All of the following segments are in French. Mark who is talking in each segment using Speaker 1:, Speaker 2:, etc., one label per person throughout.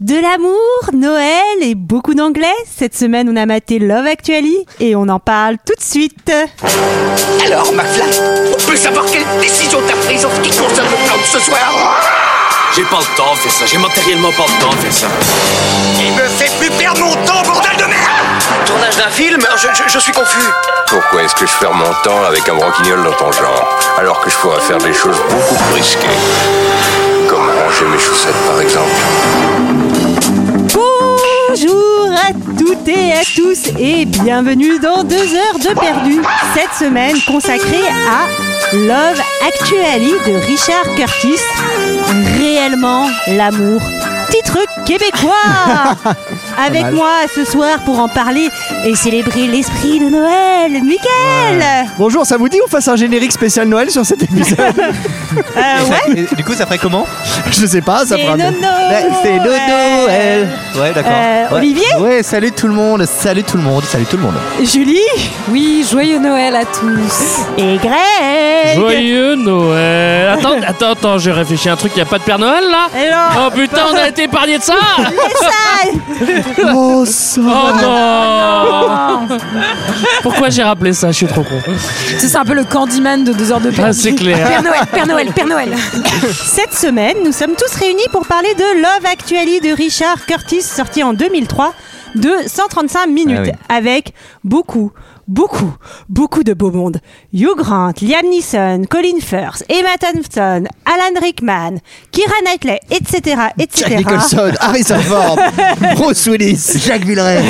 Speaker 1: De l'amour, Noël et beaucoup d'anglais. Cette semaine, on a maté Love Actually et on en parle tout de suite.
Speaker 2: Alors, McFly, on peut savoir quelle décision t'as prise en ce qui concerne le plan de ce soir
Speaker 3: J'ai pas le temps de faire ça, j'ai matériellement pas le temps de faire ça.
Speaker 2: Il me fait plus perdre mon temps, bordel de merde
Speaker 3: Tournage d'un film je, je- je suis confus.
Speaker 4: Pourquoi est-ce que je perds mon temps avec un broquignol dans ton genre Alors que je pourrais faire des choses beaucoup plus risquées. Comme ranger mes chaussettes par exemple.
Speaker 1: Bonjour à toutes et à tous et bienvenue dans deux heures de perdu. Cette semaine consacrée à Love Actually de Richard Curtis. Réellement l'amour. Titre québécois. Avec moi ce soir pour en parler et célébrer l'esprit de Noël, Michael.
Speaker 5: Bonjour, ça vous dit on fasse un générique spécial Noël sur cet épisode
Speaker 1: Euh, ouais.
Speaker 6: Et du coup, ça ferait comment
Speaker 5: Je sais pas, ça
Speaker 1: C'est
Speaker 5: fera
Speaker 1: Nono.
Speaker 6: C'est le
Speaker 1: Noël.
Speaker 6: Noël. Ouais, d'accord.
Speaker 1: Euh,
Speaker 6: Ouais.
Speaker 1: Olivier
Speaker 6: Ouais, salut tout le monde. Salut tout le monde. Salut tout le monde.
Speaker 1: Julie
Speaker 7: Oui, joyeux Noël à tous.
Speaker 1: et Greg.
Speaker 8: Joyeux Noël Attends, attends, attends, j'ai réfléchi à un truc, y a pas de Père Noël là
Speaker 7: Eh
Speaker 1: Alors,
Speaker 8: Oh putain, on a été épargné de ça
Speaker 1: ça,
Speaker 5: Oh, ça
Speaker 8: Oh non Pourquoi j'ai rappelé ça Je suis trop con.
Speaker 7: Tu sais, C'est un peu le Candyman de deux heures de
Speaker 8: Ah,
Speaker 7: perdu.
Speaker 8: c'est clair.
Speaker 7: Père Noël, Père Noël, Père Noël.
Speaker 1: Cette semaine, nous sommes tous réunis pour parler de Love Actually de Richard Curtis, sorti en 2003, de 135 minutes,
Speaker 6: Ah oui.
Speaker 1: avec beaucoup, beaucoup, beaucoup de beau monde. Hugh Grant, Liam Neeson, Colin Firth, Emma Thompson, Alan Rickman, Kira Knightley, etc.,
Speaker 5: Jack
Speaker 1: etc.
Speaker 5: Nicholson, Harrison Ford, Bruce Willis, Jacques Villeray.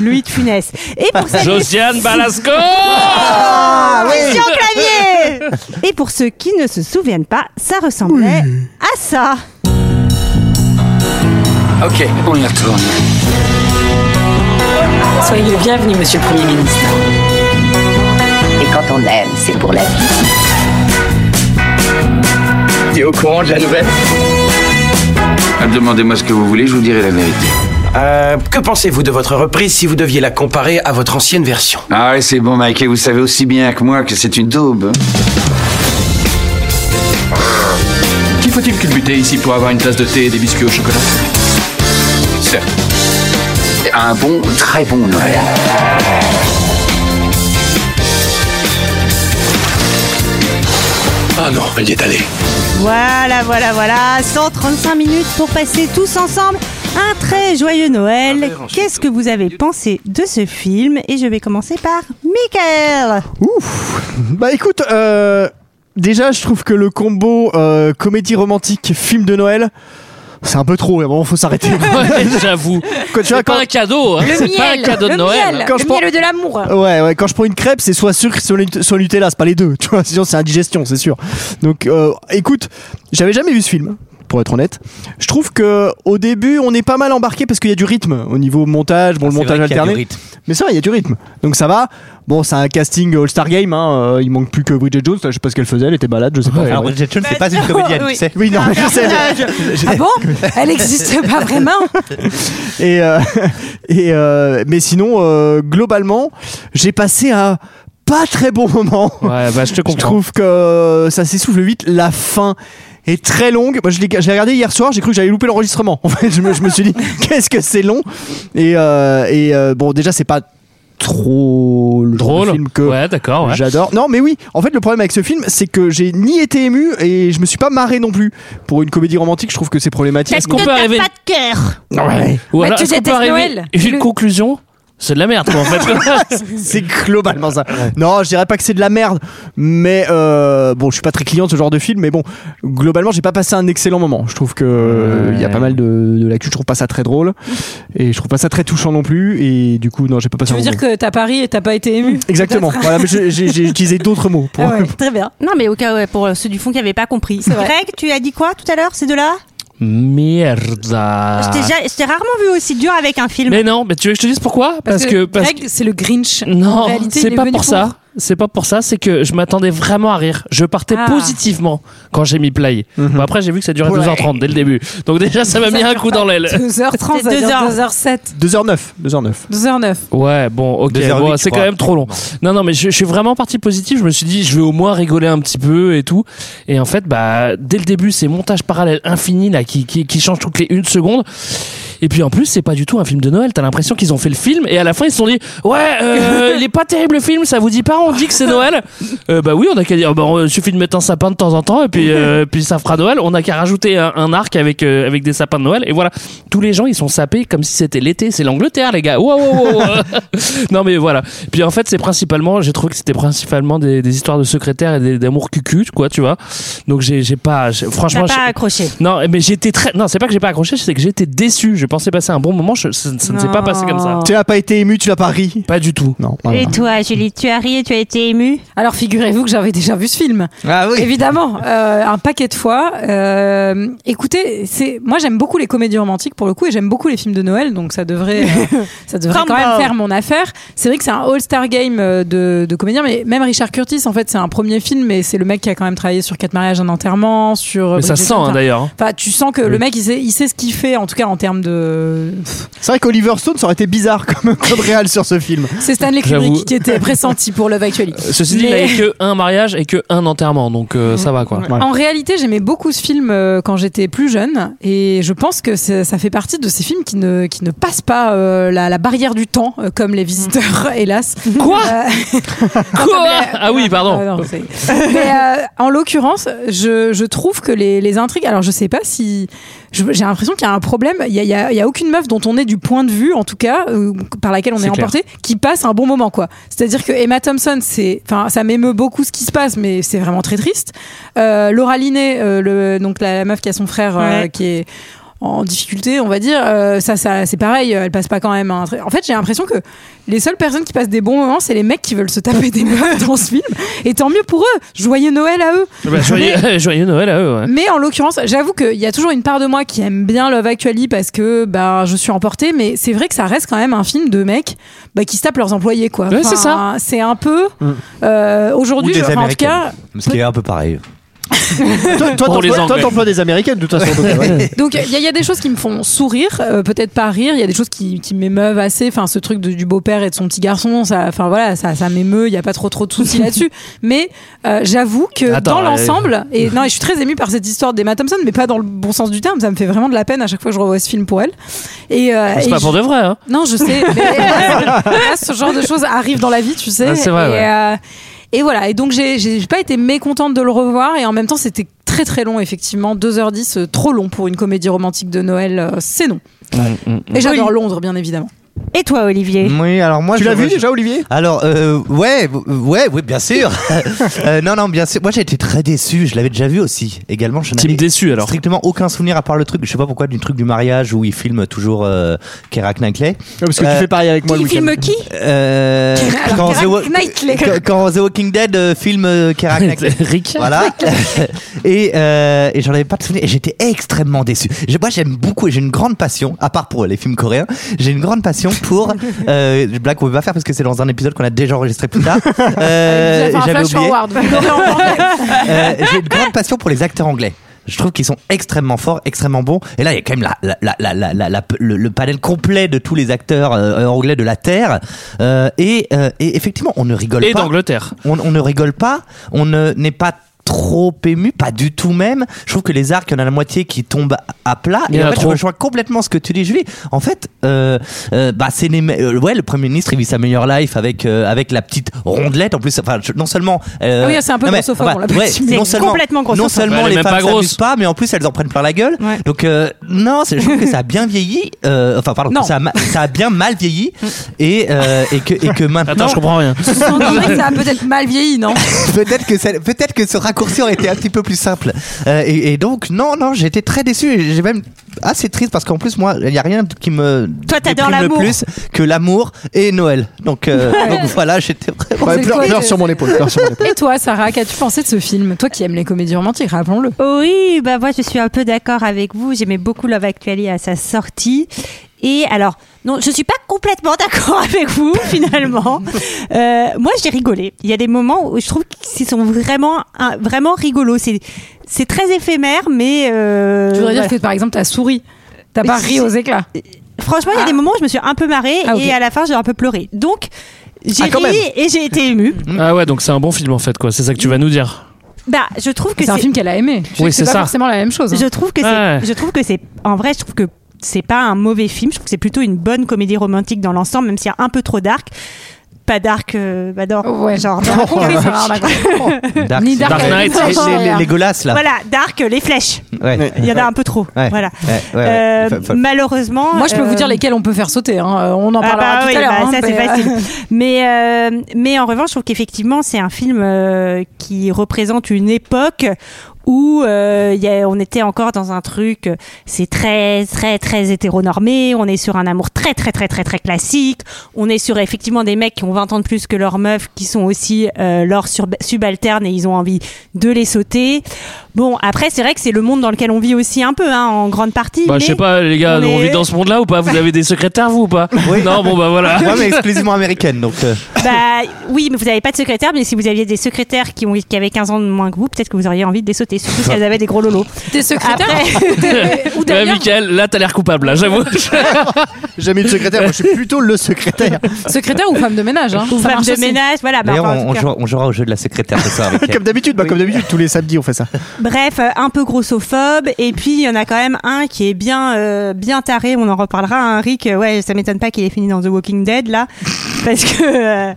Speaker 1: Louis de Funès. Et pour cette
Speaker 8: Josiane Balasco
Speaker 5: Ah oui
Speaker 1: Christian Clavier Et pour ceux qui ne se souviennent pas, ça ressemblait à ça.
Speaker 3: Ok, on y retourne.
Speaker 7: Soyez le bienvenu, monsieur le Premier ministre.
Speaker 2: Et quand on aime, c'est pour la vie.
Speaker 3: T'es au courant de la nouvelle
Speaker 4: Demandez-moi ce que vous voulez, je vous dirai la vérité.
Speaker 9: Euh, que pensez-vous de votre reprise si vous deviez la comparer à votre ancienne version
Speaker 4: Ah ouais, c'est bon, Mikey, vous savez aussi bien que moi que c'est une daube.
Speaker 3: Qui faut-il culbuter ici pour avoir une tasse de thé et des biscuits au chocolat Certes.
Speaker 4: Un bon, très bon Noël.
Speaker 9: Ah non, il est allé.
Speaker 1: Voilà, voilà, voilà, 135 minutes pour passer tous ensemble un très joyeux Noël. Qu'est-ce que vous avez pensé de ce film Et je vais commencer par Michael.
Speaker 5: Bah écoute, euh, déjà je trouve que le combo euh, comédie romantique, film de Noël, c'est un peu trop, à un moment faut s'arrêter.
Speaker 8: Ouais, j'avoue.
Speaker 5: Quand tu vois,
Speaker 8: C'est
Speaker 5: quand-
Speaker 8: pas un cadeau, hein. c'est pas un cadeau de
Speaker 7: le
Speaker 8: Noël.
Speaker 7: miel,
Speaker 5: Quand
Speaker 7: le
Speaker 5: je prends-
Speaker 7: miel de l'amour.
Speaker 5: Ouais, ouais, quand je prends une crêpe, c'est soit sucre, soit, nut- soit Nutella, c'est pas les deux, tu vois, sinon c'est indigestion, c'est sûr. Donc, euh, écoute, j'avais jamais vu ce film, pour être honnête. Je trouve que au début, on est pas mal embarqué parce qu'il y a du rythme au niveau montage, bon, le montage alterné. Mais c'est vrai, il y a du rythme. Donc ça va. Bon, c'est un casting All-Star Game, hein, euh, il manque plus que Bridget Jones, là, je sais pas ce qu'elle faisait, elle était balade, je sais pas.
Speaker 6: Alors,
Speaker 5: Ouais.
Speaker 6: Bridget Jones, c'est pas une comédienne,
Speaker 7: oui.
Speaker 6: tu sais.
Speaker 5: Oui, non, je sais.
Speaker 7: Ah bon Elle n'existe pas vraiment.
Speaker 5: Et, euh, et euh, mais sinon, euh, globalement, j'ai passé un pas très bon moment.
Speaker 8: Ouais, bah je te
Speaker 5: Je
Speaker 8: comprends.
Speaker 5: trouve que euh, ça s'essouffle vite. La fin est très longue. Moi, je l'ai j'ai regardé hier soir, j'ai cru que j'avais loupé l'enregistrement. En fait, je me, je me suis dit, qu'est-ce que c'est long Et, euh, et euh, bon, déjà, c'est pas trop le genre de
Speaker 8: Drôle.
Speaker 5: film que
Speaker 8: Ouais, d'accord, ouais.
Speaker 5: j'adore. Non, mais oui, en fait, le problème avec ce film, c'est que j'ai ni été ému et je me suis pas marré non plus. Pour une comédie romantique, je trouve que c'est problématique.
Speaker 8: Est-ce qu'on peut arriver.
Speaker 1: Pas de cœur.
Speaker 5: Ouais.
Speaker 8: Ou
Speaker 7: Bah,
Speaker 8: alors,
Speaker 7: tu
Speaker 8: est-ce qu'on peut
Speaker 7: détestes
Speaker 8: arriver.
Speaker 7: Noël.
Speaker 8: J'ai une
Speaker 7: Le-
Speaker 8: conclusion C'est de la merde, quoi, en fait.
Speaker 5: C'est globalement ça. Non, je dirais pas que c'est de la merde, mais euh, bon, je suis pas très client de ce genre de film, mais bon, globalement, j'ai pas passé un excellent moment. Je trouve que euh, il y a pas mal de, de l'actu, je trouve pas ça très drôle, et je trouve pas ça très touchant non plus, et du coup, non, j'ai pas passé
Speaker 7: Tu
Speaker 5: un
Speaker 7: veux
Speaker 5: bon
Speaker 7: dire que t'as pari et t'as pas été ému
Speaker 5: moment. Exactement. Voilà, mais je- j'ai j'ai utilisé d'autres mots. Pour...
Speaker 7: Ah ouais, Très bien.
Speaker 1: Non, mais au cas où, pour ceux du fond qui n'avaient pas compris.
Speaker 7: vrai.
Speaker 1: Greg, tu as dit quoi tout à l'heure C'est de là Je
Speaker 8: Merde.
Speaker 5: Ah.
Speaker 1: t'ai ja- je t'ai rarement vu aussi dur avec un film.
Speaker 8: Mais non, mais tu veux que je te dise pourquoi Parce que. parce
Speaker 7: Greg, c'est le Grinch. En
Speaker 8: Non,
Speaker 7: réalité,
Speaker 8: c'est
Speaker 7: il est
Speaker 8: pas
Speaker 7: venu
Speaker 8: pour ça. c'est pas pour ça, c'est que je m'attendais vraiment à rire. Je partais
Speaker 7: Ah.
Speaker 8: positivement quand j'ai mis play.
Speaker 6: Mhm.
Speaker 8: Bon, après, j'ai vu que ça durait 2h30 dès le début. Donc déjà, ça m'a mis un coup dans l'aile.
Speaker 7: 2h30,
Speaker 1: C'était deux heures.
Speaker 7: 2h07,
Speaker 5: 2h09. 2h09.
Speaker 7: 2h09.
Speaker 8: Ouais, bon, ok,
Speaker 6: 2h08,
Speaker 8: bon,
Speaker 6: je
Speaker 8: c'est quand
Speaker 6: crois.
Speaker 8: même trop long. Non, non, mais je, je suis vraiment parti positif. Je me suis dit, je vais au moins rigoler un petit peu et tout. Et en fait, bah, dès le début, c'est montage parallèle infini là qui, qui, qui change toutes les une seconde. Et puis en plus, c'est pas du tout un film de Noël. T'as l'impression qu'ils ont fait le film et à la fin, ils se sont dit, ouais, euh, il est pas terrible le film. Ça vous dit pas On dit que c'est Noël. Euh, bah oui, on a qu'à dire, bah, on- suffit de mettre un sapin de temps en temps et puis euh, puis ça fera Noël. On a qu'à rajouter un, un arc avec euh, avec des sapins de Noël et voilà. Tous les gens, ils sont sapés comme si c'était l'été. C'est l'Angleterre, les gars. Wow, wow, wow, wow. Non mais voilà. Puis en fait, c'est principalement, j'ai trouvé que c'était principalement des, des histoires de secrétaires et des- d'amour cucu, quoi, tu vois. Donc j'ai j'ai pas, j'ai-
Speaker 1: T'as
Speaker 8: franchement.
Speaker 1: pas
Speaker 8: j'ai-
Speaker 1: accroché.
Speaker 8: Non, eh, mais j'étais très. Non, c'est pas que j'ai pas accroché, c'est que j'étais déçu. Je pensais passer un bon moment. je- ça ça ne s'est pas passé comme ça.
Speaker 5: Tu n'as pas été ému, tu n'as pas ri.
Speaker 8: Pas du tout.
Speaker 5: Oh Non.
Speaker 1: Et toi, Julie, tu as ri et tu as été émue
Speaker 7: Alors figurez-vous que j'avais déjà vu ce film.
Speaker 6: Ah oui.
Speaker 7: Évidemment, euh, un paquet de fois. Euh, écoutez, c'est moi j'aime beaucoup les comédies romantiques pour le coup et j'aime beaucoup les films de Noël, donc ça devrait euh, ça devrait quand même
Speaker 1: Combo.
Speaker 7: faire mon affaire. C'est vrai que c'est un all-star game euh, de, de comédiens, mais même Richard Curtis en fait c'est un premier film, mais c'est le mec qui a quand même travaillé sur Quatre mariages, un enterrement, sur. euh,
Speaker 8: Mais ça
Speaker 7: Bridgerton,
Speaker 8: sent hein,
Speaker 7: enfin,
Speaker 8: d'ailleurs.
Speaker 7: Enfin, tu sens que le
Speaker 8: Oui.
Speaker 7: mec, il sait, il sait ce qu'il fait, en tout cas en termes de.
Speaker 5: C'est vrai qu'Oliver Stone, ça aurait été bizarre comme, comme réal sur ce film.
Speaker 7: C'est Stanley
Speaker 8: J'avoue.
Speaker 7: Kubrick qui était pressenti pour Love Actually.
Speaker 8: Ceci dit, il
Speaker 7: Mais-
Speaker 8: n'avait que un mariage et que un enterrement, donc euh, ça va quoi.
Speaker 5: Ouais.
Speaker 7: En réalité, j'aimais beaucoup ce film euh, quand j'étais plus jeune et je pense que c'est- ça fait partie de ces films qui ne, qui ne passent pas euh, la, la barrière du temps, euh, comme les visiteurs, hélas.
Speaker 8: Quoi
Speaker 7: Euh,
Speaker 8: Quoi Ah oui, pardon.
Speaker 7: Ah non, c'est- Mais euh, en l'occurrence, je, je trouve que les, les intrigues. Alors, je sais pas si. je- J'ai l'impression qu'il y a un problème. Il y a, il y a- il y a aucune meuf dont on est du point de vue, en tout cas, euh, par laquelle on est,
Speaker 8: C'est clair.
Speaker 7: emporté, qui passe un bon moment, quoi. C'est-à-dire que Emma Thompson, c'est. Enfin, ça m'émeut beaucoup ce qui se passe, mais c'est vraiment très triste. Euh, Laura Linney, euh, le, donc la, la meuf qui a son frère, euh,
Speaker 1: Ouais.
Speaker 7: qui est en difficulté, on va dire, euh, ça, ça c'est pareil, euh, elle passe pas quand même. un trait- En fait, j'ai l'impression que les seules personnes qui passent des bons moments, c'est les mecs qui veulent se taper des meufs dans ce film. Et tant mieux pour eux. Joyeux Noël à eux.
Speaker 8: Bah, joyeux, joyeux Noël à eux. ouais.
Speaker 7: Mais en l'occurrence, j'avoue qu'il y a toujours une part de moi qui aime bien Love Actually parce que ben, je suis emportée, mais c'est vrai que ça reste quand même un film de mecs bah, qui se tapent leurs employés. quoi.
Speaker 8: Ouais, c'est Mm.
Speaker 7: Enfin, C'est un peu. euh, Aujourd'hui,
Speaker 6: Ou des
Speaker 7: je- enfin, en tout cas.
Speaker 6: Ce qui est un peu pareil.
Speaker 5: Toi, toi,
Speaker 8: Pour les
Speaker 5: t'emploies- toi,
Speaker 8: Anglais.
Speaker 5: t'emploies des Américaines, de toute façon. donc, euh, ouais.
Speaker 7: Donc il y, a- y a des choses qui me font sourire, euh, peut-être pas rire. Il y a des choses qui, qui m'émeuvent assez. Enfin, ce truc de- du beau-père et de son petit garçon, ça, enfin voilà, ça, ça m'émeut. Il y a pas trop trop de soucis là-dessus. Mais euh, j'avoue que
Speaker 8: Attends,
Speaker 7: dans
Speaker 8: euh,
Speaker 7: l'ensemble, et non, et je suis très émue par cette histoire d'Emma Thompson, mais pas dans le bon sens du terme. Ça me fait vraiment de la peine à chaque fois que je revois ce film pour elle. Et, euh,
Speaker 8: C'est
Speaker 7: et
Speaker 8: pas
Speaker 7: je-
Speaker 8: pour de vrai. Hein.
Speaker 7: non, je sais. mais là, ce genre de choses arrive dans la vie, tu sais.
Speaker 8: Ah, c'est vrai,
Speaker 7: et,
Speaker 8: ouais.
Speaker 7: euh, et voilà. Et donc, j'ai- j'ai j'ai pas été mécontente de le revoir. Et en même temps, c'était très très long, effectivement. 2h10, euh, trop long pour une comédie romantique de Noël. euh, c'est non. Et j'adore Londres, bien évidemment.
Speaker 1: Et toi, Olivier
Speaker 6: Oui, alors moi
Speaker 5: tu
Speaker 6: je-
Speaker 5: l'as vu
Speaker 6: je-
Speaker 5: déjà, Olivier
Speaker 6: Alors, euh, ouais, euh, ouais, oui, bien sûr. Euh, non, non, bien sûr. Moi, j'ai été très déçu. Je l'avais déjà vu aussi. Également, je
Speaker 8: Team
Speaker 6: n'avais
Speaker 8: déçu alors.
Speaker 6: strictement aucun souvenir à part le truc. Je sais pas pourquoi du truc du mariage où il filme toujours euh, Keira Knightley.
Speaker 5: Parce que tu
Speaker 6: Euh,
Speaker 5: fais pareil avec moi, le
Speaker 7: Qui
Speaker 5: week-end.
Speaker 7: filme qui
Speaker 6: Euh, quand,
Speaker 7: Ah,
Speaker 6: The Wa-
Speaker 7: Knightley.
Speaker 6: quand- quand The Walking Dead euh, filme euh, Keira Knightley.
Speaker 8: Rick.
Speaker 6: Voilà. et euh, et j'en avais pas de souvenir. Et j'étais extrêmement déçu. Je- moi, j'aime beaucoup et j'ai une grande passion, à part pour les films coréens, j'ai une grande passion pour. Euh, blague qu'on ne veut pas faire parce que c'est dans un épisode qu'on a déjà enregistré plus tard. Euh,
Speaker 7: Enfin, un
Speaker 6: J'avais
Speaker 7: flash
Speaker 6: oublié.
Speaker 7: forward. Vous l'aurez entendu.
Speaker 6: Euh, j'ai une grande passion pour les acteurs anglais. Je trouve qu'ils sont extrêmement forts, extrêmement bons. Et là, il y a quand même la, la, la, la, la, la- la- le, le panel complet de tous les acteurs euh, anglais de la Terre. Euh, et, euh, et effectivement, on ne rigole
Speaker 8: Et
Speaker 6: pas
Speaker 8: d'Angleterre.
Speaker 6: on, on ne rigole pas, on ne- n'est pas trop ému, pas du tout même. Je trouve que les arcs, il y en a la moitié qui tombent à plat.
Speaker 8: Il y
Speaker 6: Et
Speaker 8: en
Speaker 6: en
Speaker 8: a
Speaker 6: fait, je
Speaker 8: trop.
Speaker 6: rejoins complètement ce que tu dis, Julie. En fait, euh, euh, bah, c'est les, me- euh, ouais, le premier ministre, il vit sa meilleure life avec euh, avec la petite rondelette. En plus, enfin, je- non seulement, euh,
Speaker 7: Ah oui, c'est un peu grossophobe, on l'a pas
Speaker 6: ouais,
Speaker 7: dit.
Speaker 6: non
Speaker 1: C'est
Speaker 6: seulement,
Speaker 1: complètement
Speaker 6: non
Speaker 1: grossophobe.
Speaker 6: seulement
Speaker 8: Elle est
Speaker 6: les
Speaker 8: même pas
Speaker 6: femmes
Speaker 8: grosse.
Speaker 6: s'amusent pas, mais en plus elles en prennent plein la gueule.
Speaker 7: Ouais.
Speaker 6: Donc euh, non, c'est- je trouve que ça a bien vieilli. Euh, enfin, pardon,
Speaker 7: Non.
Speaker 6: ça a, ma- ça a bien mal vieilli et euh, et que et que maintenant.
Speaker 8: Attends, je comprends rien.
Speaker 7: Je sentirais que ça a peut-être mal vieilli, non
Speaker 6: peut-être que ça- peut-être que ce raccourci aurait été un petit peu plus simple. Euh, et, et donc non non, j'ai été très déçu. et J'ai même assez triste parce qu'en plus moi, il y a rien qui me
Speaker 1: Toi, t'adores
Speaker 6: déprime le
Speaker 1: l'amour.
Speaker 6: plus que l'amour et Noël. Donc euh, donc voilà, j'étais vraiment.
Speaker 5: Ouais,
Speaker 7: C'est
Speaker 5: pleure,
Speaker 7: quoi,
Speaker 5: pleure
Speaker 7: je-
Speaker 5: sur mon épaule. pleure sur mon épaule.
Speaker 7: Et toi, Sarah, qu'as-tu pensé de ce film Toi qui aimes les comédies romantiques, rappelons-le.
Speaker 1: Oui, bah moi je suis un peu d'accord avec vous. J'aimais beaucoup Love Actually à sa sortie. Et alors, non, je suis pas complètement d'accord avec vous, finalement. Euh, moi, j'ai rigolé. Il y a des moments où je trouve qu'ils sont vraiment, un- vraiment rigolos. C'est, c'est très éphémère, mais. euh,
Speaker 7: Tu voudrais dire
Speaker 1: voilà.
Speaker 7: que par exemple t'as souri, t'as pas ri aux éclats.
Speaker 1: Franchement, il y a
Speaker 7: Ah.
Speaker 1: des moments où je me suis un peu marrée
Speaker 7: Ah, ok.
Speaker 1: et à la fin, j'ai un peu pleuré. Donc, j'ai
Speaker 5: Ah, quand
Speaker 1: ri
Speaker 5: même.
Speaker 1: et j'ai été émue.
Speaker 8: Ah ouais, donc c'est un bon film en fait, quoi. C'est ça que tu vas nous dire.
Speaker 1: Bah, je trouve que
Speaker 7: C'est un
Speaker 1: c'est.
Speaker 7: film qu'elle a aimé. Je sais
Speaker 8: Oui,
Speaker 7: que
Speaker 8: c'est
Speaker 7: pas
Speaker 8: ça.
Speaker 7: forcément la même chose. hein.
Speaker 1: Je trouve que
Speaker 8: Ouais.
Speaker 1: c'est. Je trouve que c'est. En vrai, je trouve que c'est pas un mauvais film. Je trouve que c'est plutôt une bonne comédie romantique dans l'ensemble, même s'il y a un peu trop dark. Pas dark, euh, bah non,
Speaker 7: Ouais.
Speaker 1: genre.
Speaker 7: On a compris, ça, on a compris.
Speaker 6: Dark,
Speaker 7: Ni
Speaker 6: c'est-
Speaker 7: Dark
Speaker 6: les-
Speaker 8: Knight.
Speaker 6: les, les, les Golas, là.
Speaker 1: Voilà, dark, les flèches.
Speaker 6: Ouais.
Speaker 5: Ouais.
Speaker 1: Il y en a un peu trop.
Speaker 6: Ouais.
Speaker 1: Voilà.
Speaker 6: Ouais, ouais, ouais.
Speaker 1: Euh,
Speaker 6: Fa- fa-
Speaker 1: malheureusement.
Speaker 7: Moi, je peux
Speaker 1: euh,
Speaker 7: vous dire lesquels on peut faire sauter. hein. Euh, On en
Speaker 1: Ah
Speaker 7: parlera
Speaker 1: bah
Speaker 7: tout
Speaker 1: oui,
Speaker 7: à l'heure.
Speaker 1: bah
Speaker 7: hein,
Speaker 1: ça c'est
Speaker 7: mais-
Speaker 1: facile. mais euh, mais en revanche, je trouve qu'effectivement c'est un film euh, qui représente une époque où euh, il y a- on était encore dans un truc, euh, c'est très très très hétéronormé, on est sur un amour très très très très très classique, on est sur effectivement des mecs qui ont 20 ans de plus que leurs meufs, qui sont aussi euh, leurs sur- subalternes et ils ont envie de les sauter. Bon, après c'est vrai que c'est le monde dans lequel on vit aussi un peu, hein, en grande partie.
Speaker 8: Bah,
Speaker 1: mais-
Speaker 8: je sais pas, les gars,
Speaker 1: on
Speaker 8: on
Speaker 1: est-
Speaker 8: vit dans ce monde-là ou pas Vous avez des secrétaires, vous ou pas Non, bon, bah voilà.
Speaker 6: Ouais, mais exclusivement américaine, donc. euh,
Speaker 1: Bah oui, mais vous n'avez pas de secrétaire, mais si vous aviez des secrétaires qui, ont, qui avaient 15 ans de moins que vous, peut-être que vous auriez envie de les sauter, surtout si elles avaient des gros lolos.
Speaker 7: T'es secrétaire ou
Speaker 8: Ouais,
Speaker 7: d'ailleurs
Speaker 8: Michael, là, t'as l'air coupable, là, j'avoue.
Speaker 5: J'ai Jamais eu de secrétaire, moi je suis plutôt le secrétaire.
Speaker 7: secrétaire ou femme de ménage. Hein.
Speaker 1: Ou
Speaker 7: Ça
Speaker 1: femmes
Speaker 7: marche
Speaker 1: de
Speaker 7: aussi.
Speaker 1: ménage, voilà. bah,
Speaker 6: D'ailleurs,
Speaker 1: enfin, en
Speaker 6: on,
Speaker 1: tout
Speaker 6: on
Speaker 1: cas.
Speaker 6: jouera, on jouera au jeu de la secrétaire ce soir avec elle.
Speaker 5: comme d'habitude, bah, comme d'habitude, tous les samedis on fait ça.
Speaker 1: Bref, euh, un peu grossophobe, et puis il y en a quand même un qui est bien, euh, bien taré, on en reparlera, hein, Rick, euh, ouais, ça m'étonne pas qu'il ait fini dans The Walking Dead, là, parce que euh,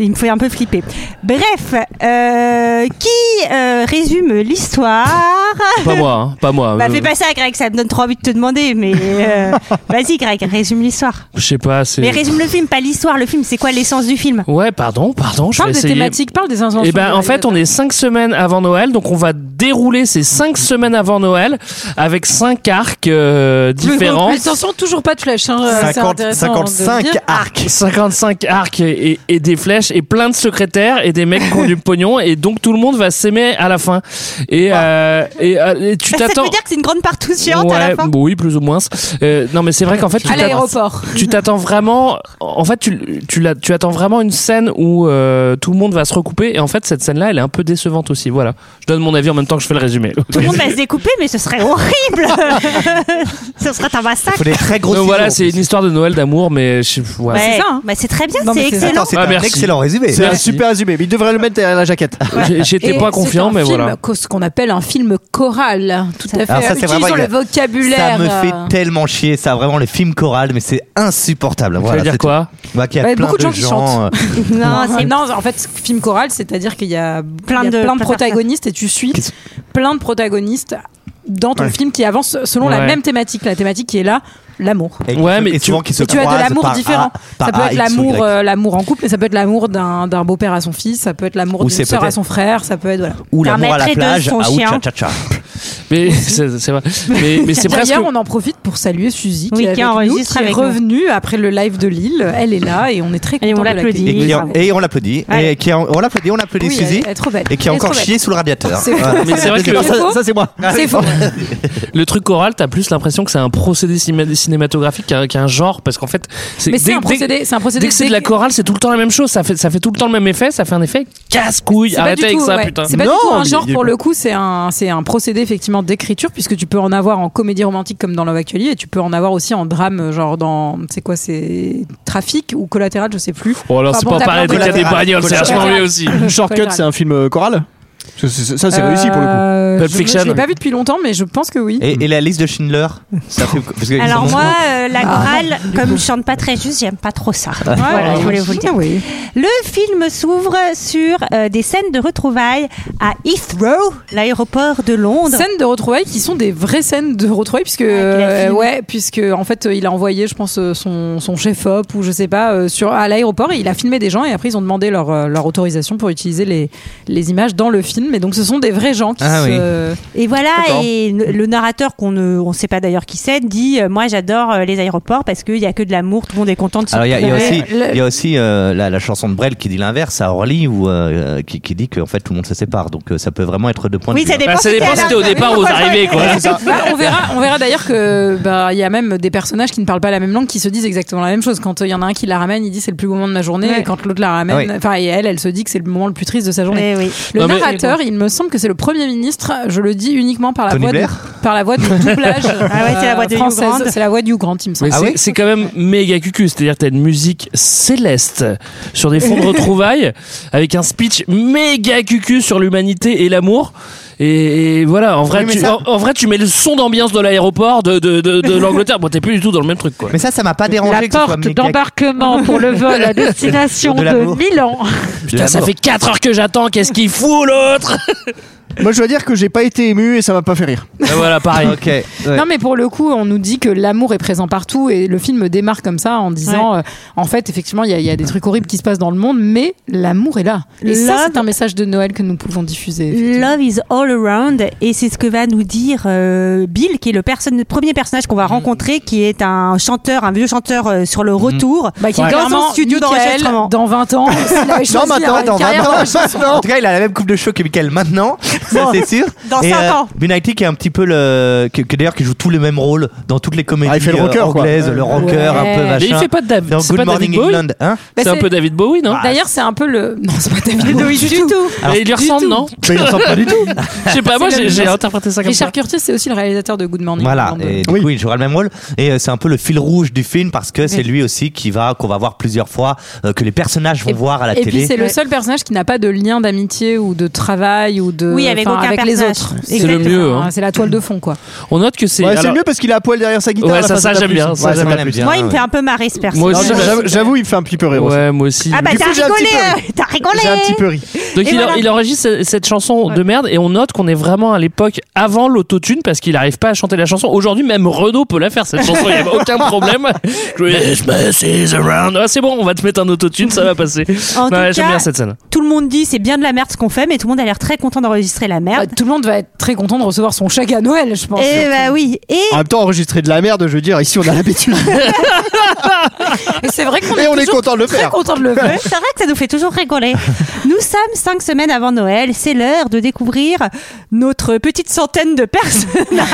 Speaker 1: il me fait un peu flipper. Bref, euh, qui euh, résume l'histoire
Speaker 8: Pas moi, hein, pas moi.
Speaker 1: Bah
Speaker 8: Je-
Speaker 1: fais pas ça Greg, ça me donne trop envie de te demander, mais euh, vas-y Greg, résume l'histoire.
Speaker 8: Je sais pas, c'est.
Speaker 1: Mais résume le film, pas l'histoire. Le film, c'est quoi l'essence du film
Speaker 8: Ouais, pardon, pardon, je vais
Speaker 7: Parle des
Speaker 8: essayer.
Speaker 7: thématiques, parle des inventions.
Speaker 8: Et Bah, ben en fait on est cinq semaines avant Noël donc on va dérouler ces cinq semaines avant Noël avec cinq arcs euh, différents.
Speaker 7: Mais Attention, toujours pas de flèche. Hein. euh, c'est
Speaker 6: 50
Speaker 7: intéressant de
Speaker 6: 55
Speaker 7: dire.
Speaker 6: arcs.
Speaker 8: 55 arcs et, et- et des flèches et plein de secrétaires et des mecs qui ont du pognon et donc tout le monde va s'aimer à la fin et, euh, et, euh, et tu
Speaker 1: Ça
Speaker 8: t'attends
Speaker 1: veut dire que c'est une grande partout géante à
Speaker 8: Ouais,
Speaker 1: la fin.
Speaker 8: bon, oui plus ou moins Euh, non mais c'est vrai qu'en fait tu
Speaker 7: À
Speaker 8: t'attends-
Speaker 7: l'aéroport.
Speaker 8: tu t'attends vraiment en fait tu, tu, la- tu attends vraiment une scène où euh, tout le monde va se recouper et en fait cette scène là elle est un peu décevante aussi voilà je donne mon avis en même temps que je fais le résumé
Speaker 1: Tout le monde va se découper, mais ce serait horrible. ce serait un
Speaker 6: Il faut
Speaker 1: massacre.
Speaker 6: des très grosses
Speaker 8: Donc voilà, c'est
Speaker 6: ciseaux.
Speaker 8: une histoire de Noël d'amour, mais je, ouais.
Speaker 1: Ouais,
Speaker 7: c'est ça, hein.
Speaker 1: Bah, c'est très bien,
Speaker 7: Non,
Speaker 1: c'est
Speaker 7: mais c'est-
Speaker 1: excellent.
Speaker 6: Attends, c'est
Speaker 8: Ah,
Speaker 6: un
Speaker 8: merci.
Speaker 6: excellent résumé.
Speaker 5: C'est un
Speaker 8: Merci.
Speaker 5: super résumé, mais il devrait le mettre derrière la jaquette.
Speaker 8: J'ai- j'étais
Speaker 7: Et
Speaker 8: pas confiant,
Speaker 7: c'est un
Speaker 8: mais
Speaker 7: film
Speaker 8: voilà.
Speaker 7: co- Ce qu'on appelle un film choral. Tout à fait.
Speaker 6: Alors ça, c'est
Speaker 7: Utilisons
Speaker 6: vraiment-
Speaker 7: le vocabulaire.
Speaker 6: Ça me fait
Speaker 7: euh,
Speaker 6: tellement chier, ça vraiment les films chorales, mais c'est insupportable.
Speaker 8: Ça
Speaker 6: Voilà,
Speaker 8: veut dire
Speaker 6: c'est
Speaker 8: quoi
Speaker 6: tout. Bah, qu'il y a
Speaker 7: Ouais,
Speaker 6: plein
Speaker 7: beaucoup de gens qui
Speaker 6: euh,
Speaker 1: Non,
Speaker 7: Non,
Speaker 1: c'est-
Speaker 7: non, en fait, film choral, c'est-à-dire qu'il y a
Speaker 1: Plein
Speaker 7: il y
Speaker 1: de-
Speaker 7: a plein de
Speaker 1: plein de
Speaker 7: protagonistes et tu suis
Speaker 6: Qu'est-ce-
Speaker 7: plein de protagonistes dans ton film qui avance selon la
Speaker 8: Ouais.
Speaker 7: même thématique, la thématique qui est là, l'amour.
Speaker 6: et
Speaker 8: Ouais,
Speaker 6: qui-
Speaker 8: mais
Speaker 6: et
Speaker 8: tu-
Speaker 6: souvent qui se
Speaker 7: Et tu as de
Speaker 6: croisent
Speaker 7: l'amour
Speaker 6: par A-
Speaker 7: différent.
Speaker 6: par
Speaker 7: ça peut
Speaker 6: A,
Speaker 7: être
Speaker 6: X ou
Speaker 7: l'amour,
Speaker 6: Y.
Speaker 7: euh, l'amour en couple, mais ça peut être l'amour d'un d'un beau-père à son fils, ça peut être l'amour
Speaker 6: Ou
Speaker 7: d'une
Speaker 6: c'est
Speaker 7: sœur à
Speaker 6: peut-être-
Speaker 7: son frère, ça peut être voilà.
Speaker 6: ou
Speaker 1: d'un
Speaker 6: l'amour à
Speaker 1: mètre
Speaker 6: la
Speaker 1: et deux,
Speaker 6: plage,
Speaker 1: son
Speaker 6: ah, ou
Speaker 1: chien.
Speaker 7: Hein
Speaker 6: tcha tcha tcha.
Speaker 8: Mais c'est c'est vrai. Mais, mais c'est presque.
Speaker 7: D'ailleurs, on en profite pour saluer Suzy
Speaker 1: Oui,
Speaker 7: qui, est
Speaker 1: qui
Speaker 7: avec nous,
Speaker 1: enregistre
Speaker 7: qui est
Speaker 1: avec nous.
Speaker 7: revenue après le live de Lille. Elle est là et on est très
Speaker 1: Et on
Speaker 7: contents de
Speaker 1: l'applaudit.
Speaker 6: Et,
Speaker 1: Oui,
Speaker 6: qui-
Speaker 1: bravo.
Speaker 6: et on l'applaudit,
Speaker 1: Ouais.
Speaker 6: et qui a- on l'applaudit, on l'applaudit
Speaker 7: Oui,
Speaker 6: Suzy,
Speaker 7: elle est trop belle.
Speaker 6: et qui a
Speaker 7: Elle est
Speaker 6: encore
Speaker 7: trop belle.
Speaker 6: chié sous le radiateur.
Speaker 7: C'est faux.
Speaker 6: Voilà.
Speaker 8: Mais c'est vrai que
Speaker 6: Ça,
Speaker 7: C'est faux.
Speaker 6: ça, ça, c'est moi.
Speaker 7: C'est faux.
Speaker 6: Ah,
Speaker 8: le truc choral, t'as plus l'impression que c'est un procédé ciné- cinématographique qu'un qu'un genre, parce qu'en fait, c'est
Speaker 7: Mais c'est
Speaker 8: dès-
Speaker 7: un
Speaker 8: dès-
Speaker 7: procédé, c'est un procédé
Speaker 8: Dès que c'est de la
Speaker 7: dès-
Speaker 8: chorale, c'est tout le temps la même chose. Ça fait, ça fait tout le temps le même effet. Ça fait un effet casse-couille.
Speaker 7: C'est pas
Speaker 8: Arrêtez
Speaker 7: du
Speaker 8: avec
Speaker 7: tout,
Speaker 8: ça,
Speaker 7: ouais.
Speaker 8: putain.
Speaker 7: C'est pas du
Speaker 5: Non,
Speaker 7: tout un
Speaker 5: mais
Speaker 7: genre
Speaker 5: il y a-
Speaker 7: pour le coup, c'est un, c'est un procédé effectivement d'écriture puisque tu peux en avoir en comédie romantique comme dans Love Actually et tu peux en avoir aussi en drame genre dans c'est quoi c'est Trafic ou Collatéral, je sais plus.
Speaker 8: Bon, alors,
Speaker 7: Enfin,
Speaker 8: c'est
Speaker 7: bon,
Speaker 8: pas
Speaker 7: t'as
Speaker 8: pareil dès qu'il
Speaker 7: plein
Speaker 8: y a
Speaker 7: de-
Speaker 8: des bagnoles. C'est vachement
Speaker 7: Collatéral.
Speaker 8: mieux aussi.
Speaker 5: Shortcut, c'est un film euh, choral Ça, c'est- ça, c'est réussi pour le coup.
Speaker 7: Euh,
Speaker 8: Pulp
Speaker 7: je-
Speaker 8: Fiction.
Speaker 7: Je l'ai pas vu depuis longtemps mais je pense que oui.
Speaker 6: Et, et la liste de Schindler ça fait- parce que
Speaker 1: Alors
Speaker 6: ils Ah. sont-
Speaker 1: moi, euh, la chorale, comme je chante pas très juste, j'aime pas trop ça.
Speaker 6: Ah.
Speaker 1: Voilà, je voulais vous le dire.
Speaker 7: Ah oui.
Speaker 1: Le film s'ouvre sur euh, des scènes de retrouvailles à Heathrow, l'aéroport de Londres.
Speaker 7: Scènes de retrouvailles qui sont des vraies scènes de retrouvailles puisque
Speaker 1: qu'il a
Speaker 7: euh,
Speaker 1: filmé.
Speaker 7: ouais puisque en fait euh, il a envoyé je pense euh, son, son chef op ou je sais pas euh, sur à l'aéroport et il a filmé des gens et après ils ont demandé leur, euh, leur autorisation pour utiliser les les images dans le film et donc ce sont des vrais gens qui
Speaker 6: Ah
Speaker 7: se
Speaker 6: oui.
Speaker 7: euh,
Speaker 1: Et voilà,
Speaker 5: D'accord.
Speaker 1: et le le narrateur qu'on ne on sait pas d'ailleurs qui c'est dit euh, Moi j'adore euh, les aéroports parce qu'il y a que de l'amour, tout le monde est content de se
Speaker 6: Alors il y a, il y a
Speaker 1: retrouver.
Speaker 6: aussi,
Speaker 7: le-
Speaker 6: il y a aussi euh, la, la chanson de Brel qui dit l'inverse à Orly où, euh, qui, qui dit qu'en fait tout le monde se sépare. Donc euh, ça peut vraiment être deux points
Speaker 1: Oui,
Speaker 6: de vue.
Speaker 1: ça dépend.
Speaker 8: Bah, ça
Speaker 1: si t'es
Speaker 8: dépend
Speaker 1: à
Speaker 8: si
Speaker 1: la-
Speaker 8: t'es au départ ou aux arrivées, quoi.
Speaker 7: bah, on verra, on verra d'ailleurs que bah il y a même des personnages qui ne parlent pas la même langue qui se disent exactement la même chose. Quand euh, il y en a un qui la ramène, il dit c'est le plus beau moment de ma journée,
Speaker 1: Ouais.
Speaker 7: et quand l'autre la ramène,
Speaker 6: Ah oui.
Speaker 7: enfin et elle, elle se dit que c'est le moment le plus triste de sa journée.
Speaker 1: Eh oui.
Speaker 7: Le
Speaker 8: Non, mais-
Speaker 7: narrateur, il me semble que c'est le premier ministre. Je le dis uniquement par la
Speaker 6: Tony
Speaker 7: voix de,
Speaker 6: Blair
Speaker 7: par la voix du doublage
Speaker 1: Ah ouais, c'est la voix de Hugh
Speaker 7: française.
Speaker 1: Grant.
Speaker 7: C'est la voix de Hugh Grant, il me semble.
Speaker 8: Mais
Speaker 6: Ah
Speaker 8: c'est-
Speaker 6: ouais
Speaker 8: c'est quand même méga cucu, c'est-à-dire que t'as une musique céleste sur des fonds de retrouvailles avec un speech méga cucu sur l'humanité et l'amour. Et, et voilà, en vrai,
Speaker 5: Oui, mais
Speaker 8: tu,
Speaker 5: ça-
Speaker 8: en, en vrai, tu mets le son d'ambiance de l'aéroport de, de, de, de l'Angleterre. Bon, t'es plus du tout dans le même truc, quoi.
Speaker 6: Mais ça, ça m'a pas dérangé.
Speaker 10: La
Speaker 6: que ce soit
Speaker 10: porte
Speaker 6: Mika-
Speaker 10: d'embarquement pour le vol à destination
Speaker 6: De
Speaker 10: de,
Speaker 6: l'amour.
Speaker 10: Milan.
Speaker 8: Putain, Ah, ça
Speaker 6: l'amour.
Speaker 8: fait 4 heures que j'attends, qu'est-ce qu'il fout l'autre
Speaker 5: Moi, je dois dire que j'ai pas été ému et ça m'a pas fait rire.
Speaker 8: Ben Voilà, pareil.
Speaker 6: Ok. ouais.
Speaker 7: Non mais pour le coup, on nous dit que l'amour est présent partout et le film démarre comme ça en disant, euh, en fait, effectivement, il y, a- il y a des trucs horribles qui se passent dans le monde, mais l'amour est là. Et ça,
Speaker 1: Love-
Speaker 7: c'est un message de Noël que nous pouvons diffuser. effectivement.
Speaker 1: Love is all around et c'est ce que va nous dire euh, Bill qui est le, perso- le premier personnage
Speaker 6: Mm.
Speaker 1: qu'on va rencontrer qui est un chanteur, un vieux chanteur euh, sur le retour
Speaker 7: Bah, qui est
Speaker 1: Ouais. dans
Speaker 7: clairement
Speaker 1: son studio
Speaker 7: Michael,
Speaker 1: d'enregistrement.
Speaker 7: dans 20 ans. s'il avait choisi d'avoir une carrière dans la chanson.
Speaker 6: En tout cas, il a la même coupe de cheveux que Michael maintenant, ça c'est sûr.
Speaker 1: Dans
Speaker 6: Et,
Speaker 1: cinq
Speaker 6: euh,
Speaker 1: ans.
Speaker 6: Benaighty qui est un petit peu le. Que, que d'ailleurs, qui joue tous les mêmes rôles dans toutes les comédies
Speaker 5: Ah, il fait le
Speaker 6: euh,
Speaker 5: rocker, quoi.
Speaker 6: anglaises, le rocker, un peu
Speaker 7: Ouais.
Speaker 8: Mais
Speaker 6: machin.
Speaker 8: il fait pas de Dav-
Speaker 6: Dans
Speaker 8: c'est
Speaker 6: Good
Speaker 8: pas David
Speaker 6: Morning
Speaker 8: Bowie
Speaker 6: England, hein
Speaker 7: Bah,
Speaker 8: C'est un
Speaker 7: c'est-
Speaker 8: peu David Bowie, non
Speaker 1: Ah,
Speaker 7: D'ailleurs, c'est un peu le. Non, c'est pas David Bowie du tout.
Speaker 8: Mais Il lui ressemble, non
Speaker 5: Mais il ressemble pas du tout.
Speaker 8: Je sais pas, moi
Speaker 7: C'est
Speaker 8: j'ai
Speaker 7: la même
Speaker 8: j'ai
Speaker 7: chose.
Speaker 8: interprété ça comme ça.
Speaker 7: Richard Curtis, c'est aussi le réalisateur de Good Morning.
Speaker 6: Voilà,
Speaker 7: England.
Speaker 6: et du
Speaker 5: Oui.
Speaker 6: coup, il jouera le même rôle. Et euh, c'est un peu le fil rouge du film parce que c'est lui aussi qui va, qu'on va voir plusieurs fois, euh, que les personnages vont
Speaker 7: Et-
Speaker 6: voir à la
Speaker 7: Et puis
Speaker 6: télé.
Speaker 7: c'est le
Speaker 1: Ouais.
Speaker 7: seul personnage qui n'a pas de lien d'amitié ou de travail ou de
Speaker 1: Oui, avec
Speaker 7: enfin,
Speaker 1: aucun
Speaker 7: avec les
Speaker 1: personnage.
Speaker 7: autres.
Speaker 1: C'est
Speaker 8: le
Speaker 7: Exactement.
Speaker 8: mieux, hein.
Speaker 7: C'est la toile de fond quoi.
Speaker 8: On note que c'est.
Speaker 5: Ouais, c'est
Speaker 8: alors-
Speaker 5: mieux parce qu'il a à poil derrière sa guitare.
Speaker 8: Ouais,
Speaker 5: à la
Speaker 8: ça-
Speaker 5: fin,
Speaker 8: ça,
Speaker 5: t'a
Speaker 8: j'aime
Speaker 5: plu,
Speaker 8: bien, ça, j'aime
Speaker 6: m'a
Speaker 8: bien.
Speaker 6: plu.
Speaker 1: Moi, il me fait un peu marrer ce personnage.
Speaker 8: Moi aussi,
Speaker 5: Non,
Speaker 8: j'aime-
Speaker 5: j'avoue- J'avoue, il me fait un petit peu rire aussi.
Speaker 8: Ouais, moi aussi.
Speaker 1: Ah bah
Speaker 5: Du
Speaker 1: t'as
Speaker 5: coup, j'ai un
Speaker 1: rigolé,
Speaker 5: petit peu
Speaker 1: euh, t'as rigolé.
Speaker 5: J'ai un petit peu ri.
Speaker 8: Donc
Speaker 1: Et
Speaker 8: il,
Speaker 1: voilà.
Speaker 8: il enregistre ce- cette chanson de merde et on note qu'on est vraiment à l'époque avant l'autotune parce qu'il n'arrive pas à chanter la chanson. Aujourd'hui même Renaud peut la faire cette chanson, il n'y a aucun problème. Je vais- Christmas is around. Ah, c'est bon, on va te mettre un autotune, ça va passer.
Speaker 1: En
Speaker 8: Ouais,
Speaker 1: tout
Speaker 8: J'aime
Speaker 1: cas,
Speaker 8: bien cette scène.
Speaker 1: tout le monde dit c'est bien de la merde ce qu'on fait, mais tout le monde a l'air très content d'enregistrer la
Speaker 7: Bah,
Speaker 1: merde.
Speaker 7: tout le monde va être très content de recevoir son chèque à Noël, je pense.
Speaker 1: et bah oui. Et
Speaker 5: En même temps, enregistrer de la merde, je veux dire, ici on a l'habitude.
Speaker 7: Et c'est vrai qu'on
Speaker 5: Et
Speaker 7: est,
Speaker 5: on est
Speaker 7: toujours
Speaker 5: content de le
Speaker 7: très
Speaker 5: faire.
Speaker 7: content
Speaker 6: Ah.
Speaker 7: de le faire.
Speaker 1: C'est vrai que ça nous fait toujours rigoler. Nous sommes cinq semaines avant Noël. C'est l'heure de découvrir notre petite centaine de personnages.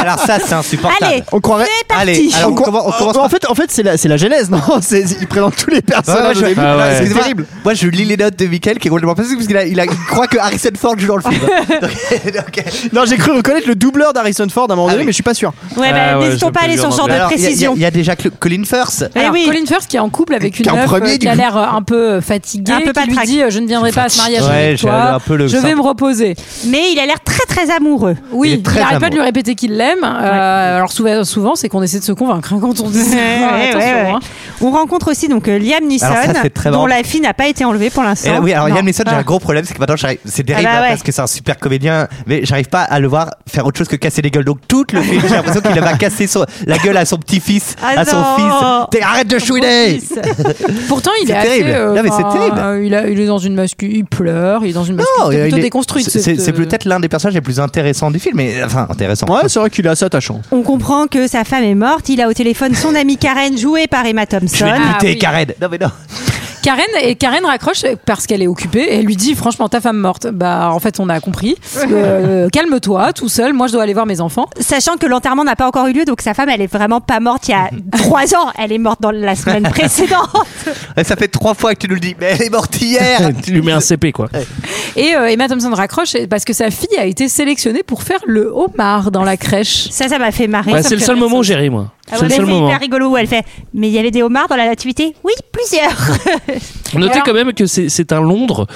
Speaker 6: Alors ça, c'est insupportable.
Speaker 1: Allez,
Speaker 5: On croirait.
Speaker 1: c'est parti.
Speaker 6: Allez, alors
Speaker 5: On
Speaker 6: on,
Speaker 5: co-
Speaker 6: commence- on commence
Speaker 5: en
Speaker 6: par-
Speaker 5: fait, en fait, c'est la, c'est la genèse, non C'est- Il présente tous les personnages.
Speaker 6: Ouais, ouais, je-
Speaker 5: au début.
Speaker 8: Ah ouais.
Speaker 5: C'est
Speaker 6: Excusez-moi,
Speaker 5: terrible.
Speaker 6: Moi, je lis les notes de Michael qui est complètement passé parce qu'il a- il a- il croit que Harrison Ford joue dans le film. Donc, donc,
Speaker 5: Non, j'ai cru reconnaître le doubleur d'Harrison Ford à un moment
Speaker 6: Ah
Speaker 5: donné,
Speaker 6: oui.
Speaker 5: mais je suis pas sûr.
Speaker 1: Ouais, bah,
Speaker 8: Ah ouais,
Speaker 1: n'hésitons
Speaker 8: je
Speaker 1: pas à
Speaker 8: peux
Speaker 1: aller
Speaker 8: le
Speaker 1: sur
Speaker 8: dire
Speaker 1: le
Speaker 8: en
Speaker 1: genre de
Speaker 6: il y a- il y a-
Speaker 1: précision.
Speaker 6: Il y, a déjà Cl- Colin Firth.
Speaker 1: Eh
Speaker 7: Alors,
Speaker 1: oui.
Speaker 7: Colin Firth qui est en couple avec une
Speaker 5: Qui est en
Speaker 7: meuf
Speaker 5: premier,
Speaker 7: euh, qui
Speaker 5: du
Speaker 7: a
Speaker 5: coup.
Speaker 7: l'air euh, un peu euh, fatiguée,
Speaker 1: Un peu
Speaker 7: qui lui
Speaker 1: patraque.
Speaker 7: dit euh, je ne viendrai pas à ce mariage
Speaker 6: Ouais,
Speaker 7: avec
Speaker 6: j'ai
Speaker 7: toi,
Speaker 6: un peu le-
Speaker 7: je vais me reposer.
Speaker 1: Mais il a l'air très très amoureux.
Speaker 7: Oui,
Speaker 6: est
Speaker 7: il
Speaker 6: très
Speaker 7: n'arrête pas de lui
Speaker 6: amoureux.
Speaker 7: répéter qu'il l'aime. Euh, Alors souvent, souvent c'est qu'on essaie de se convaincre hein, quand on dit ça.
Speaker 1: Ouais, ouais,
Speaker 7: Attention,
Speaker 1: ouais.
Speaker 7: hein.
Speaker 1: On rencontre aussi donc euh, Liam Neeson,
Speaker 6: Alors ça, c'est très
Speaker 1: dont
Speaker 6: marrant.
Speaker 1: la fille n'a pas été enlevée pour
Speaker 6: Et
Speaker 1: l'instant.
Speaker 6: là, oui, alors
Speaker 1: Non.
Speaker 6: Yann Neeson, j'ai
Speaker 1: Ah.
Speaker 6: un gros problème, c'est que maintenant j'arrive, c'est terrible
Speaker 1: Ah bah
Speaker 6: hein,
Speaker 1: ouais.
Speaker 6: parce que c'est un super comédien, mais j'arrive pas à le voir faire autre chose que casser des gueules. Donc tout le film, j'ai l'impression qu'il va casser son- la gueule à son petit-fils,
Speaker 1: Ah
Speaker 6: à son
Speaker 1: non.
Speaker 6: fils. T'es- Arrête de chouiner
Speaker 7: Pourtant, il est,
Speaker 6: C'est terrible.
Speaker 7: assez. euh,
Speaker 6: Non, mais c'est
Speaker 7: enfin,
Speaker 6: terrible.
Speaker 7: euh, il, a- il est dans une masculine, il pleure, il est dans une masculine
Speaker 6: il
Speaker 7: plutôt
Speaker 6: est-
Speaker 7: déconstruite.
Speaker 6: c'est- C'est
Speaker 7: cette,
Speaker 6: c'est
Speaker 7: euh,
Speaker 6: peut-être l'un des personnages les plus intéressants du film, mais enfin intéressant.
Speaker 5: Ouais, c'est vrai qu'il est assez attachant.
Speaker 1: On comprend que sa femme est morte. Il a au téléphone son amie Karen, jouée par Emma
Speaker 6: Je vais
Speaker 1: Thompson.
Speaker 6: te
Speaker 7: Ah
Speaker 6: buter,
Speaker 7: oui.
Speaker 6: Karen. Non mais non.
Speaker 7: Karen et Karen raccroche parce qu'elle est occupée et elle lui dit franchement ta femme morte. Bah en fait on a compris. Euh, Calme-toi tout seul. Moi je dois aller voir mes enfants.
Speaker 1: Sachant que l'enterrement n'a pas encore eu lieu, donc sa femme, elle est vraiment pas morte il y a trois ans. Elle est morte dans la semaine précédente.
Speaker 6: Et Eh, Ça fait trois fois que tu nous le dis, mais elle est morte hier.
Speaker 8: Tu lui mets un CP quoi.
Speaker 7: Et euh, Emma Thompson raccroche parce que sa fille a été sélectionnée pour faire le homard dans la crèche.
Speaker 1: Ça, ça m'a fait marrer.
Speaker 8: Ouais,
Speaker 7: ça
Speaker 8: c'est
Speaker 7: me
Speaker 8: le
Speaker 7: fait
Speaker 8: seul
Speaker 7: rire,
Speaker 8: moment
Speaker 7: ça.
Speaker 8: où j'ai ri moi.
Speaker 1: Ah
Speaker 8: C'est
Speaker 1: ouais,
Speaker 8: le seul
Speaker 1: mais c'est
Speaker 8: moment. hein.
Speaker 1: hyper rigolo où elle fait Mais il y avait des homards dans la nativité Oui, plusieurs.
Speaker 8: Notez
Speaker 7: Alors-
Speaker 8: quand même que c'est c'est un Londres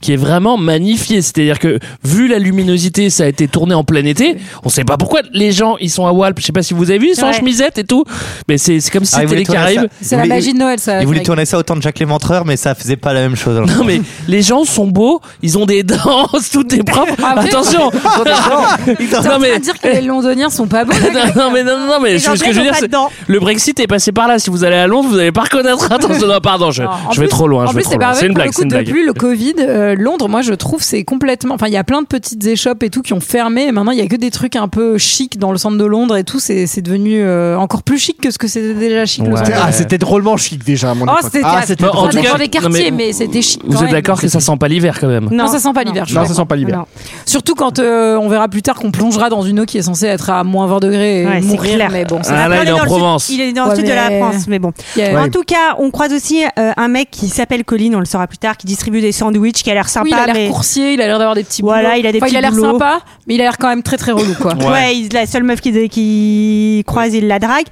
Speaker 8: qui est vraiment magnifié. C'est-à-dire que, vu la luminosité, ça a été tourné en plein été. On sait pas pourquoi les gens, ils sont à Walp. Je sais pas si vous avez vu, sans
Speaker 1: Ouais.
Speaker 8: chemisette et tout. Mais c'est c'est comme si
Speaker 6: Ah, il
Speaker 8: c'était
Speaker 6: voulait
Speaker 8: les
Speaker 6: tourner
Speaker 8: Caraïbes.
Speaker 6: ça-
Speaker 7: C'est
Speaker 6: il
Speaker 7: la
Speaker 6: voulait-
Speaker 7: magie de Noël ça.
Speaker 6: Il voulait
Speaker 7: Greg.
Speaker 6: tourner ça autant de Jacques Léventreur, mais ça faisait pas la même chose.
Speaker 8: Non mais les gens sont beaux, ils ont des dents, tout est propre.
Speaker 7: Après-
Speaker 8: Attention.
Speaker 7: T'es en
Speaker 8: Non,
Speaker 7: train
Speaker 8: mais-
Speaker 7: de dire que les Londoniens sont pas beaux. là,
Speaker 8: non,
Speaker 7: Greg
Speaker 8: non, mais non non, non, mais
Speaker 1: Les
Speaker 8: je- ce
Speaker 1: Anglais
Speaker 8: que je veux
Speaker 1: n'ont
Speaker 8: dire
Speaker 1: pas
Speaker 8: c'est
Speaker 1: de dents.
Speaker 8: le Brexit est passé par là. Si vous allez à Londres, vous allez pas reconnaître. Attention, non, pardon, je,
Speaker 7: Non, en
Speaker 8: je vais
Speaker 7: plus,
Speaker 8: trop loin. hein,
Speaker 7: en
Speaker 8: je vais
Speaker 7: plus,
Speaker 8: trop
Speaker 7: c'est
Speaker 8: loin.
Speaker 7: pareil.
Speaker 8: C'est une
Speaker 7: pour
Speaker 8: blague,
Speaker 7: le
Speaker 8: c'est
Speaker 7: coup,
Speaker 8: une blague.
Speaker 7: depuis le Covid, euh, Londres, moi, je trouve, c'est complètement. Enfin, il y a plein de petites échoppes et tout qui ont fermé. Et maintenant, il y a que des trucs un peu chic dans le centre de Londres et tout. C'est c'est devenu euh, encore plus chic que ce que c'était déjà chic. Le
Speaker 8: Ouais.
Speaker 7: centre.
Speaker 6: euh,
Speaker 5: Ah, c'était drôlement chic déjà, à mon
Speaker 7: Oh,
Speaker 5: époque.
Speaker 7: c'était-
Speaker 5: ah, c'était
Speaker 8: Bah,
Speaker 5: drôle.
Speaker 8: en
Speaker 7: Ça
Speaker 8: tout cas,
Speaker 7: dépend des
Speaker 8: non, mais
Speaker 7: quartiers, mais, c'était chic. quand
Speaker 8: Vous êtes
Speaker 7: même.
Speaker 8: d'accord que ça sent pas l'hiver quand même
Speaker 7: Non, ça sent pas l'hiver. je suis
Speaker 5: Non, ça
Speaker 7: d'accord.
Speaker 5: sent pas l'hiver.
Speaker 10: Non.
Speaker 7: Surtout quand euh, on verra plus tard qu'on plongera dans une eau qui est censée être à moins 20 degrés et
Speaker 10: Ouais, c'est
Speaker 7: mourir.
Speaker 10: clair.
Speaker 7: Mais bon, ça-
Speaker 8: Ah là, il est
Speaker 1: dans
Speaker 8: en
Speaker 1: le
Speaker 8: Provence.
Speaker 1: sud- il est dans le
Speaker 7: Ouais,
Speaker 1: sud de la
Speaker 7: mais-
Speaker 1: France, mais bon.
Speaker 7: il y a-
Speaker 1: En tout cas, on croise aussi euh, un mec qui s'appelle Colin, on le saura plus tard, qui distribue des sandwichs, qui a l'air sympa,
Speaker 7: Oui, il a l'air
Speaker 1: mais
Speaker 7: coursier, il a l'air d'avoir des petits
Speaker 1: Voilà,
Speaker 7: boulots.
Speaker 1: il a des
Speaker 7: Enfin,
Speaker 1: petits
Speaker 7: il a l'air
Speaker 1: boulots.
Speaker 7: sympa, mais il a l'air quand même très très relou quoi.
Speaker 1: ouais, il- la seule meuf qui, qui croise, il la drague.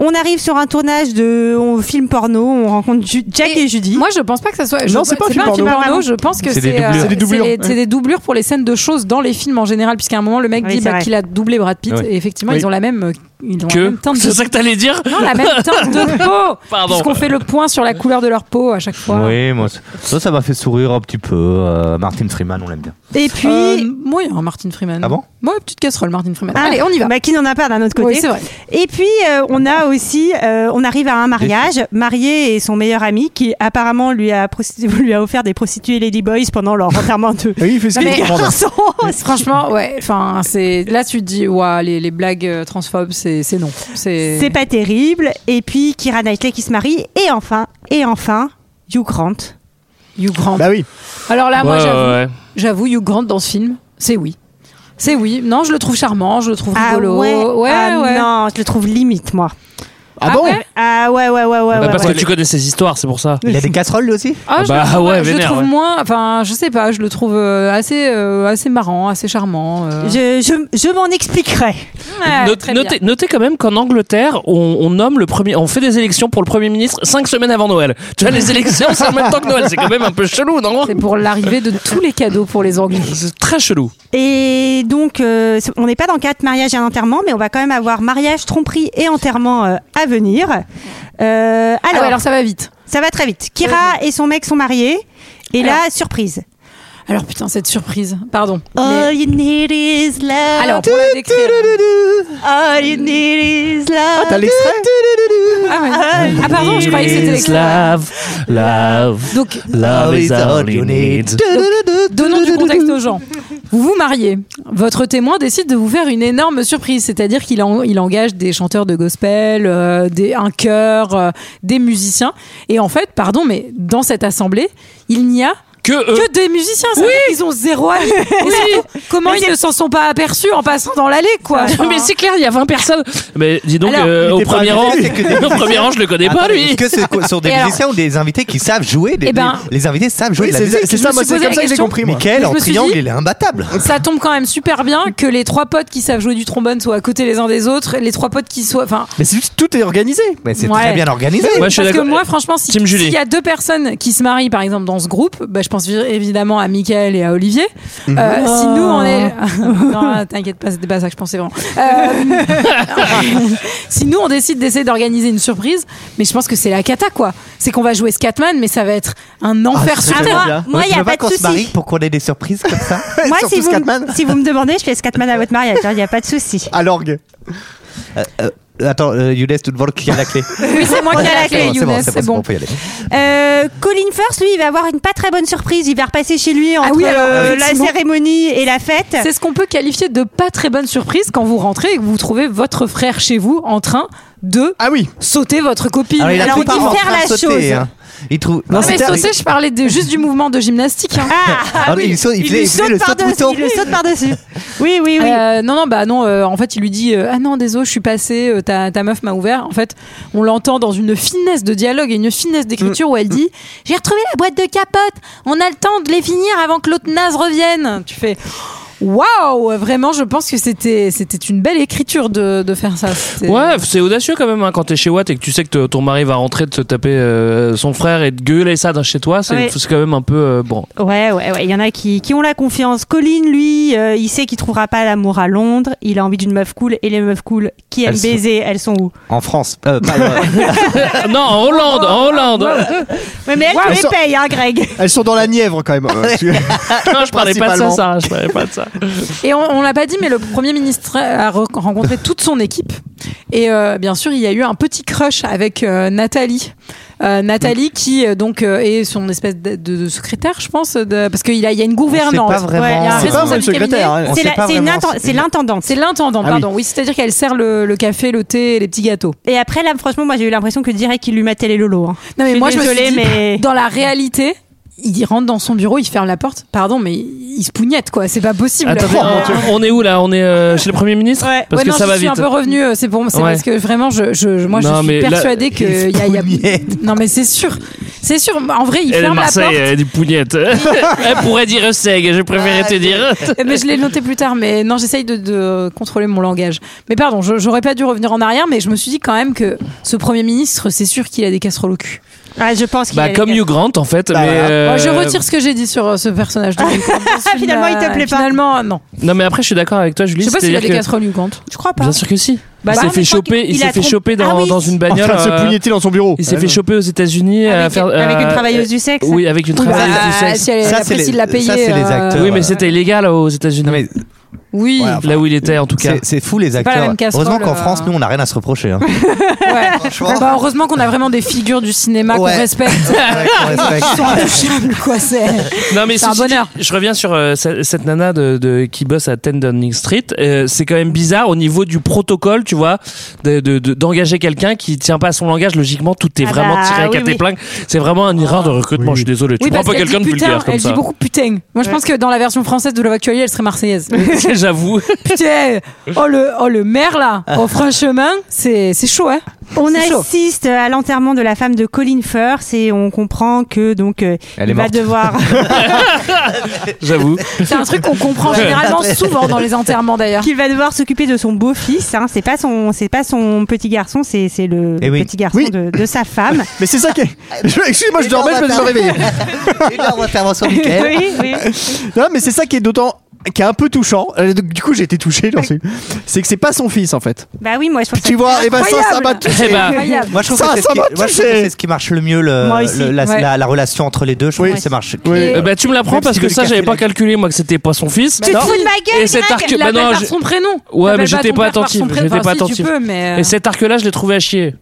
Speaker 1: On arrive sur un tournage de on, film porno, on rencontre Ju- Jack et,
Speaker 7: Et
Speaker 1: Judy.
Speaker 7: Moi, je pense pas que ça soit.
Speaker 5: Non,
Speaker 7: je-
Speaker 5: c'est pas un film
Speaker 1: porno. Vraiment.
Speaker 7: Je pense que
Speaker 6: C'est
Speaker 7: c'est
Speaker 6: des
Speaker 7: euh,
Speaker 6: doublures.
Speaker 5: C'est des doublures,
Speaker 7: les-
Speaker 5: ouais.
Speaker 7: c'est des doublures pour les scènes de choses dans les films en général, puisqu'à un moment le mec
Speaker 1: Oui,
Speaker 7: dit
Speaker 1: c'est
Speaker 7: bah,
Speaker 1: vrai.
Speaker 7: qu'il a doublé Brad Pitt.
Speaker 6: Oui.
Speaker 7: Et effectivement,
Speaker 5: Oui.
Speaker 7: ils ont la même, euh, ils ont la
Speaker 8: Que
Speaker 7: même teinte
Speaker 8: C'est
Speaker 7: de
Speaker 8: ça que t'allais dire
Speaker 7: non, la même teinte de peau.
Speaker 8: Pardon.
Speaker 7: Puisqu'on fait le point sur la couleur de leur peau à chaque fois.
Speaker 6: Oui, moi, ça- ça, ça m'a fait sourire un petit peu. Euh, Martin Freeman, on l'aime bien.
Speaker 1: Et puis.
Speaker 7: Euh, moyen, Martin Freeman.
Speaker 6: Ah bon
Speaker 7: Ouais, petite casserole, Martin Freeman.
Speaker 1: Ah,
Speaker 7: Allez, on y va.
Speaker 1: Bah, qui n'en a pas d'un autre
Speaker 7: Oui,
Speaker 1: côté.
Speaker 7: c'est vrai.
Speaker 1: et puis, euh, on a aussi, euh, on arrive à un mariage, marié et son meilleur ami, qui apparemment lui a, prosti- lui a offert des prostituées Lady Boys pendant leur enterrement de.
Speaker 5: Oui, il fait ce
Speaker 7: Non,
Speaker 5: qu'il hein.
Speaker 7: mais-
Speaker 5: commande.
Speaker 1: garçon.
Speaker 7: Franchement, ouais. Enfin, c'est là tu te dis, ouah, les, les blagues euh, transphobes, c'est c'est non. C'est
Speaker 1: C'est pas terrible. Et puis Kira Knightley qui se marie. Et enfin, et enfin, Hugh Grant.
Speaker 7: You Grant.
Speaker 5: Bah oui.
Speaker 7: Alors là, Ah, moi,
Speaker 8: Ouais,
Speaker 7: j'avoue,
Speaker 8: ouais, ouais.
Speaker 7: J'avoue, Hugh Grant dans ce film, c'est oui. C'est oui. Non, je le trouve charmant, je le trouve rigolo. ouais,
Speaker 1: ah
Speaker 7: ouais.
Speaker 1: non, je le trouve limite, moi.
Speaker 5: Ah,
Speaker 7: Ah
Speaker 5: bon
Speaker 7: ouais
Speaker 1: Ah ouais, ouais, ouais, ouais.
Speaker 8: Bah,
Speaker 1: ouais,
Speaker 8: Parce
Speaker 1: ouais.
Speaker 8: que tu connais ces histoires, c'est pour ça.
Speaker 6: Il a des casseroles lui aussi
Speaker 7: Ah, je
Speaker 8: Bah,
Speaker 7: le trouve,
Speaker 8: ouais,
Speaker 7: je le
Speaker 8: vénère,
Speaker 7: trouve
Speaker 8: ouais.
Speaker 7: moins. Enfin, je sais pas, je le trouve euh, assez, euh, assez marrant, assez charmant. euh.
Speaker 1: Je, je, je m'en expliquerai.
Speaker 7: Ouais,
Speaker 8: Note-
Speaker 7: Ah, très bien.
Speaker 8: notez, notez quand même qu'en Angleterre, on, on nomme le premier, on fait des élections pour le premier ministre cinq semaines avant Noël. Tu vois, les élections, c'est en même temps que Noël. C'est quand même un peu chelou, non
Speaker 7: C'est pour l'arrivée de tous les cadeaux pour les Anglais.
Speaker 8: C'est très chelou.
Speaker 1: Et donc, euh, on n'est pas dans quatre mariages et un enterrement, mais on va quand même avoir mariage, tromperie et enterrement euh, à venir. Euh,
Speaker 7: Ah
Speaker 1: alors,
Speaker 7: ouais, alors ça va vite.
Speaker 1: ça va très vite. Kira et son mec sont mariés. Et là, surprise.
Speaker 7: Alors putain, cette surprise. Pardon. Mais-
Speaker 1: All you need is love.
Speaker 7: Alors, pour la décrire.
Speaker 1: All you need is love.
Speaker 5: T'as l'extrait
Speaker 7: Ah, ouais. Ah, pardon, je croyais que c'était
Speaker 8: Is
Speaker 7: l'extrait.
Speaker 8: Love, love,
Speaker 7: Donc,
Speaker 8: love is all you need.
Speaker 7: Donnons du contexte aux gens. Vous vous mariez. Votre témoin décide de vous faire une énorme surprise, c'est-à-dire qu'il en- il engage des chanteurs de gospel, euh, des, un chœur, euh, des musiciens. Et en fait, pardon, mais dans cette assemblée, il n'y a
Speaker 8: Que euh, eux.
Speaker 7: que des musiciens. Oui ils ont zéro avis. Et surtout, Comment ils ne s'en sont pas aperçus en passant dans l'allée, quoi
Speaker 8: Ah, Mais c'est clair, il y a 20 personnes. Mais dis donc,
Speaker 7: Alors,
Speaker 8: euh, au,
Speaker 5: était pas
Speaker 8: premier rang,
Speaker 6: invité, c'est que des
Speaker 8: au premier rang, je le connais pas,
Speaker 6: Attendez,
Speaker 8: lui.
Speaker 6: Est-ce que ce sont des
Speaker 7: Et alors-
Speaker 6: musiciens ou des invités qui savent jouer des,
Speaker 7: Eh ben-
Speaker 6: des- Les invités savent jouer
Speaker 5: Oui,
Speaker 6: de la
Speaker 5: c'est
Speaker 6: musique.
Speaker 5: c'est ça,
Speaker 7: me
Speaker 5: moi,
Speaker 7: suis
Speaker 5: c'est
Speaker 7: posé
Speaker 5: comme
Speaker 7: la
Speaker 5: ça que j'ai
Speaker 7: question.
Speaker 5: compris, moi.
Speaker 6: Michael,
Speaker 7: Je
Speaker 6: en
Speaker 7: me suis
Speaker 6: triangle,
Speaker 7: dit-
Speaker 6: il est imbattable.
Speaker 7: ça tombe quand même super bien que les trois potes qui savent jouer du trombone soient à côté les uns des autres, les trois potes qui soient. Enfin,
Speaker 5: Mais c'est juste, tout est organisé.
Speaker 6: Mais c'est
Speaker 7: Ouais.
Speaker 6: très bien organisé.
Speaker 8: Moi, je suis
Speaker 7: Parce que
Speaker 8: d'accord.
Speaker 7: moi, franchement, si-
Speaker 8: Team
Speaker 7: s'il
Speaker 8: Julie.
Speaker 7: y a deux personnes qui se marient, par exemple, dans ce groupe, bah, je pense évidemment à Michael et à Olivier.
Speaker 6: Mhm.
Speaker 7: Euh, Si
Speaker 6: Oh.
Speaker 7: nous, on est. non, t'inquiète pas, c'était pas ça que je pensais vraiment. Euh, si nous, on décide d'essayer d'organiser une surprise, mais je pense que c'est la cata, quoi. C'est qu'on va jouer Scatman, mais ça va être un enfer sur
Speaker 1: Ah,
Speaker 7: terre.
Speaker 1: moi, moi,
Speaker 6: hein. Ouais,
Speaker 1: il n'y
Speaker 6: tu
Speaker 1: a
Speaker 6: veux
Speaker 1: pas de
Speaker 6: qu'on se marie
Speaker 1: souci.
Speaker 6: pour qu'on ait des surprises comme ça
Speaker 1: Moi,
Speaker 5: Surtout
Speaker 1: si vous,
Speaker 5: Scatman.
Speaker 1: me- si vous me demandez, je fais Scatman à votre mariage. Il n'y a pas de souci.
Speaker 5: À l'orgue.
Speaker 6: Euh, Attends, euh, Younes, tout le monde qui a la clé.
Speaker 7: Oui, c'est moi qui ai la
Speaker 6: C'est
Speaker 7: clé,
Speaker 6: bon, c'est
Speaker 7: Younes,
Speaker 6: bon,
Speaker 7: c'est bon.
Speaker 6: on peut y aller.
Speaker 1: Euh, Colin Firth, lui, il va avoir une pas très bonne surprise. Il va repasser chez lui entre
Speaker 7: Ah oui, alors,
Speaker 1: euh, la
Speaker 7: effectivement.
Speaker 1: cérémonie et la fête.
Speaker 7: C'est ce qu'on peut qualifier de pas très bonne surprise quand vous rentrez et que vous trouvez votre frère chez vous en train de
Speaker 5: Ah oui.
Speaker 7: sauter votre copine.
Speaker 6: il a
Speaker 1: Alors,
Speaker 6: tout
Speaker 1: on dit
Speaker 6: le temps en
Speaker 1: faire
Speaker 6: train de
Speaker 1: la
Speaker 6: sauter,
Speaker 1: chose.
Speaker 6: hein. Il trouve.
Speaker 7: Non,
Speaker 6: Ah,
Speaker 7: mais
Speaker 6: c'était-
Speaker 7: sauter, je parlais de- juste du mouvement de gymnastique. hein.
Speaker 1: Ah, ah
Speaker 6: Ah,
Speaker 1: oui.
Speaker 6: il saute- il faisait-
Speaker 1: lui
Speaker 6: il faisait le saut de
Speaker 1: par-dessus,
Speaker 6: mouton.
Speaker 1: il le saute par-dessus. Oui, oui, oui.
Speaker 7: Euh, non, non, bah non. euh, en fait, il lui dit euh, Ah non, désolé, je suis passé, euh, ta, ta meuf m'a ouvert. En fait, on l'entend dans une finesse de dialogue et une finesse d'écriture où elle dit J'ai retrouvé la boîte de capote, on a le temps de les finir avant que l'autre naze revienne. Tu fais Waouh Vraiment, je pense que c'était c'était une belle écriture de, de faire ça. C'était-
Speaker 8: Ouais, c'est audacieux quand même hein, quand t'es chez Watt et que tu sais que te- ton mari va rentrer de se taper euh, son frère et de gueuler ça dans chez toi, c'est
Speaker 1: Ouais.
Speaker 8: c'est quand même un peu euh, bon.
Speaker 1: Ouais, ouais, ouais. Il y en a qui, qui ont la confiance. Colin, lui, euh, il sait qu'il trouvera pas l'amour à Londres. Il a envie d'une meuf cool. Et les meufs cool qui aiment
Speaker 6: Elles sont-
Speaker 1: baiser, elles sont où
Speaker 6: En France. Euh, pas- euh,
Speaker 8: non, en Hollande, en Hollande.
Speaker 1: Ouais, mais elles
Speaker 5: Wow.
Speaker 1: te
Speaker 5: Elles sont-
Speaker 1: les payent, hein, Greg.
Speaker 5: Elles sont dans la Nièvre quand même. Euh, tu-
Speaker 8: Non, je parlais pas de ça,
Speaker 5: Principalement.
Speaker 8: ça, je parlais pas de ça.
Speaker 7: Et on, on l'a pas dit, mais le Premier ministre a re- rencontré toute son équipe. Et euh, bien sûr, il y a eu un petit crush avec euh, Nathalie. euh, Nathalie qui euh, donc euh, est son espèce de, de- de secrétaire, je pense, de- parce qu'il y a, il y a une gouvernante.
Speaker 6: pas vraiment.
Speaker 7: Ouais, il y a un
Speaker 5: C'est pas
Speaker 7: responsable
Speaker 5: moi le
Speaker 7: du cabinet.
Speaker 5: secrétaire. hein.
Speaker 6: On
Speaker 1: C'est
Speaker 6: sait
Speaker 1: la-
Speaker 6: pas
Speaker 1: c'est une
Speaker 6: vraiment
Speaker 1: inten-
Speaker 6: si-
Speaker 1: c'est l'intendante.
Speaker 7: C'est l'intendant,
Speaker 5: Ah oui.
Speaker 7: pardon. Oui, c'est-à-dire qu'elle sert le, le café, le thé et les petits gâteaux.
Speaker 1: Et après, là, franchement, moi, j'ai eu l'impression que direct qu'il lui matait les lolos. hein.
Speaker 7: Non, mais
Speaker 1: suis
Speaker 7: moi, je me suis
Speaker 1: désolée,
Speaker 7: dit,
Speaker 1: mais-
Speaker 7: dans la réalité, il rentre dans son bureau, il ferme la porte. Pardon, mais il se pougnette, quoi. C'est pas possible.
Speaker 8: Attendez,
Speaker 7: Enfin,
Speaker 8: on- on est où là On est euh, chez le Premier ministre
Speaker 1: Ouais.
Speaker 8: Parce
Speaker 7: ouais,
Speaker 8: que
Speaker 7: non,
Speaker 8: ça
Speaker 7: je
Speaker 8: va
Speaker 7: suis
Speaker 8: vite.
Speaker 7: un peu revenu. euh, C'est pour, c'est
Speaker 8: Ouais.
Speaker 7: parce que vraiment, je, je, je- moi,
Speaker 8: Non,
Speaker 7: je
Speaker 8: mais là-
Speaker 7: suis persuadée que
Speaker 6: Il se
Speaker 7: y a, y a-
Speaker 6: pougnette.
Speaker 7: Non, mais c'est sûr, c'est sûr. En vrai, il
Speaker 8: Elle est
Speaker 7: ferme la porte.
Speaker 8: Marseille, elle est du pougnette. elle pourrait dire seg, je préférais te dire.
Speaker 7: Eh, Mais je l'ai noté plus tard. Mais non, j'essaye de, de contrôler mon langage. Mais pardon, je- j'aurais pas dû revenir en arrière, mais je me suis dit quand même que ce premier ministre, c'est sûr qu'il a des casseroles au cul.
Speaker 1: Ah, je pense qu'il
Speaker 8: Bah,
Speaker 1: allait-
Speaker 8: comme Hugh Grant en fait. mais, euh,
Speaker 7: Moi, je retire ce que j'ai dit sur euh, ce personnage. De
Speaker 1: Finalement, il te plaît pas.
Speaker 7: Finalement, non.
Speaker 8: Non, mais après, je suis d'accord avec toi, Julie.
Speaker 7: Je sais pas s'il a
Speaker 8: c'est-à-dire
Speaker 7: des
Speaker 8: que-
Speaker 7: casseroles, Hugh Grant.
Speaker 1: Je crois pas.
Speaker 8: Bien sûr que si.
Speaker 1: Bah, non,
Speaker 8: il s'est
Speaker 1: mais
Speaker 8: fait
Speaker 1: je crois
Speaker 8: choper,
Speaker 1: qu'il
Speaker 8: il
Speaker 1: a
Speaker 8: s'est fait
Speaker 1: trompé-
Speaker 8: choper dans,
Speaker 1: Ah oui.
Speaker 8: dans une bagnole.
Speaker 5: Enfin, se
Speaker 8: euh,
Speaker 5: pougner dans son bureau.
Speaker 8: il s'est
Speaker 5: Ah,
Speaker 8: fait
Speaker 5: non.
Speaker 8: choper aux États-Unis à
Speaker 1: Avec,
Speaker 8: faire.
Speaker 1: avec une
Speaker 8: euh,
Speaker 1: travailleuse du sexe.
Speaker 8: Oui, avec une
Speaker 7: Oui, bah,
Speaker 8: travailleuse du
Speaker 7: euh,
Speaker 8: sexe.
Speaker 7: si elle,
Speaker 6: Ça,
Speaker 7: elle
Speaker 6: c'est
Speaker 7: apprécie
Speaker 6: les-
Speaker 7: de la payer.
Speaker 6: ça, c'est les acteurs.
Speaker 8: Oui, mais c'était illégal euh, aux États-Unis.
Speaker 6: euh. Non, mais
Speaker 7: Oui.
Speaker 6: Ouais, enfin,
Speaker 8: Là où il était, en tout cas.
Speaker 6: c'est- c'est fou les
Speaker 7: pas la
Speaker 6: acteurs.
Speaker 7: même casserole,
Speaker 6: Heureusement qu'en
Speaker 7: euh.
Speaker 6: France, nous, on n'a rien à se reprocher. hein.
Speaker 7: Ouais.
Speaker 6: Franchement.
Speaker 7: Bah, heureusement qu'on a vraiment des figures du cinéma
Speaker 6: Oh. Ouais.
Speaker 7: qu'on respecte.
Speaker 6: Ouais, qu'on respecte.
Speaker 7: Ils sont intouchables, quoi. C'est
Speaker 8: Non mais
Speaker 7: C'est un
Speaker 8: ceci dit,
Speaker 7: bonheur.
Speaker 8: Je reviens sur euh, ce- cette nana de, de- qui bosse à 10 Downing Street. Euh, c'est quand même bizarre au niveau du protocole, tu vois, de- de- de- d'engager quelqu'un qui tient pas à son langage. Logiquement, tout est
Speaker 1: Ah
Speaker 8: vraiment
Speaker 1: bah,
Speaker 8: tiré à
Speaker 1: oui, Ah.
Speaker 8: quatre
Speaker 1: oui.
Speaker 8: épingles. C'est vraiment un erreur de recrutement. Je suis désolé. tu prends
Speaker 7: parce
Speaker 8: pas
Speaker 7: qu'elle
Speaker 8: quelqu'un de
Speaker 7: dit putain,
Speaker 8: vulgaire comme
Speaker 7: elle
Speaker 8: ça.
Speaker 7: dit beaucoup putain. Moi, je pense que dans la version française de Love Actually, elle serait marseillaise.
Speaker 8: J'avoue.
Speaker 7: putain, oh le, oh le maire là,
Speaker 6: Ah.
Speaker 7: oh franchement, c'est c'est chaud, hein.
Speaker 1: On
Speaker 7: C'est chaud.
Speaker 1: assiste à l'enterrement de la femme de Colin Firth et on comprend que donc euh,
Speaker 6: Elle est
Speaker 1: il va
Speaker 6: morte.
Speaker 1: devoir.
Speaker 8: J'avoue.
Speaker 7: C'est un truc qu'on comprend généralement souvent dans les enterrements d'ailleurs.
Speaker 1: qu'il va devoir s'occuper de son beau-fils. Hein. C'est pas son, c'est pas son petit garçon, c'est c'est le
Speaker 6: Eh oui.
Speaker 1: petit garçon
Speaker 5: Oui.
Speaker 1: de, de sa femme.
Speaker 5: Mais c'est ça qui est. Excuse-moi, je dormais, je me suis réveillé.
Speaker 6: Énorme intervention, Michael.
Speaker 1: oui, oui.
Speaker 5: Non, mais c'est ça qui est d'autant. qui est un peu touchant. Euh, Du coup, j'ai été touché dans ce- C'est que c'est pas son fils en fait.
Speaker 1: Bah oui, moi je pense.
Speaker 5: Tu vois, et ben ça, ça
Speaker 7: Incroyable.
Speaker 5: m'a touché.
Speaker 8: Eh ben,
Speaker 7: Incroyable.
Speaker 6: Moi, je trouve
Speaker 5: Ça,
Speaker 6: que c'est ce,
Speaker 5: ça
Speaker 6: qui-
Speaker 5: m'a
Speaker 6: moi, je trouve que
Speaker 5: touché.
Speaker 6: c'est ce qui marche le mieux, le,
Speaker 1: Moi aussi.
Speaker 6: le- la,
Speaker 7: Ouais.
Speaker 6: la- la relation entre les deux. Je trouve
Speaker 1: Oui.
Speaker 6: que ça marche.
Speaker 5: Oui.
Speaker 8: Euh, bah tu me l'apprends
Speaker 6: Même
Speaker 8: parce
Speaker 6: si
Speaker 8: que
Speaker 6: le
Speaker 8: ça,
Speaker 6: café
Speaker 8: j'avais pas
Speaker 6: l'a-
Speaker 8: calculé moi que c'était pas son fils.
Speaker 1: Tu te fous de ma gueule,
Speaker 8: Et cet
Speaker 1: Greg
Speaker 8: arc, bah
Speaker 7: Il l'appelle
Speaker 8: non,
Speaker 7: par
Speaker 8: je-
Speaker 7: son prénom.
Speaker 8: Ouais,
Speaker 7: T'appelles
Speaker 8: mais j'étais
Speaker 7: ton
Speaker 8: pas
Speaker 7: père par
Speaker 8: attentif,
Speaker 7: son prénom.
Speaker 8: j'étais
Speaker 7: Enfin,
Speaker 8: pas
Speaker 7: si, tu
Speaker 8: attentif.
Speaker 7: peux, mais.
Speaker 8: et cet arc-là, je l'ai trouvé à chier.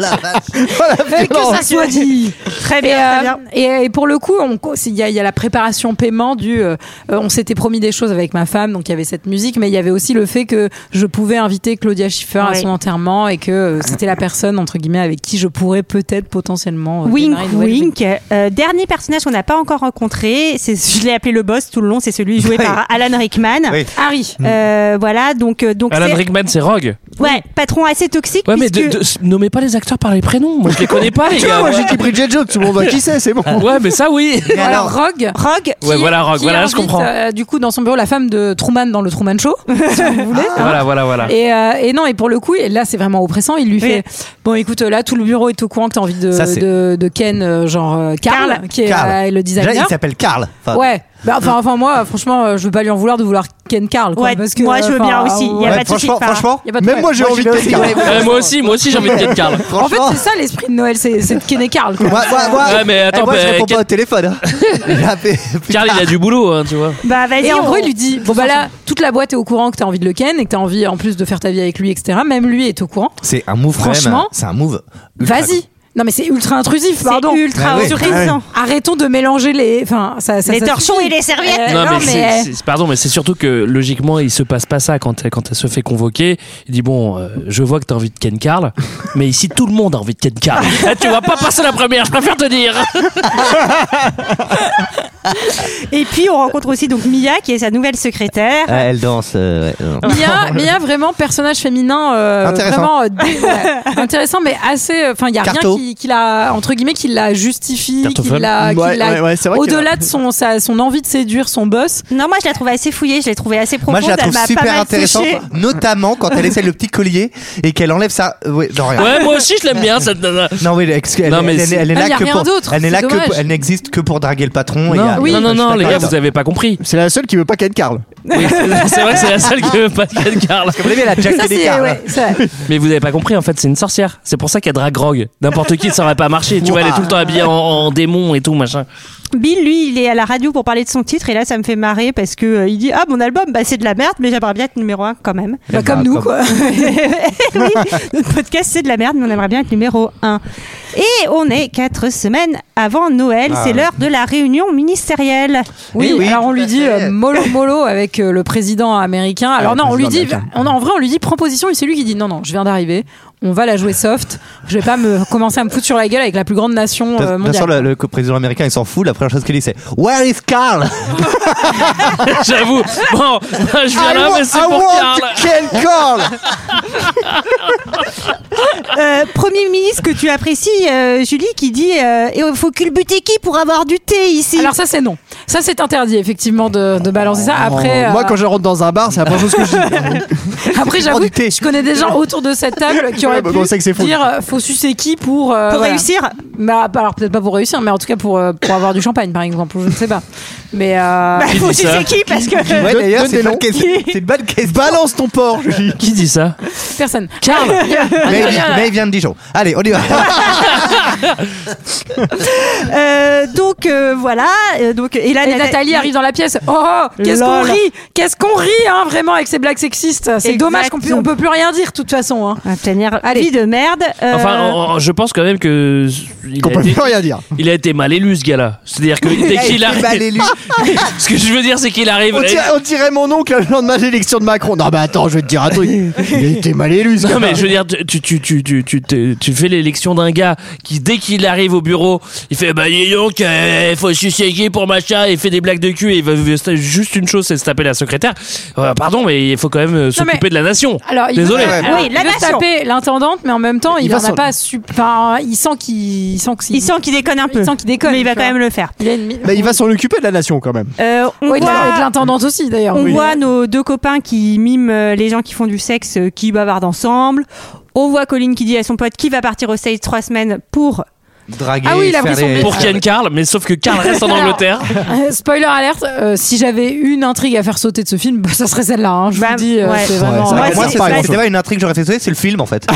Speaker 7: Euh, que ça soit dit.
Speaker 1: Très
Speaker 7: Et,
Speaker 1: bien.
Speaker 7: euh,
Speaker 1: très bien.
Speaker 7: et- et pour le coup, on co- il y, a- il y a la préparation paiement du. euh, euh, on s'était promis des choses avec ma femme, donc il y avait cette musique, mais il y avait aussi le fait que je pouvais inviter Claudia Schiffer à
Speaker 1: Ouais.
Speaker 7: son enterrement et que euh, c'était la personne entre guillemets avec qui je pourrais peut-être potentiellement. euh,
Speaker 1: Wink,
Speaker 7: démarrer une nouvelle vie.
Speaker 1: wink. Euh, dernier personnage qu'on n'a pas encore rencontré, c'est je l'ai appelé le boss tout le long, c'est celui joué
Speaker 6: Oui.
Speaker 1: par Alan Rickman.
Speaker 6: Oui.
Speaker 7: Harry.
Speaker 1: Euh, voilà, donc euh, donc
Speaker 8: Alan
Speaker 1: c'est-
Speaker 8: Rickman, c'est Rogue.
Speaker 1: ouais, patron assez toxique
Speaker 8: Ouais, mais
Speaker 1: puisque
Speaker 8: de- de- nommez pas les acteurs par les prénoms. Moi, je les connais pas, les
Speaker 5: Tu vois,
Speaker 8: gars. Ah,
Speaker 5: moi Ah, j'ai dit Bridget Jones, tout le monde voit qui c'est, c'est bon.
Speaker 6: Ah,
Speaker 8: Ouais, mais ça, oui.
Speaker 6: Mais
Speaker 7: Alors,
Speaker 6: alors,
Speaker 7: Rogue.
Speaker 1: Rogue
Speaker 8: Ouais,
Speaker 7: qui-
Speaker 8: voilà, Rogue.
Speaker 7: qui
Speaker 8: Voilà, je
Speaker 7: invite,
Speaker 8: comprends.
Speaker 7: euh, du coup, dans son bureau, la femme de Truman dans le Truman Show. Ah,
Speaker 8: Voilà, voilà, voilà.
Speaker 7: Et, euh, et non, et pour le coup, et là c'est vraiment oppressant. Il lui
Speaker 1: Oui.
Speaker 7: fait Bon, écoute, là tout le bureau est au courant que t'as envie de,
Speaker 6: Ça, c'est-
Speaker 7: de, de Ken, euh, genre euh, Karl,
Speaker 1: Karl.
Speaker 7: qui est
Speaker 6: Karl.
Speaker 7: euh, le
Speaker 6: déjà, il
Speaker 7: designer.
Speaker 6: s'appelle Karl. Enfin,
Speaker 7: ouais, Bah, enfin, enfin, moi, euh, franchement, euh, je veux pas lui en vouloir de vouloir Ken Karl. quoi,
Speaker 1: Ouais,
Speaker 7: parce que,
Speaker 1: moi, je veux
Speaker 7: enfin,
Speaker 1: bien aussi. Il y a
Speaker 7: ouais.
Speaker 1: pas de souci,
Speaker 6: franchement,
Speaker 1: Farah.
Speaker 6: franchement,
Speaker 7: Y a pas de
Speaker 5: Même moi
Speaker 7: problème.
Speaker 5: j'ai
Speaker 6: Moi,
Speaker 5: envie
Speaker 6: j'y
Speaker 5: de
Speaker 6: vais
Speaker 5: quelqu'un.
Speaker 6: aussi, ouais.
Speaker 8: Euh, moi aussi, moi aussi j'ai envie de Ken Carl.
Speaker 7: En fait,
Speaker 6: franchement.
Speaker 7: c'est ça l'esprit de Noël, c'est c'est de Ken et Karl. quoi.
Speaker 6: Moi, moi, moi,
Speaker 8: Ouais, mais attends,
Speaker 6: eh, moi, je
Speaker 8: bah,
Speaker 6: réponds
Speaker 8: Ken-
Speaker 6: pas au téléphone. hein. Il a fait-
Speaker 8: Carl il a du boulot, hein, tu vois.
Speaker 1: Bah vas-y.
Speaker 7: Et en
Speaker 1: on-
Speaker 7: gros, il lui dit Bon, bah là, toute la boîte est au courant que t'as envie de le Ken et que t'as envie en plus de faire ta vie avec lui, etc. Même lui est au courant.
Speaker 6: C'est un move, quand même.
Speaker 7: Franchement,
Speaker 6: C'est un move. ultra cool.
Speaker 7: Vas-y. Non, mais c'est ultra intrusif,
Speaker 1: c'est
Speaker 7: pardon.
Speaker 1: ultra
Speaker 6: Bah ouais.
Speaker 1: autorisant.
Speaker 7: Arrêtons de mélanger les. Enfin, ça, ça-
Speaker 1: Les
Speaker 7: ça
Speaker 1: torchons
Speaker 7: suffit.
Speaker 1: et les serviettes.
Speaker 7: Euh,
Speaker 8: Non,
Speaker 7: non,
Speaker 8: mais,
Speaker 7: mais-
Speaker 8: c'est- c'est- pardon, mais c'est surtout que logiquement, il se passe pas ça quand elle, quand elle se fait convoquer. Il dit bon, euh, je vois que t'as envie de Ken Carl, mais ici tout le monde a envie de Ken Carl. Ah, tu vas pas passer la première, je préfère te dire.
Speaker 1: Et puis on rencontre aussi donc Mia qui est sa nouvelle secrétaire.
Speaker 6: Ah, elle danse. euh, ouais, non.
Speaker 7: Mia, Mia, vraiment personnage féminin euh,
Speaker 6: Intéressant.
Speaker 7: vraiment euh, dé- ouais, intéressant mais assez euh, enfin il y a
Speaker 6: Carto.
Speaker 7: rien qui, qui la entre guillemets qui la justifie qui
Speaker 8: Cartophone.
Speaker 7: la, qui
Speaker 5: Ouais,
Speaker 7: la-
Speaker 5: ouais, ouais, c'est vrai qu'elle
Speaker 7: au-delà
Speaker 5: a-
Speaker 7: de son sa- son envie de séduire son boss
Speaker 1: Non, moi je la trouve assez fouillée, je l'ai trouvée assez profonde.
Speaker 6: Moi, je la
Speaker 1: elle
Speaker 6: trouve
Speaker 1: m'a pas
Speaker 6: super
Speaker 1: mal
Speaker 6: intéressante,
Speaker 1: touchée.
Speaker 6: notamment quand elle essaie le petit collier et qu'elle enlève ça. euh, Ouais, non, rien.
Speaker 8: Ouais, moi aussi je l'aime bien cette nana.
Speaker 6: Non, oui, excuse, elle,
Speaker 8: Non, mais
Speaker 6: elle- elle-
Speaker 8: c'est-
Speaker 6: elle est
Speaker 7: Ah,
Speaker 6: là
Speaker 7: y a
Speaker 6: que
Speaker 7: rien
Speaker 6: pour.
Speaker 7: d'autre,
Speaker 6: Elle
Speaker 7: c'est
Speaker 6: n'est là que
Speaker 7: dommage.
Speaker 6: pour- elle n'existe que pour draguer le patron. et
Speaker 8: Non,
Speaker 6: y a-
Speaker 8: non, non,
Speaker 6: je suis
Speaker 8: les gars,
Speaker 6: d'accord.
Speaker 8: vous avez pas compris.
Speaker 5: C'est la seule qui veut pas Ken Carl.
Speaker 8: Oui, c'est c'est vrai, que c'est la seule que Pascal Carl.
Speaker 6: Vous voyez, la Jack
Speaker 7: Ça, c'est.
Speaker 6: Télécar, là.
Speaker 7: ouais, c'est vrai.
Speaker 8: Mais vous avez pas compris, en fait, c'est une sorcière. C'est pour ça qu'elle drague Grog. N'importe qui, ça aurait pas marché. Tu vois, elle est tout le temps habillée en, en démon et tout, machin.
Speaker 1: Bill, lui, il est à la radio pour parler de son titre et là, ça me fait marrer parce que euh, il dit ah mon album, bah c'est de la merde, mais j'aimerais bien être numéro un quand même.
Speaker 7: Bah, comme nous, quoi.
Speaker 1: oui, notre podcast c'est de la merde, mais on aimerait bien être numéro un. Et on est quatre semaines avant Noël,
Speaker 6: Ah
Speaker 1: c'est l'heure de la réunion ministérielle.
Speaker 7: Oui,
Speaker 6: Eh oui,
Speaker 7: alors on
Speaker 6: tout
Speaker 7: lui
Speaker 6: à
Speaker 7: dit
Speaker 6: fait.
Speaker 7: euh, mollo mollo avec euh, le président américain. Alors
Speaker 5: Ah, le
Speaker 7: non, on lui dit,
Speaker 5: président américain.
Speaker 7: on, en vrai, on lui dit prends position et c'est lui qui dit non, non, je viens d'arriver, on va la jouer soft, je vais pas me commencer à me foutre sur la gueule avec la plus grande nation
Speaker 6: De
Speaker 7: euh,
Speaker 6: toute façon,
Speaker 7: mondiale.
Speaker 6: le, le président américain, il s'en fout. La première chose qu'il dit, c'est Where is Carl
Speaker 8: J'avoue. Bon, je
Speaker 7: Ah,
Speaker 8: viens là, mais c'est
Speaker 6: I
Speaker 8: pour
Speaker 6: want
Speaker 8: Carl.
Speaker 6: to kill Carl
Speaker 1: Euh, Premier ministre que tu apprécies, euh, Julie, qui dit euh, Et il faut culbuter qui pour avoir du thé ici
Speaker 7: Alors ça c'est non, ça c'est interdit effectivement de, de balancer ça. Après,
Speaker 5: Oh, Moi,
Speaker 7: euh,
Speaker 5: quand je rentre dans un bar, c'est la première chose que je dis.
Speaker 7: après
Speaker 5: prends
Speaker 7: j'avoue,
Speaker 5: du thé.
Speaker 7: je connais des gens autour de cette table qui auraient
Speaker 5: Ouais, bah,
Speaker 7: pu
Speaker 5: on sait que c'est faux.
Speaker 7: dire euh, faut sucer qui pour, euh,
Speaker 1: pour
Speaker 7: voilà.
Speaker 1: réussir,
Speaker 7: Bah, bah, alors peut-être pas pour réussir, mais en tout cas pour, euh, pour avoir du champagne par exemple, je ne sais pas. Mais euh,
Speaker 1: il Bah, faut
Speaker 8: dit ça
Speaker 1: sucer qui parce que
Speaker 6: Ouais,
Speaker 5: Donne-
Speaker 6: d'ailleurs,
Speaker 5: donne
Speaker 6: c'est
Speaker 5: des
Speaker 6: une bonne
Speaker 5: noms.
Speaker 6: question. C'est une bonne question.
Speaker 5: Balance ton porc, Julie.
Speaker 8: Qui dit ça
Speaker 7: personne. Carl
Speaker 6: Mais, mais il vient de Dijon. Allez, on y va.
Speaker 1: Euh, donc euh, voilà, euh, donc et là
Speaker 7: Et Nathalie arrive dans la pièce. Oh, qu'est-ce qu'on
Speaker 1: Lol.
Speaker 7: rit Qu'est-ce qu'on rit, hein, vraiment, avec ces blagues sexistes. C'est
Speaker 1: Exact.
Speaker 7: dommage qu'on ne peut plus rien dire, de toute façon. hein.
Speaker 1: Ah, putain, merde,
Speaker 7: Allez.
Speaker 1: vie de merde. euh,
Speaker 8: Enfin, en- en- je pense quand même que. Il
Speaker 5: Qu'on
Speaker 8: a,
Speaker 5: peut
Speaker 8: été,
Speaker 5: plus rien dire. Bah,
Speaker 8: il a été mal élu, ce gars-là. C'est-à-dire que dès qu'il
Speaker 6: Il va
Speaker 8: arrive.
Speaker 6: l'élu.
Speaker 8: Ce que je veux dire, c'est qu'il arrive.
Speaker 5: On dirait, on dirait mon oncle le lendemain de l'élection de Macron. Non, mais attends, je vais te dire un truc. Il a été mal élu, ce
Speaker 8: Non
Speaker 5: gars.
Speaker 8: mais je veux dire, tu, tu, tu, tu, tu, tu- tu fais l'élection d'un gars qui dès qu'il arrive au bureau, il fait bah dis donc, euh, faut sucer qui pour machin, il fait des blagues de cul et il veut- veut c'est juste une chose, c'est se taper la secrétaire. Euh, pardon, mais il faut quand même euh, s'occuper
Speaker 7: mais-
Speaker 8: de la nation.
Speaker 7: Alors, il
Speaker 8: Désolé.
Speaker 7: veut,
Speaker 6: Ouais,
Speaker 7: alors,
Speaker 1: Ah oui,
Speaker 7: il
Speaker 1: la
Speaker 7: veut
Speaker 1: nation.
Speaker 7: taper l'intendante, mais en même temps, il,
Speaker 5: Il va
Speaker 7: en a
Speaker 5: s'en-
Speaker 7: pas su. Enfin, il sent qu'il il sent que
Speaker 1: il sent qu'il déconne un peu.
Speaker 7: il sent qu'il déconne,
Speaker 1: mais il va
Speaker 7: tu
Speaker 1: quand
Speaker 7: vois.
Speaker 1: même le faire.
Speaker 7: Il a une... mi-
Speaker 5: Bah, il va s'en occuper de la nation quand même.
Speaker 1: Euh, on
Speaker 7: Ouais, de la- de
Speaker 1: voit,
Speaker 7: l'intendante aussi, d'ailleurs.
Speaker 1: on
Speaker 7: Oui.
Speaker 1: voit nos deux copains qui miment euh, les gens qui font du sexe, euh, qui bavardent ensemble. On voit Colline qui dit à son pote qui va partir aux States trois semaines pour.
Speaker 6: Draguer.
Speaker 7: Ah oui, il a pris
Speaker 6: faire
Speaker 7: son
Speaker 6: des-
Speaker 7: billet.
Speaker 8: Pour Ken Carl, mais sauf que Carl reste en
Speaker 7: Alors.
Speaker 8: Angleterre.
Speaker 7: Euh, Spoiler alerte, euh, si j'avais une intrigue à faire sauter de ce film, bah, ça serait celle-là. hein. Je
Speaker 1: Bah,
Speaker 7: vous dis, euh,
Speaker 1: ouais.
Speaker 7: c'est
Speaker 1: Ouais,
Speaker 7: vraiment.
Speaker 1: c'est vrai que
Speaker 6: Moi,
Speaker 1: c'est-
Speaker 6: c'est
Speaker 1: pas
Speaker 6: pas,
Speaker 1: grand-chose.
Speaker 6: c'était pas une intrigue que j'aurais fait sauter, c'est le film en fait.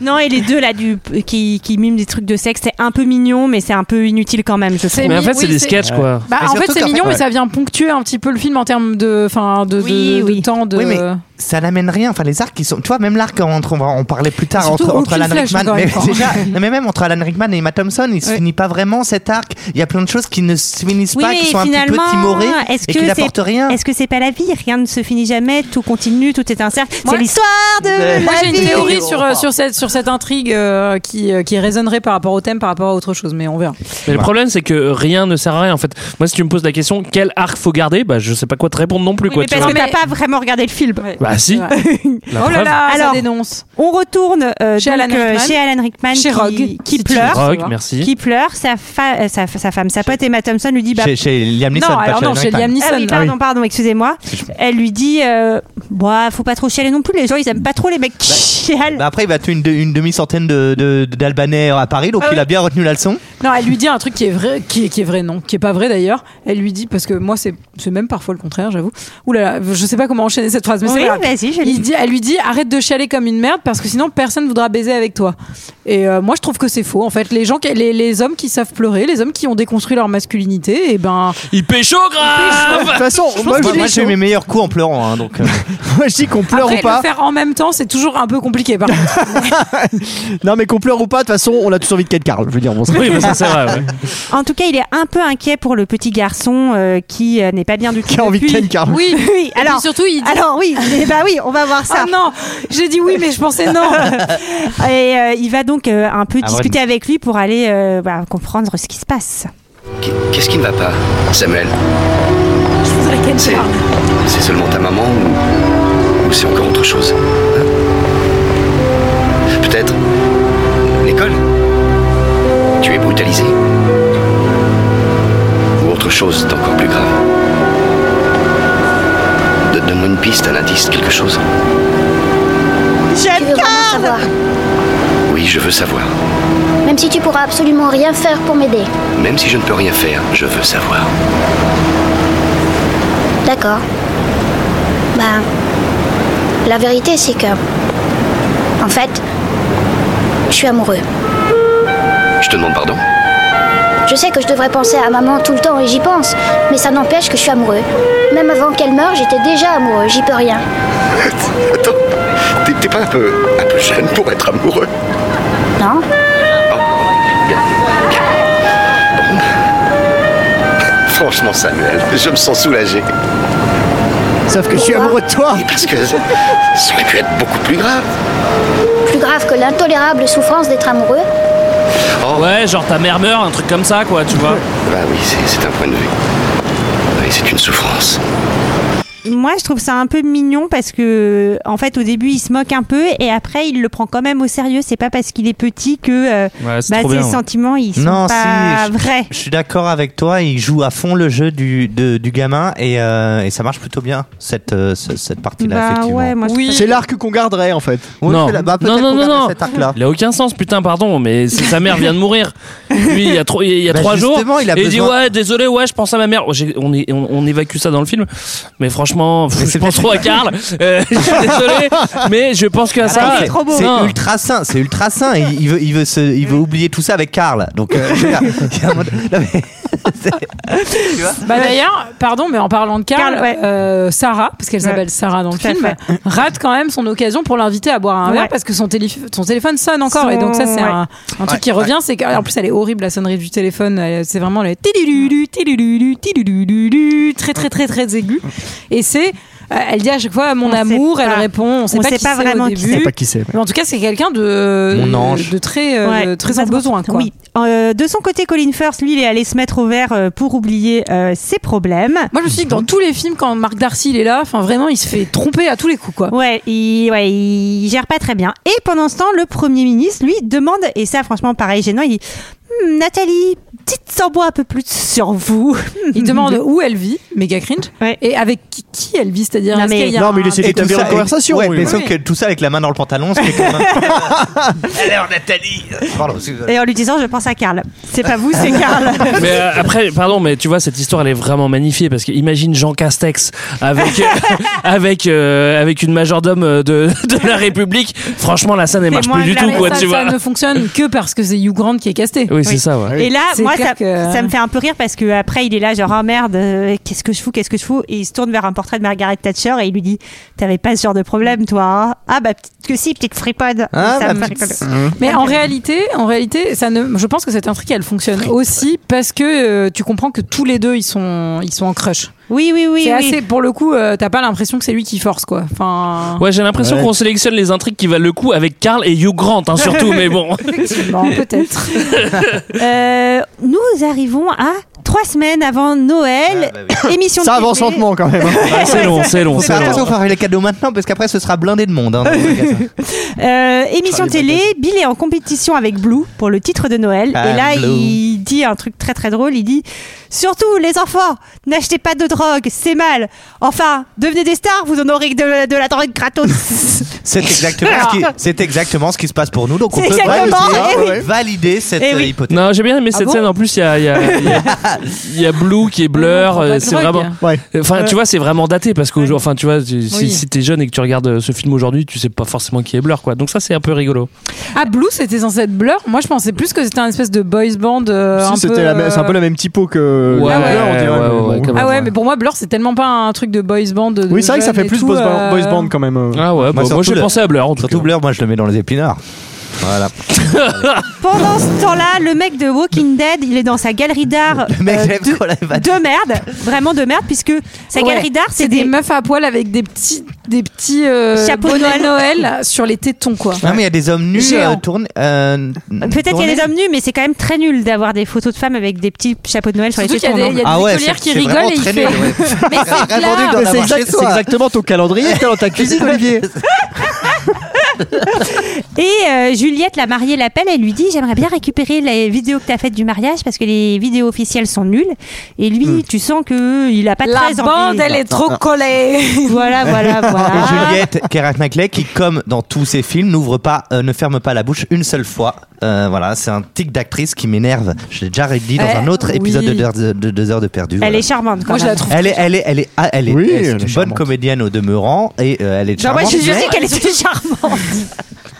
Speaker 1: Non, et les deux là du, qui, qui miment des trucs de sexe, c'est un peu mignon, mais c'est un peu inutile quand même, je trouve.
Speaker 7: C'est
Speaker 8: Mais en
Speaker 7: mi-
Speaker 8: fait,
Speaker 7: oui,
Speaker 8: c'est des
Speaker 7: c'est-
Speaker 8: sketchs quoi.
Speaker 7: Bah,
Speaker 6: Et
Speaker 7: en fait,
Speaker 6: surtout
Speaker 7: c'est
Speaker 6: qu'en fait-
Speaker 7: mignon, mais
Speaker 6: ouais.
Speaker 7: ça vient ponctuer un petit peu le film en termes de, enfin, de, de-
Speaker 1: Oui,
Speaker 7: de
Speaker 1: oui.
Speaker 7: temps de.
Speaker 6: Oui, mais ça n'amène rien. Enfin, les arcs qui sont. Tu vois, même l'arc entre. On va en parler plus tard
Speaker 7: Surtout
Speaker 6: entre, entre
Speaker 7: aucune
Speaker 6: Alan
Speaker 7: flèche,
Speaker 6: Rickman.
Speaker 7: encore
Speaker 6: Mais,
Speaker 7: une fois.
Speaker 6: déjà, non, mais même entre Alan Rickman et Emma Thompson, il se
Speaker 7: Ouais.
Speaker 6: finit pas vraiment cet arc. Il y a plein de choses qui ne se finissent
Speaker 1: Oui,
Speaker 6: pas,
Speaker 1: mais
Speaker 6: qui sont un petit peu
Speaker 1: finalement,
Speaker 6: timorées
Speaker 1: est-ce
Speaker 6: et
Speaker 1: que
Speaker 6: qui
Speaker 1: c'est-
Speaker 6: n'apportent rien.
Speaker 1: Est-ce que c'est pas la vie Rien ne se finit jamais, tout continue, tout est un cercle.
Speaker 7: Moi-
Speaker 1: C'est l'histoire de
Speaker 7: Moi,
Speaker 1: la
Speaker 7: j'ai
Speaker 1: vie.
Speaker 7: une théorie sur, euh, sur, cette, sur cette intrigue euh, qui, euh, qui résonnerait par rapport au thème, par rapport à autre chose, mais on verra.
Speaker 8: Mais le problème, c'est que rien ne sert à rien en fait. Moi, si tu me poses la question, quel arc faut garder Bah, je sais pas quoi te répondre non plus
Speaker 1: Oui,
Speaker 8: quoi.
Speaker 1: mais
Speaker 8: tu
Speaker 1: parce
Speaker 8: vois.
Speaker 1: que t'as pas vraiment regardé le film.
Speaker 8: Bah si.
Speaker 7: Ouais.
Speaker 8: La
Speaker 7: Oh là
Speaker 8: preuve.
Speaker 7: là, ça
Speaker 1: Alors,
Speaker 7: dénonce.
Speaker 1: On retourne euh,
Speaker 7: Chez
Speaker 1: donc,
Speaker 7: Alan
Speaker 1: euh,
Speaker 7: Rickman.
Speaker 1: chez Alan Rickman
Speaker 7: Chez
Speaker 1: qui,
Speaker 7: Rogue.
Speaker 1: qui
Speaker 7: Si tu
Speaker 1: pleure,
Speaker 7: veux.
Speaker 8: Rogue,
Speaker 7: tu vois.
Speaker 8: merci.
Speaker 1: qui pleure. Sa, fa- euh, sa, sa femme, sa pote Emma Thompson lui dit bah,
Speaker 6: chez, chez Liam
Speaker 7: Non,
Speaker 6: Neeson, pas
Speaker 7: alors
Speaker 6: chez
Speaker 7: non,
Speaker 6: Alan
Speaker 7: chez
Speaker 6: Rickman.
Speaker 7: Liam
Speaker 1: ah oui,
Speaker 7: Neeson.
Speaker 1: pardon, pardon, excusez-moi. Elle lui dit, euh, Bah, faut pas trop chialer non plus. Les gens, ils aiment pas trop les mecs qui chialent.
Speaker 6: Bah après, il va tuer une, de- une demi-centaine de- de- de- d'Albanais à Paris, donc
Speaker 1: Ah
Speaker 6: il a bien retenu la leçon.
Speaker 7: Non, elle lui dit un truc qui est vrai, qui est, qui est vrai, non, qui est pas vrai d'ailleurs. Elle lui dit, parce que moi, c'est c'est même parfois le contraire, j'avoue. Ouh là là, je sais pas comment enchaîner cette phrase, mais c'est
Speaker 1: oui,
Speaker 7: pas grave.
Speaker 1: vas-y, je
Speaker 7: Il
Speaker 1: lis.
Speaker 7: dit, elle lui dit arrête de chialer comme une merde parce que sinon personne voudra baiser avec toi. Et euh, moi je trouve que c'est faux en fait. Les gens, qui- les, les hommes qui savent pleurer, les hommes qui ont déconstruit leur masculinité, et ben
Speaker 8: Il pécho
Speaker 5: De toute
Speaker 8: grave.
Speaker 5: façon, moi,
Speaker 6: Moi,
Speaker 5: je,
Speaker 6: moi, j'ai eu mes meilleurs coups en pleurant, hein, donc. euh,
Speaker 5: moi, je dis qu'on pleure
Speaker 7: après
Speaker 5: ou pas.
Speaker 7: le faire en même temps c'est toujours un peu compliqué. Par contre.
Speaker 5: Non, mais qu'on pleure ou pas, de toute façon, on a tous envie de Ken Carl. Je veux dire, bon, c'est-
Speaker 8: Oui, bah, ça c'est vrai. ouais.
Speaker 1: En tout cas, il est un peu inquiet pour le petit garçon euh, qui euh, n'est pas bien du tout.
Speaker 5: Qui a envie de
Speaker 1: depuis.
Speaker 5: Ken Carl.
Speaker 7: Oui,
Speaker 1: Oui,
Speaker 7: alors
Speaker 1: alors.
Speaker 7: surtout il dit
Speaker 1: Alors oui, eh bah oui, on va voir ça.
Speaker 7: ah non, j'ai dit oui mais je pensais non.
Speaker 1: Et euh, il va donc euh, un peu
Speaker 6: Ah,
Speaker 1: discuter avec lui pour aller euh, bah, comprendre ce qui se passe.
Speaker 2: Qu'est-ce qui ne va pas, Samuel
Speaker 7: je voudrais qu'elle
Speaker 2: C'est.
Speaker 7: parle.
Speaker 2: C'est seulement ta maman ou. ou c'est encore autre chose hein? Peut-être. L'école Tu es brutalisé Ou autre chose d'encore plus grave De- Donne-moi une piste, un indice, quelque chose.
Speaker 1: J'aime
Speaker 2: Oui, je veux savoir.
Speaker 11: Même si tu pourras absolument rien faire pour m'aider.
Speaker 2: Même si je ne peux rien faire, je veux savoir.
Speaker 11: D'accord. Ben, la vérité, c'est que. En fait, je suis amoureux.
Speaker 2: Je te demande pardon.
Speaker 11: Je sais que je devrais penser à maman tout le temps et j'y pense, mais ça n'empêche que je suis amoureux. Même avant qu'elle meure, j'étais déjà amoureux, j'y peux rien.
Speaker 2: Attends, t'es- t'es pas un peu, un peu jeune pour être amoureux Oh,
Speaker 11: Non
Speaker 2: Franchement, Samuel, je me sens soulagé.
Speaker 5: Sauf que je suis amoureux de toi.
Speaker 2: Parce que ça aurait pu être beaucoup plus grave.
Speaker 11: Plus grave que l'intolérable souffrance d'être amoureux
Speaker 8: Ouais, genre ta mère meurt, un truc comme ça, quoi, tu vois.
Speaker 2: Bah oui, c'est c'est un point de vue. Oui, c'est une souffrance.
Speaker 1: Moi, je trouve ça un peu mignon parce que, en fait, au début, il se moque un peu et après, il le prend quand même au sérieux. C'est pas parce qu'il est petit que euh,
Speaker 6: Ouais, c'est
Speaker 1: bah,
Speaker 6: trop
Speaker 1: ses
Speaker 6: bien,
Speaker 8: hein.
Speaker 6: ouais.
Speaker 1: sentiments ils sont
Speaker 6: Non,
Speaker 1: pas
Speaker 6: si, je-
Speaker 1: vrais.
Speaker 6: Je suis d'accord avec toi, il joue à fond le jeu du, de- du gamin et, euh, et ça marche plutôt bien, cette, euh, ce- cette partie-là,
Speaker 1: Bah
Speaker 6: effectivement.
Speaker 1: ouais, moi, je trouve-
Speaker 5: C'est l'arc qu'on garderait en fait.
Speaker 6: Oui,
Speaker 8: non.
Speaker 6: c'est là- bah, peut-être
Speaker 8: non, non,
Speaker 6: qu'on
Speaker 8: non,
Speaker 6: garde
Speaker 8: non.
Speaker 6: cet arc-là.
Speaker 8: Il a aucun sens, putain, pardon, mais c'est- sa mère vient de mourir. Lui, il y a, trois- il y a
Speaker 6: Bah,
Speaker 8: trois jours.
Speaker 6: justement, il a
Speaker 8: et il dit
Speaker 6: besoin-
Speaker 8: Ouais, désolé, ouais, je pense à ma mère. Oh, j'ai- On, est- on, on évacue ça dans le film. Mais franchement, pff, je pense trop à Karl. Euh, je suis désolé, mais je pense qu'à ça.
Speaker 1: Ah, c'est trop beau.
Speaker 6: Ah, C'est
Speaker 8: Non.
Speaker 6: ultra sain, c'est ultra sain. et Il, veut, il veut, se- il veut oublier tout ça avec Karl. Donc, euh, je veux dire, il y a un mode- non, mais-
Speaker 7: Bah d'ailleurs, pardon, mais en parlant de Karl,
Speaker 1: Karl, ouais.
Speaker 7: euh, Sarah, parce qu'elle
Speaker 1: Ouais.
Speaker 7: s'appelle Sarah dans le
Speaker 1: Tout à
Speaker 7: film, rate quand même son occasion pour l'inviter à boire un
Speaker 1: Ouais.
Speaker 7: verre parce que son, télé- son téléphone sonne encore.
Speaker 1: Son-
Speaker 7: Et donc ça, c'est
Speaker 1: ouais.
Speaker 7: un, un truc qui revient. C'est qu'en plus, elle est horrible la sonnerie du téléphone. Elle- C'est vraiment le tilululu, tilululu, tilululu, très très très très aigu. Et c'est, euh, elle dit à chaque fois mon
Speaker 1: On sait
Speaker 7: amour. Elle
Speaker 1: pas.
Speaker 7: répond, on sait
Speaker 1: On
Speaker 7: pas
Speaker 1: sait
Speaker 7: qui
Speaker 1: pas
Speaker 7: c'est au
Speaker 1: vraiment qui
Speaker 7: début.
Speaker 5: Je sais pas qui c'est.
Speaker 7: Mais en tout cas, c'est quelqu'un de,
Speaker 6: Mon
Speaker 7: de-
Speaker 6: ange.
Speaker 7: de très, euh,
Speaker 1: Ouais,
Speaker 7: très en besoin. Quoi.
Speaker 1: Oui. Euh, de son côté, Colin Firth, lui, il est allé se mettre au vert euh, pour oublier euh, ses problèmes.
Speaker 7: Moi, je me suis dit que dans tous les films, quand Marc Darcy il est là, enfin vraiment, il se fait tromper à tous les coups, quoi.
Speaker 1: Ouais, il, ouais, il gère pas très bien. Et pendant ce temps, le Premier ministre, lui, demande, et ça, franchement, pareil, gênant, il dit Hmm, Nathalie, dites en moi un peu plus sur vous.
Speaker 7: Il demande où elle vit, méga cringe,
Speaker 1: Mhm. Ouais.
Speaker 7: et avec qui, qui elle vit, c'est-à-dire.
Speaker 1: Non,
Speaker 7: est-ce
Speaker 1: mais-
Speaker 7: qu'il y a
Speaker 5: Non, mais il
Speaker 7: un-
Speaker 5: essaie
Speaker 6: tout
Speaker 5: d'établir
Speaker 6: ça-
Speaker 5: une conversation.
Speaker 6: ouais,
Speaker 5: oui.
Speaker 6: mais
Speaker 7: oui.
Speaker 6: sauf que tout ça avec la main dans le pantalon, c'est quand même. Alors, Nathalie Pardon, excusez-moi.
Speaker 1: Et en lui disant, je pense à Karl. C'est pas vous, c'est Karl.
Speaker 8: Mais euh, après, pardon, mais tu vois, cette histoire, elle est vraiment magnifiée parce que imagine Jean Castex avec, euh, avec, euh, avec une majordome euh, de, de la République. Franchement, la scène, elle
Speaker 1: C'est
Speaker 8: marche
Speaker 1: moins
Speaker 8: plus du
Speaker 1: glamour,
Speaker 8: tout, quoi,
Speaker 7: ça,
Speaker 8: tu vois.
Speaker 7: ça ne fonctionne que parce que c'est Hugh Grant qui est casté.
Speaker 8: Oui, c'est ça,
Speaker 6: Ah
Speaker 8: ouais.
Speaker 1: Et là,
Speaker 7: C'est
Speaker 1: moi,
Speaker 7: clair
Speaker 1: ça,
Speaker 7: que-
Speaker 1: ça me fait un peu rire parce que après, il est là, genre, ah merde, euh, qu'est-ce que je fous, qu'est-ce que je fous Et il se tourne vers un portrait de Margaret Thatcher et il lui dit, t'avais pas ce genre de problème, toi hein Ah bah, peut-être que si, petite friponne.
Speaker 6: Ah,
Speaker 1: Ça
Speaker 6: bah,
Speaker 1: me fait
Speaker 6: petite-
Speaker 1: rigoler.
Speaker 7: Mais en réalité, en réalité, ça ne. Je pense que cette intrigue, elle fonctionne aussi parce que euh, tu comprends que tous les deux, ils sont, ils sont en crush.
Speaker 1: Oui, oui, oui.
Speaker 7: c'est
Speaker 1: oui.
Speaker 7: assez. Pour le coup, euh, t'as pas l'impression que c'est lui qui force, quoi. Enfin.
Speaker 8: Ouais, j'ai l'impression
Speaker 5: Ouais.
Speaker 8: qu'on sélectionne les intrigues qui valent le coup avec Karl et Hugh Grant, hein, surtout, mais bon.
Speaker 7: Effectivement, peut-être.
Speaker 1: Euh, nous arrivons à trois semaines avant
Speaker 6: Ah,
Speaker 1: Noël.
Speaker 6: bah
Speaker 1: Émission de
Speaker 5: Ça
Speaker 1: TV.
Speaker 5: avance lentement quand même. hein.
Speaker 8: Ah, c'est long, c'est long,
Speaker 6: Faites
Speaker 8: c'est
Speaker 6: attention,
Speaker 8: long.
Speaker 6: faut faire les cadeaux maintenant parce qu'après ce sera blindé de monde. hein, dans le magasin.
Speaker 1: Euh, émission
Speaker 6: Charlie
Speaker 1: télé, Bill est en compétition avec Blue pour le titre de Noël.
Speaker 6: Ah,
Speaker 1: et là,
Speaker 6: Blue.
Speaker 1: il dit un truc très très drôle. Il dit Surtout, les enfants, n'achetez pas de drogue, c'est mal. Enfin, devenez des stars, vous en aurez de, de la drogue gratos.
Speaker 6: C'est exactement, ce qui, c'est exactement ce qui se passe pour nous. Donc on
Speaker 1: C'est
Speaker 6: peut
Speaker 1: exactement,
Speaker 6: valider,
Speaker 1: eh oui.
Speaker 6: ouais, valider cette
Speaker 1: Eh
Speaker 6: euh,
Speaker 1: oui.
Speaker 6: hypothèse.
Speaker 8: Non, j'ai bien aimé cette
Speaker 7: Ah bon
Speaker 8: scène. En plus, il y a, il y, a, il y a- il y a Blue qui est blur.
Speaker 7: On prend pas
Speaker 8: euh,
Speaker 7: de
Speaker 8: C'est
Speaker 7: drogue. hein.
Speaker 8: vraiment.
Speaker 5: Ouais.
Speaker 8: Enfin, tu vois, c'est vraiment daté parce que, enfin, tu vois, tu-
Speaker 7: Oui.
Speaker 8: si, si t'es jeune et que tu regardes euh, ce film aujourd'hui, tu sais pas forcément qui est blur, quoi. Donc ça, c'est un peu rigolo.
Speaker 7: Ah, Blue, c'était censé être Blur. Moi, je pensais plus que c'était un espèce de boys band. euh,
Speaker 5: Si,
Speaker 7: un
Speaker 5: c'était
Speaker 7: peu,
Speaker 5: la même- c'est un peu
Speaker 7: euh,
Speaker 5: le même typo que.
Speaker 8: Ouais,
Speaker 5: le Blur, Ah on dirait,
Speaker 8: ouais,
Speaker 5: mais
Speaker 8: ouais,
Speaker 5: bon.
Speaker 8: ouais, quand même,
Speaker 7: Ah ouais,
Speaker 8: ouais.
Speaker 7: mais pour moi, Blur, c'est tellement pas un truc de boys band. de
Speaker 5: Oui, c'est vrai que ça
Speaker 7: jeunes
Speaker 5: fait
Speaker 7: et
Speaker 5: plus
Speaker 7: tout,
Speaker 5: boys band-
Speaker 7: euh,
Speaker 5: boys band quand même. euh.
Speaker 8: Ah ouais, bah, moi
Speaker 6: surtout
Speaker 8: j'ai
Speaker 6: le-
Speaker 8: pensé à Blur en tout
Speaker 6: Surtout
Speaker 8: cas.
Speaker 6: Blur, moi je le mets dans les
Speaker 1: Euh,
Speaker 6: épinards. Voilà.
Speaker 1: Pendant ce temps-là, le mec de Walking Dead, il est dans sa galerie d'art
Speaker 6: Le mec,
Speaker 1: euh,
Speaker 6: j'aime
Speaker 1: de,
Speaker 6: qu'on l'ait pas dit.
Speaker 1: de merde, vraiment de merde, puisque sa
Speaker 7: Ouais.
Speaker 1: galerie d'art, c'est
Speaker 7: des...
Speaker 1: des,
Speaker 7: meufs à poil avec des petits, des petits euh,
Speaker 1: Chapeau de
Speaker 7: bonnets Noël sur les tétons, quoi.
Speaker 6: Non, mais il y a des hommes nus
Speaker 7: Géant.
Speaker 6: euh, tournés. euh,
Speaker 1: Peut-être qu'il y a
Speaker 6: tournés.
Speaker 1: des hommes nus, mais c'est quand même très nul d'avoir des photos de femmes avec des petits chapeaux de Noël sur les
Speaker 7: Surtout qu'il y a
Speaker 1: tétons.
Speaker 7: des, il y a
Speaker 1: non
Speaker 7: des
Speaker 6: Ah ouais,
Speaker 7: écolières
Speaker 6: c'est-
Speaker 7: qui
Speaker 6: c'est
Speaker 7: rigolent
Speaker 6: vraiment
Speaker 7: et il
Speaker 6: très
Speaker 7: fait.
Speaker 6: nul, ouais. Très
Speaker 7: Mais c'est
Speaker 6: vendu
Speaker 7: clair.
Speaker 6: d'en
Speaker 5: Mais
Speaker 6: avoir
Speaker 5: C'est exact-
Speaker 6: chez
Speaker 5: c'est
Speaker 6: soi.
Speaker 5: exactement ton calendrier que t'as dans ta cuisine, Olivier.
Speaker 1: Et euh, Juliette, la mariée, l'appelle. Elle lui dit J'aimerais bien récupérer les vidéos que tu as faites du mariage parce que les vidéos officielles sont nulles. Et lui,
Speaker 6: Hmm.
Speaker 1: tu sens qu'il a pas
Speaker 7: La
Speaker 1: très envie.
Speaker 7: bande, elle est trop collée.
Speaker 1: Voilà, voilà, voilà.
Speaker 6: Et Juliette Kerat-Maclay qui, comme dans tous ses films, n'ouvre pas, euh, ne ferme pas la bouche une seule fois. Euh, voilà, c'est un tic d'actrice qui m'énerve. Je l'ai déjà dit dans
Speaker 7: Eh,
Speaker 6: un autre
Speaker 7: oui.
Speaker 6: épisode de deux, de Deux heures de perdu.
Speaker 1: Elle
Speaker 6: voilà.
Speaker 1: est charmante. Quand
Speaker 7: Moi, je la
Speaker 1: même.
Speaker 7: trouve.
Speaker 6: Elle est, elle est, elle est, ah, elle est,
Speaker 5: Oui,
Speaker 6: elle est
Speaker 5: elle est
Speaker 6: une bonne
Speaker 5: charmante.
Speaker 6: comédienne au demeurant et euh, elle est
Speaker 7: Genre,
Speaker 6: charmante.
Speaker 7: moi, je, je
Speaker 6: mais-
Speaker 7: sais qu'elle est toute
Speaker 1: charmante.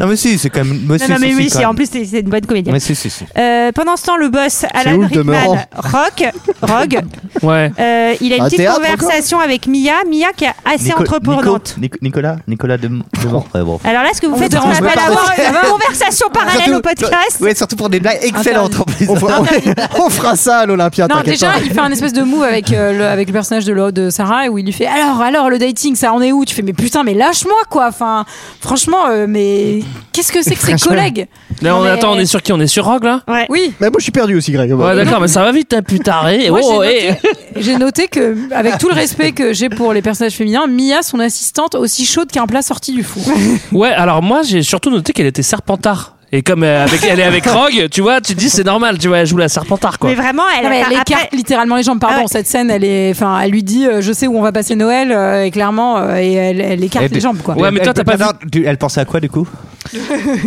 Speaker 6: Non mais si, c'est quand même. mais
Speaker 1: Non,
Speaker 6: si,
Speaker 1: non,
Speaker 6: si,
Speaker 1: mais
Speaker 6: si,
Speaker 1: oui,
Speaker 6: quand
Speaker 1: si, en
Speaker 6: même.
Speaker 1: plus, c'est c'est une bonne comédienne.
Speaker 6: Mais si, si, si.
Speaker 1: Euh, pendant ce temps, le boss,
Speaker 5: où,
Speaker 1: Alan
Speaker 5: le
Speaker 1: Rickman,
Speaker 5: demeurant
Speaker 1: Rock, Rogue,
Speaker 8: Ouais.
Speaker 1: euh, il a une
Speaker 5: Un
Speaker 1: petite
Speaker 5: théâtre
Speaker 1: conversation avec Mia, Mia qui est assez
Speaker 6: Ah, Nico-
Speaker 1: entreprenante.
Speaker 6: Nico- Nico- Nicolas, Nicolas de, Demort. Ouais, bon.
Speaker 1: Alors là, ce que vous
Speaker 7: On
Speaker 1: faites,
Speaker 7: vous
Speaker 1: c'est qu'on
Speaker 7: dérange
Speaker 1: appelle
Speaker 7: pas.
Speaker 1: avoir une conversation parallèle au podcast.
Speaker 6: Ouais, surtout euh, pour des blagues excellentes en plus.
Speaker 5: On fera, on fera ça à l'Olympia.
Speaker 7: Non,
Speaker 5: t'inquiète
Speaker 7: déjà,
Speaker 5: pas.
Speaker 7: il fait un espèce de move avec, euh, le, avec le personnage de, Lo- de Sarah où il lui fait Alors, alors, le dating, ça en est où Tu fais Mais putain, mais lâche-moi, quoi. Enfin, franchement, euh, mais qu'est-ce que c'est que ces collègues
Speaker 8: Là, on
Speaker 7: Non, mais-
Speaker 8: attend, on est sur qui On est sur Rogue, là
Speaker 1: Ouais.
Speaker 7: Oui.
Speaker 5: Mais moi, je suis perdu aussi, Greg.
Speaker 8: Ouais, d'accord, mais ça va vite, t'as pu taré.
Speaker 7: Moi,
Speaker 8: Oh,
Speaker 7: j'ai
Speaker 8: eh.
Speaker 7: noté, j'ai noté que, avec tout le respect que j'ai pour les personnages féminins, Mia, son assistante, aussi chaude qu'un plat sorti du four.
Speaker 8: eh. Ouais, alors moi j'ai surtout noté qu'elle était serpentard. Et comme euh, avec, elle est avec Rogue, tu vois, tu te dis c'est normal, tu vois, elle joue la serpentard quoi.
Speaker 1: Mais vraiment, elle,
Speaker 7: Non, mais elle
Speaker 1: enfin,
Speaker 7: écarte
Speaker 1: après-
Speaker 7: littéralement les jambes. Pardon,
Speaker 1: Ah ouais.
Speaker 7: cette scène, elle est, enfin, elle lui dit, euh, je sais où on va passer Noël, euh, et clairement, euh, et elle, elle écarte
Speaker 6: Elle-
Speaker 7: les jambes, quoi.
Speaker 8: Ouais, mais toi,
Speaker 6: Elle-
Speaker 8: t'as pas
Speaker 6: attends, tu- Elle pensait à quoi du coup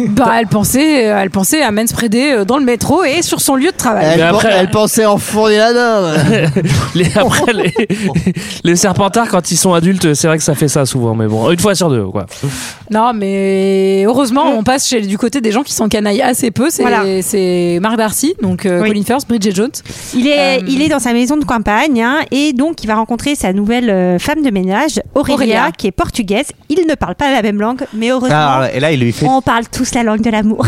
Speaker 7: Bah, elle pensait, euh, elle pensait à manspreader euh, dans le métro et sur son lieu de travail.
Speaker 5: Elle,
Speaker 8: Mais
Speaker 5: pen-
Speaker 8: après-
Speaker 5: elle pensait en fournir la dame.
Speaker 8: Les, après, les, les serpentards, quand ils sont adultes, c'est vrai que ça fait ça souvent, mais bon, une fois sur deux quoi.
Speaker 7: Non, mais heureusement, on passe chez, du côté des gens qui s'en canaillent assez peu. C'est
Speaker 1: Mm. Voilà.
Speaker 7: c'est Mark Darcy, donc euh,
Speaker 1: Oui.
Speaker 7: Colin Firth, Bridget Jones.
Speaker 1: Il est,
Speaker 7: Euh,
Speaker 1: il est dans sa maison de campagne hein, et donc il va rencontrer sa nouvelle euh, femme de ménage, Aurélia,
Speaker 7: Aurélia.
Speaker 1: qui est portugaise. Ils ne parlent pas la même langue, mais heureusement,
Speaker 6: Ah, Et là, il lui fait,
Speaker 1: on parle tous la langue de l'amour.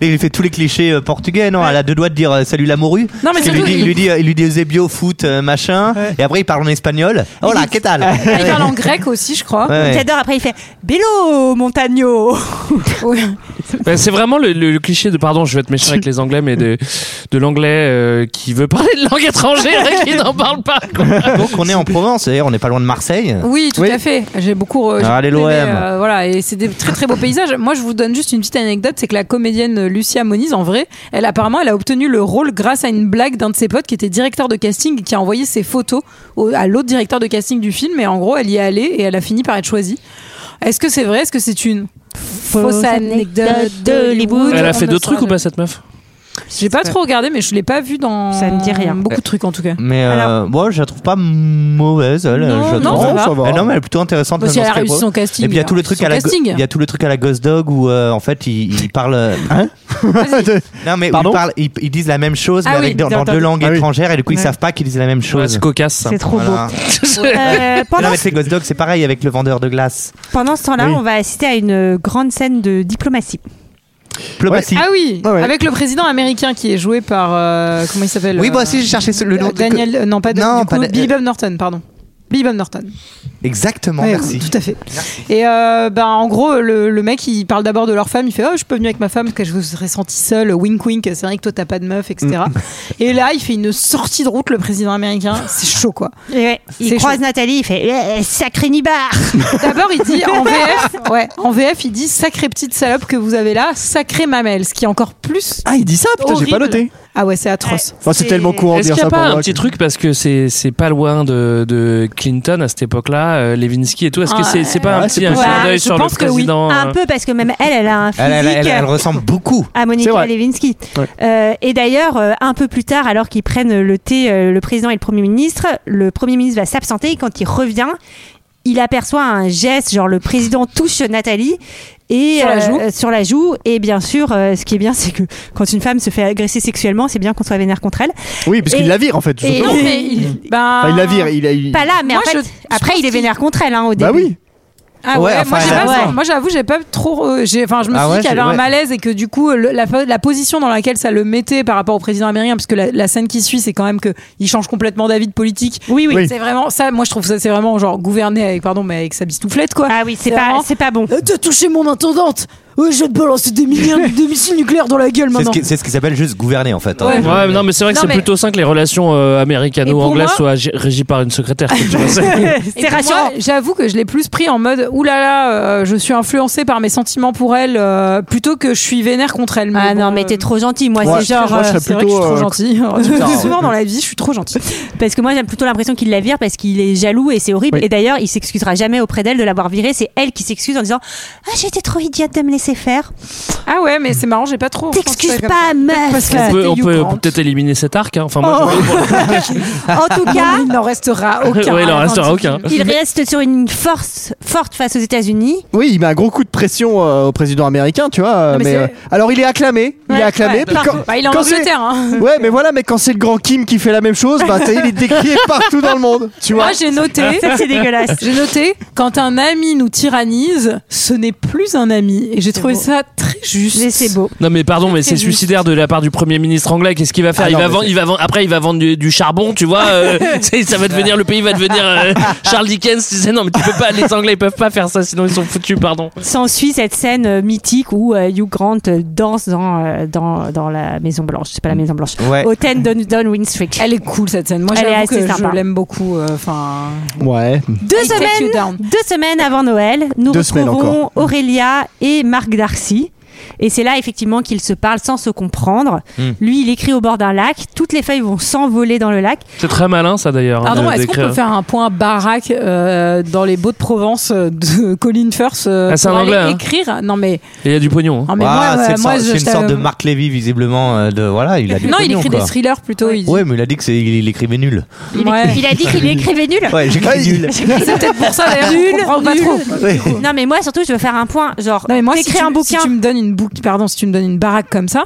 Speaker 6: il lui fait tous les clichés euh, portugais, non Elle a deux doigts de dire euh, salut la morue.
Speaker 7: Non, mais
Speaker 6: Parce qu'il lui
Speaker 7: surtout,
Speaker 6: dit,
Speaker 7: il-
Speaker 6: il lui dit, euh, il lui dit Eusebio, foot, euh, machin. Et après, il parle en espagnol. Oh là, qu'est-ce que
Speaker 7: Elle parle en grec aussi, je crois.
Speaker 1: J'adore. Après, il fait Bello Montagno.
Speaker 7: Oui.
Speaker 8: Ben, c'est vraiment le, le- le cliché de, pardon, je vais être méchant avec les anglais, mais de, de l'anglais euh, qui veut parler de langue étrangère et qui n'en parle pas quoi.
Speaker 6: Donc, on est en Provence, d'ailleurs, on n'est pas loin de Marseille.
Speaker 7: Oui, tout
Speaker 6: Oui. Ah,
Speaker 7: à fait. J'ai beaucoup. euh, j'ai
Speaker 6: Allez,
Speaker 7: beaucoup aimé,
Speaker 6: l'OM.
Speaker 7: euh, voilà, et c'est des très très beaux paysages. Moi, je vous donne juste une petite anecdote, c'est que la comédienne Lucia Moniz, en vrai, elle apparemment, elle a obtenu le rôle grâce à une blague d'un de ses potes qui était directeur de casting et qui a envoyé ses photos au- à l'autre directeur de casting du film. Et en gros, elle y est allée et elle a fini par être choisie. Est-ce que c'est vrai Est-ce que c'est une fausse anecdote d'Hollywood
Speaker 8: Elle a fait
Speaker 7: On ne
Speaker 8: d'autres trucs
Speaker 7: saura
Speaker 8: ou pas cette meuf
Speaker 7: J'ai pas trop regardé, mais je l'ai pas vue dans.
Speaker 1: Ça me dit rien.
Speaker 7: Beaucoup de trucs en tout cas.
Speaker 6: Mais euh, moi, je la trouve pas mauvaise, elle.
Speaker 7: Non,
Speaker 6: je la
Speaker 7: non,
Speaker 6: trouve-
Speaker 7: ça va.
Speaker 6: Eh non, mais elle est plutôt intéressante.
Speaker 7: Parce
Speaker 6: dans
Speaker 7: qu'elle a
Speaker 6: ce qu'elle
Speaker 7: réussi
Speaker 6: voit.
Speaker 7: son casting. hein.
Speaker 6: Et puis il y a tout le
Speaker 7: Son
Speaker 6: truc à la go-
Speaker 7: casting.
Speaker 6: il y a tout le truc à la Ghost Dog où euh, en fait ils il parlent hein non mais où
Speaker 5: Pardon
Speaker 6: ils, parlent- ils- ils disent la même chose
Speaker 7: Ah
Speaker 6: mais
Speaker 7: oui,
Speaker 6: avec dans,
Speaker 7: j'ai
Speaker 6: dans
Speaker 7: entendu.
Speaker 6: deux langues
Speaker 5: Ah oui.
Speaker 6: étrangères et du coup ils savent pas qu'ils disent la même
Speaker 8: Ouais,
Speaker 6: chose.
Speaker 8: C'est cocasse ça.
Speaker 1: C'est trop
Speaker 6: Voilà.
Speaker 1: beau. Euh,
Speaker 6: Non
Speaker 1: pendant,
Speaker 6: mais c'est Ghost Dog c'est pareil avec le vendeur de glace.
Speaker 1: pendant ce temps-là,
Speaker 5: Oui.
Speaker 1: on va assister à une grande scène de diplomatie.
Speaker 6: Diplomatie.
Speaker 7: Ah oui,
Speaker 5: Ah ouais.
Speaker 7: avec le président américain qui est joué par euh, comment il s'appelle
Speaker 6: Oui,
Speaker 7: euh,
Speaker 6: moi aussi j'ai cherché ce- le nom.
Speaker 7: euh,
Speaker 6: de-
Speaker 7: Daniel, euh, non pas Daniel,
Speaker 6: Non,
Speaker 7: du coup,
Speaker 6: pas Da-
Speaker 7: Billy Bob Norton, pardon. Billy Bob Norton.
Speaker 6: Exactement,
Speaker 7: Ouais,
Speaker 6: merci.
Speaker 7: Tout à fait. Et euh, ben en gros le, le mec il parle d'abord de leur femme, il fait oh je peux venir avec ma femme parce que je vous serais senti seul, wink wink, c'est vrai que toi t'as pas de meuf etc.
Speaker 6: Mm.
Speaker 7: Et là il fait une sortie de route le président américain, c'est chaud quoi.
Speaker 1: Et ouais, il
Speaker 7: C'est
Speaker 1: croise
Speaker 7: chaud.
Speaker 1: Nathalie, il fait Eh, sacré nibar.
Speaker 7: D'abord, il dit en VF, ouais, en VF, il dit sacrée petite salope que vous avez là, sacrée mamelle, ce qui est encore plus.
Speaker 5: Ah, il dit ça, putain, j'ai pas
Speaker 7: horrible.
Speaker 5: noté.
Speaker 7: Ah ouais, c'est atroce.
Speaker 5: Enfin, Oh, c'est
Speaker 1: C'est-
Speaker 5: tellement courant de
Speaker 8: Est-ce
Speaker 5: dire
Speaker 8: qu'il n'y
Speaker 5: ça pour
Speaker 8: a pas un
Speaker 5: moi
Speaker 8: petit
Speaker 5: que-
Speaker 8: truc parce que c'est c'est pas loin de, de Clinton à cette époque-là, euh, Levinsky et tout. Est-ce que c'est c'est pas un
Speaker 5: Ouais,
Speaker 8: petit
Speaker 5: c'est
Speaker 8: un
Speaker 7: possible.
Speaker 8: clin
Speaker 7: Ouais,
Speaker 8: d'œil
Speaker 7: je
Speaker 8: sur le
Speaker 7: pense que oui.
Speaker 8: président euh,
Speaker 1: Un peu parce que même elle, elle a un physique.
Speaker 6: Elle, elle- elle- elle ressemble beaucoup.
Speaker 1: à
Speaker 5: C'est
Speaker 1: Monica
Speaker 5: vrai.
Speaker 1: Lewinsky.
Speaker 5: Ouais.
Speaker 1: Euh, et d'ailleurs, euh, un peu plus tard, alors qu'ils prennent le thé, euh, le président et le Premier ministre, le Premier ministre va s'absenter et quand il revient, il aperçoit un geste, genre le président touche Nathalie. Et euh,
Speaker 7: Sur la joue.
Speaker 1: sur la joue. Et bien sûr, euh, ce qui est bien, c'est que quand une femme se fait agresser sexuellement, c'est bien qu'on soit vénère contre elle.
Speaker 5: Oui, parce qu'il
Speaker 1: Et-
Speaker 5: la vire en fait. tout
Speaker 1: et-
Speaker 5: simplement.
Speaker 7: Non, mais il, ben...
Speaker 5: Enfin, il la vire. Il a eu.
Speaker 1: Pas là, mais
Speaker 7: Moi,
Speaker 1: en fait,
Speaker 7: je- je
Speaker 1: après,
Speaker 7: pense
Speaker 1: il est
Speaker 7: qu'il-
Speaker 1: vénère contre elle hein, au début.
Speaker 5: Bah oui.
Speaker 7: Ah ouais,
Speaker 6: Ouais, enfin,
Speaker 7: moi, j'ai
Speaker 1: elle-
Speaker 7: pas-
Speaker 1: ouais.
Speaker 7: moi, j'avoue, j'ai pas trop. euh, j'ai- Enfin, je me suis
Speaker 6: Ah ouais,
Speaker 7: dit qu'il y avait
Speaker 6: j'ai-
Speaker 7: un
Speaker 6: ouais.
Speaker 7: malaise et que du coup, le- la, la position dans laquelle ça le mettait par rapport au président américain, parce que la, la scène qui suit, c'est quand même que il change complètement d'avis de politique.
Speaker 1: Oui, oui.
Speaker 5: Oui.
Speaker 7: C'est vraiment ça. Moi, je trouve ça, c'est vraiment genre gouverner avec, pardon, mais avec sa bistouflette, quoi.
Speaker 1: Ah oui, c'est
Speaker 7: C'est
Speaker 1: pas,
Speaker 7: vraiment-
Speaker 1: c'est pas bon.
Speaker 7: Euh, T'as touché mon intendante Ouais, je vais te balancer des, milliers de missiles nucléaires dans la gueule
Speaker 6: C'est ce
Speaker 7: maintenant.
Speaker 6: qui- c'est ce qui s'appelle juste gouverner en fait. hein.
Speaker 8: Ouais, mais non, mais c'est vrai que
Speaker 7: Non,
Speaker 8: c'est
Speaker 7: mais-
Speaker 8: plutôt sain que les relations euh,
Speaker 7: Et
Speaker 8: américano-anglaises
Speaker 7: pour
Speaker 8: soient agi- régies par une secrétaire. quoi, tu vois, c'est-
Speaker 7: Et pour moi, J'avoue que je l'ai plus pris en mode oulala, là là, euh, je suis influencée par mes sentiments pour elle euh, plutôt que je suis vénère contre elle. euh,
Speaker 1: Ah non, mais t'es trop gentil. Moi, c'est genre.
Speaker 7: Moi, je
Speaker 1: euh,
Speaker 7: serais C'est vrai que je suis trop gentille. Alors, tu me dis souvent dans la vie, je suis trop gentille.
Speaker 1: Parce que moi, j'ai plutôt l'impression qu'il la vire parce qu'il est jaloux et c'est horrible.
Speaker 5: Oui.
Speaker 1: Et d'ailleurs, il s'excusera jamais auprès d'elle de l'avoir virée. C'est elle qui s'excuse en disant Ah, j'étais trop idiote de me laisser faire.
Speaker 7: Ah ouais, mais c'est marrant, j'ai pas trop.
Speaker 1: T'excuses
Speaker 7: pensé comme
Speaker 1: pas,
Speaker 7: Parce
Speaker 1: meuf.
Speaker 8: On
Speaker 7: que
Speaker 8: peut,
Speaker 7: c'était
Speaker 8: on peut
Speaker 7: Hugh Grant.
Speaker 8: peut-être éliminer cet arc. hein. Enfin, moi,
Speaker 1: Oh.
Speaker 8: je-
Speaker 1: En tout cas,
Speaker 7: Il n'en restera aucun.
Speaker 8: Ouais, il en restera aucun.
Speaker 1: il reste sur une force forte face aux États-Unis.
Speaker 5: Oui, il met un gros coup de pression euh, au président américain, tu vois. euh,
Speaker 7: Ah, mais
Speaker 5: mais,
Speaker 7: c'est-
Speaker 5: euh, alors il est acclamé, il est
Speaker 7: Ouais,
Speaker 5: acclamé.
Speaker 7: ouais,
Speaker 5: puis
Speaker 7: partout. Bah, il est en
Speaker 5: quand c'est-
Speaker 7: Angleterre. hein.
Speaker 5: Ouais, mais voilà, mais quand c'est le grand Kim qui fait la même chose, bah ça, il est décrié partout dans le monde, tu vois.
Speaker 7: Moi, j'ai noté.
Speaker 1: Ça, c'est dégueulasse.
Speaker 7: J'ai noté quand un ami nous tyrannise, ce n'est plus un ami. Et j'ai trouvé
Speaker 1: beau.
Speaker 7: ça très juste.
Speaker 1: Mais c'est beau.
Speaker 8: Non mais pardon, mais
Speaker 7: C'est
Speaker 8: c'est
Speaker 7: juste.
Speaker 8: suicidaire de la part du premier ministre anglais. Qu'est-ce qu'il va faire
Speaker 5: Ah
Speaker 8: Il
Speaker 5: non,
Speaker 8: va
Speaker 5: mais
Speaker 8: vendre,
Speaker 5: c'est-
Speaker 8: il va vendre. Après, il va vendre du, du charbon, tu vois. euh, tu sais, ça va devenir le pays va devenir euh, Charles Dickens. Tu sais, non mais tu peux pas. Les Anglais ils peuvent pas faire ça, sinon ils sont foutus. Pardon.
Speaker 1: S'ensuit cette scène euh, mythique où euh, Hugh Grant euh, danse dans, euh, dans, dans la Maison Blanche. C'est pas la Maison Blanche.
Speaker 6: Ouais.
Speaker 1: Au Ten Don, Don Winstreet.
Speaker 7: Elle est cool cette scène. Moi,
Speaker 1: Elle est
Speaker 7: j'avoue
Speaker 1: assez
Speaker 7: que
Speaker 1: sympa.
Speaker 7: je l'aime beaucoup. euh, Enfin,
Speaker 5: Ouais.
Speaker 1: Deux
Speaker 7: I take you down.
Speaker 1: semaines, deux semaines avant Noël, nous
Speaker 5: Deux semaines
Speaker 1: retrouvons Aurélia et Marc Darcy. Et c'est là effectivement qu'ils se parlent sans se comprendre.
Speaker 8: Hmm.
Speaker 1: Lui, il écrit au bord d'un lac. Toutes les feuilles vont s'envoler dans le lac.
Speaker 8: C'est très malin ça d'ailleurs.
Speaker 7: pardon,
Speaker 8: de-
Speaker 7: est-ce qu'on
Speaker 8: d'écrire.
Speaker 7: peut faire un point baraque euh, dans les Beaux de Provence euh, de Colin Firth euh,
Speaker 8: Ah, c'est
Speaker 7: pour
Speaker 8: un
Speaker 7: aller
Speaker 8: Anglais, hein.
Speaker 7: écrire Non mais,
Speaker 8: Et Il y a du pognon. hein.
Speaker 7: non, mais
Speaker 6: Ah,
Speaker 7: moi,
Speaker 6: c'est
Speaker 7: euh,
Speaker 6: une
Speaker 7: moi,
Speaker 6: sorte-
Speaker 7: je-
Speaker 6: c'est une
Speaker 7: je-
Speaker 6: sorte de Marc Lévy visiblement. euh, de, voilà, il a des
Speaker 7: Non, il
Speaker 6: pognon,
Speaker 7: écrit
Speaker 6: quoi.
Speaker 7: des thrillers plutôt. Il...
Speaker 6: Ouais, mais il a dit que c'est il, il écrivait nul.
Speaker 1: Il,
Speaker 7: Ouais.
Speaker 1: il a dit qu'il écrivait nul.
Speaker 6: Ouais, j'écris nul.
Speaker 7: C'est peut-être pour ça d'ailleurs. qu'on comprend pas trop.
Speaker 1: Non mais moi surtout je veux faire un point genre
Speaker 7: Non mais moi, si
Speaker 1: t'écris
Speaker 7: tu,
Speaker 1: un
Speaker 7: si
Speaker 1: bouquin
Speaker 7: tu me donnes une bouc- pardon, si tu me donnes une baraque comme ça,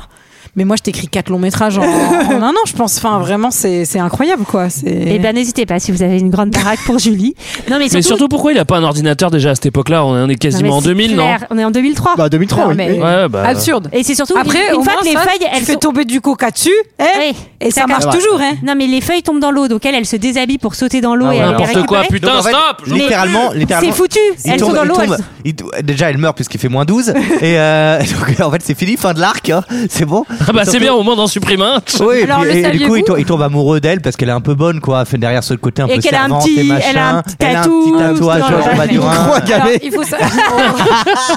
Speaker 7: mais moi, je t'écris quatre longs métrages en, en un an, je pense. Enfin, vraiment, c'est c'est incroyable, quoi. C'est.
Speaker 1: Eh ben n'hésitez pas si vous avez une grande baraque pour Julie. Non mais Ah, surtout,
Speaker 8: Mais surtout pourquoi il a pas un ordinateur déjà à cette époque-là On est- on est
Speaker 1: Non, mais
Speaker 8: quasiment en
Speaker 1: c'est
Speaker 8: 2000,
Speaker 1: clair, On est en 2003.
Speaker 5: Bah 2003,
Speaker 7: Non,
Speaker 5: oui.
Speaker 7: mais-
Speaker 5: oui.
Speaker 8: non Ouais, bah.
Speaker 7: Absurde.
Speaker 1: et c'est surtout
Speaker 7: Après,
Speaker 1: euh, une,
Speaker 7: au
Speaker 1: une fois
Speaker 7: moins,
Speaker 1: que les
Speaker 7: ça,
Speaker 1: feuilles
Speaker 7: tu
Speaker 1: elles
Speaker 7: fais
Speaker 1: sont
Speaker 7: tomber du coca dessus, hein,
Speaker 1: Oui.
Speaker 7: et ça,
Speaker 1: Ça
Speaker 7: marche
Speaker 5: marche.
Speaker 7: toujours, hein.
Speaker 1: Non mais les feuilles tombent dans l'eau donc elle elle se déshabille pour sauter dans l'eau
Speaker 6: Ah
Speaker 1: et
Speaker 6: ouais,
Speaker 1: elle est
Speaker 8: N'importe quoi,
Speaker 1: récupérée.
Speaker 8: putain,
Speaker 6: Donc, en fait,
Speaker 8: stop j'en peux
Speaker 6: littéralement, littéralement.
Speaker 1: C'est foutu.
Speaker 6: Il
Speaker 1: Elles
Speaker 6: tombe-
Speaker 1: sont dans
Speaker 6: il
Speaker 1: l'eau.
Speaker 6: tombe-
Speaker 1: elles-
Speaker 6: il tou- déjà, elle meurt puisqu'il fait moins 12. et euh, donc, en fait, c'est fini, fin de l'arc. hein. C'est bon.
Speaker 8: Ah bah c'est bien, au moins d'en supprimer un.
Speaker 6: Oui, et
Speaker 7: Alors,
Speaker 6: puis- et,
Speaker 7: le
Speaker 6: et du
Speaker 7: saviez-vous
Speaker 6: coup, il tombe, il tombe amoureux d'elle parce qu'elle est un peu bonne, quoi. Fait derrière ce côté un
Speaker 1: Et
Speaker 6: peu
Speaker 1: qu'elle a un
Speaker 6: servante
Speaker 1: petit-
Speaker 6: et machin.
Speaker 1: elle a un petit
Speaker 6: petit
Speaker 1: tatou,
Speaker 6: tatouage,
Speaker 1: tout dans le
Speaker 6: genre,
Speaker 1: bas,
Speaker 6: bah,
Speaker 1: mais-
Speaker 6: du rein.
Speaker 5: Croix
Speaker 7: Alors,
Speaker 5: gammée.
Speaker 7: il faut sa-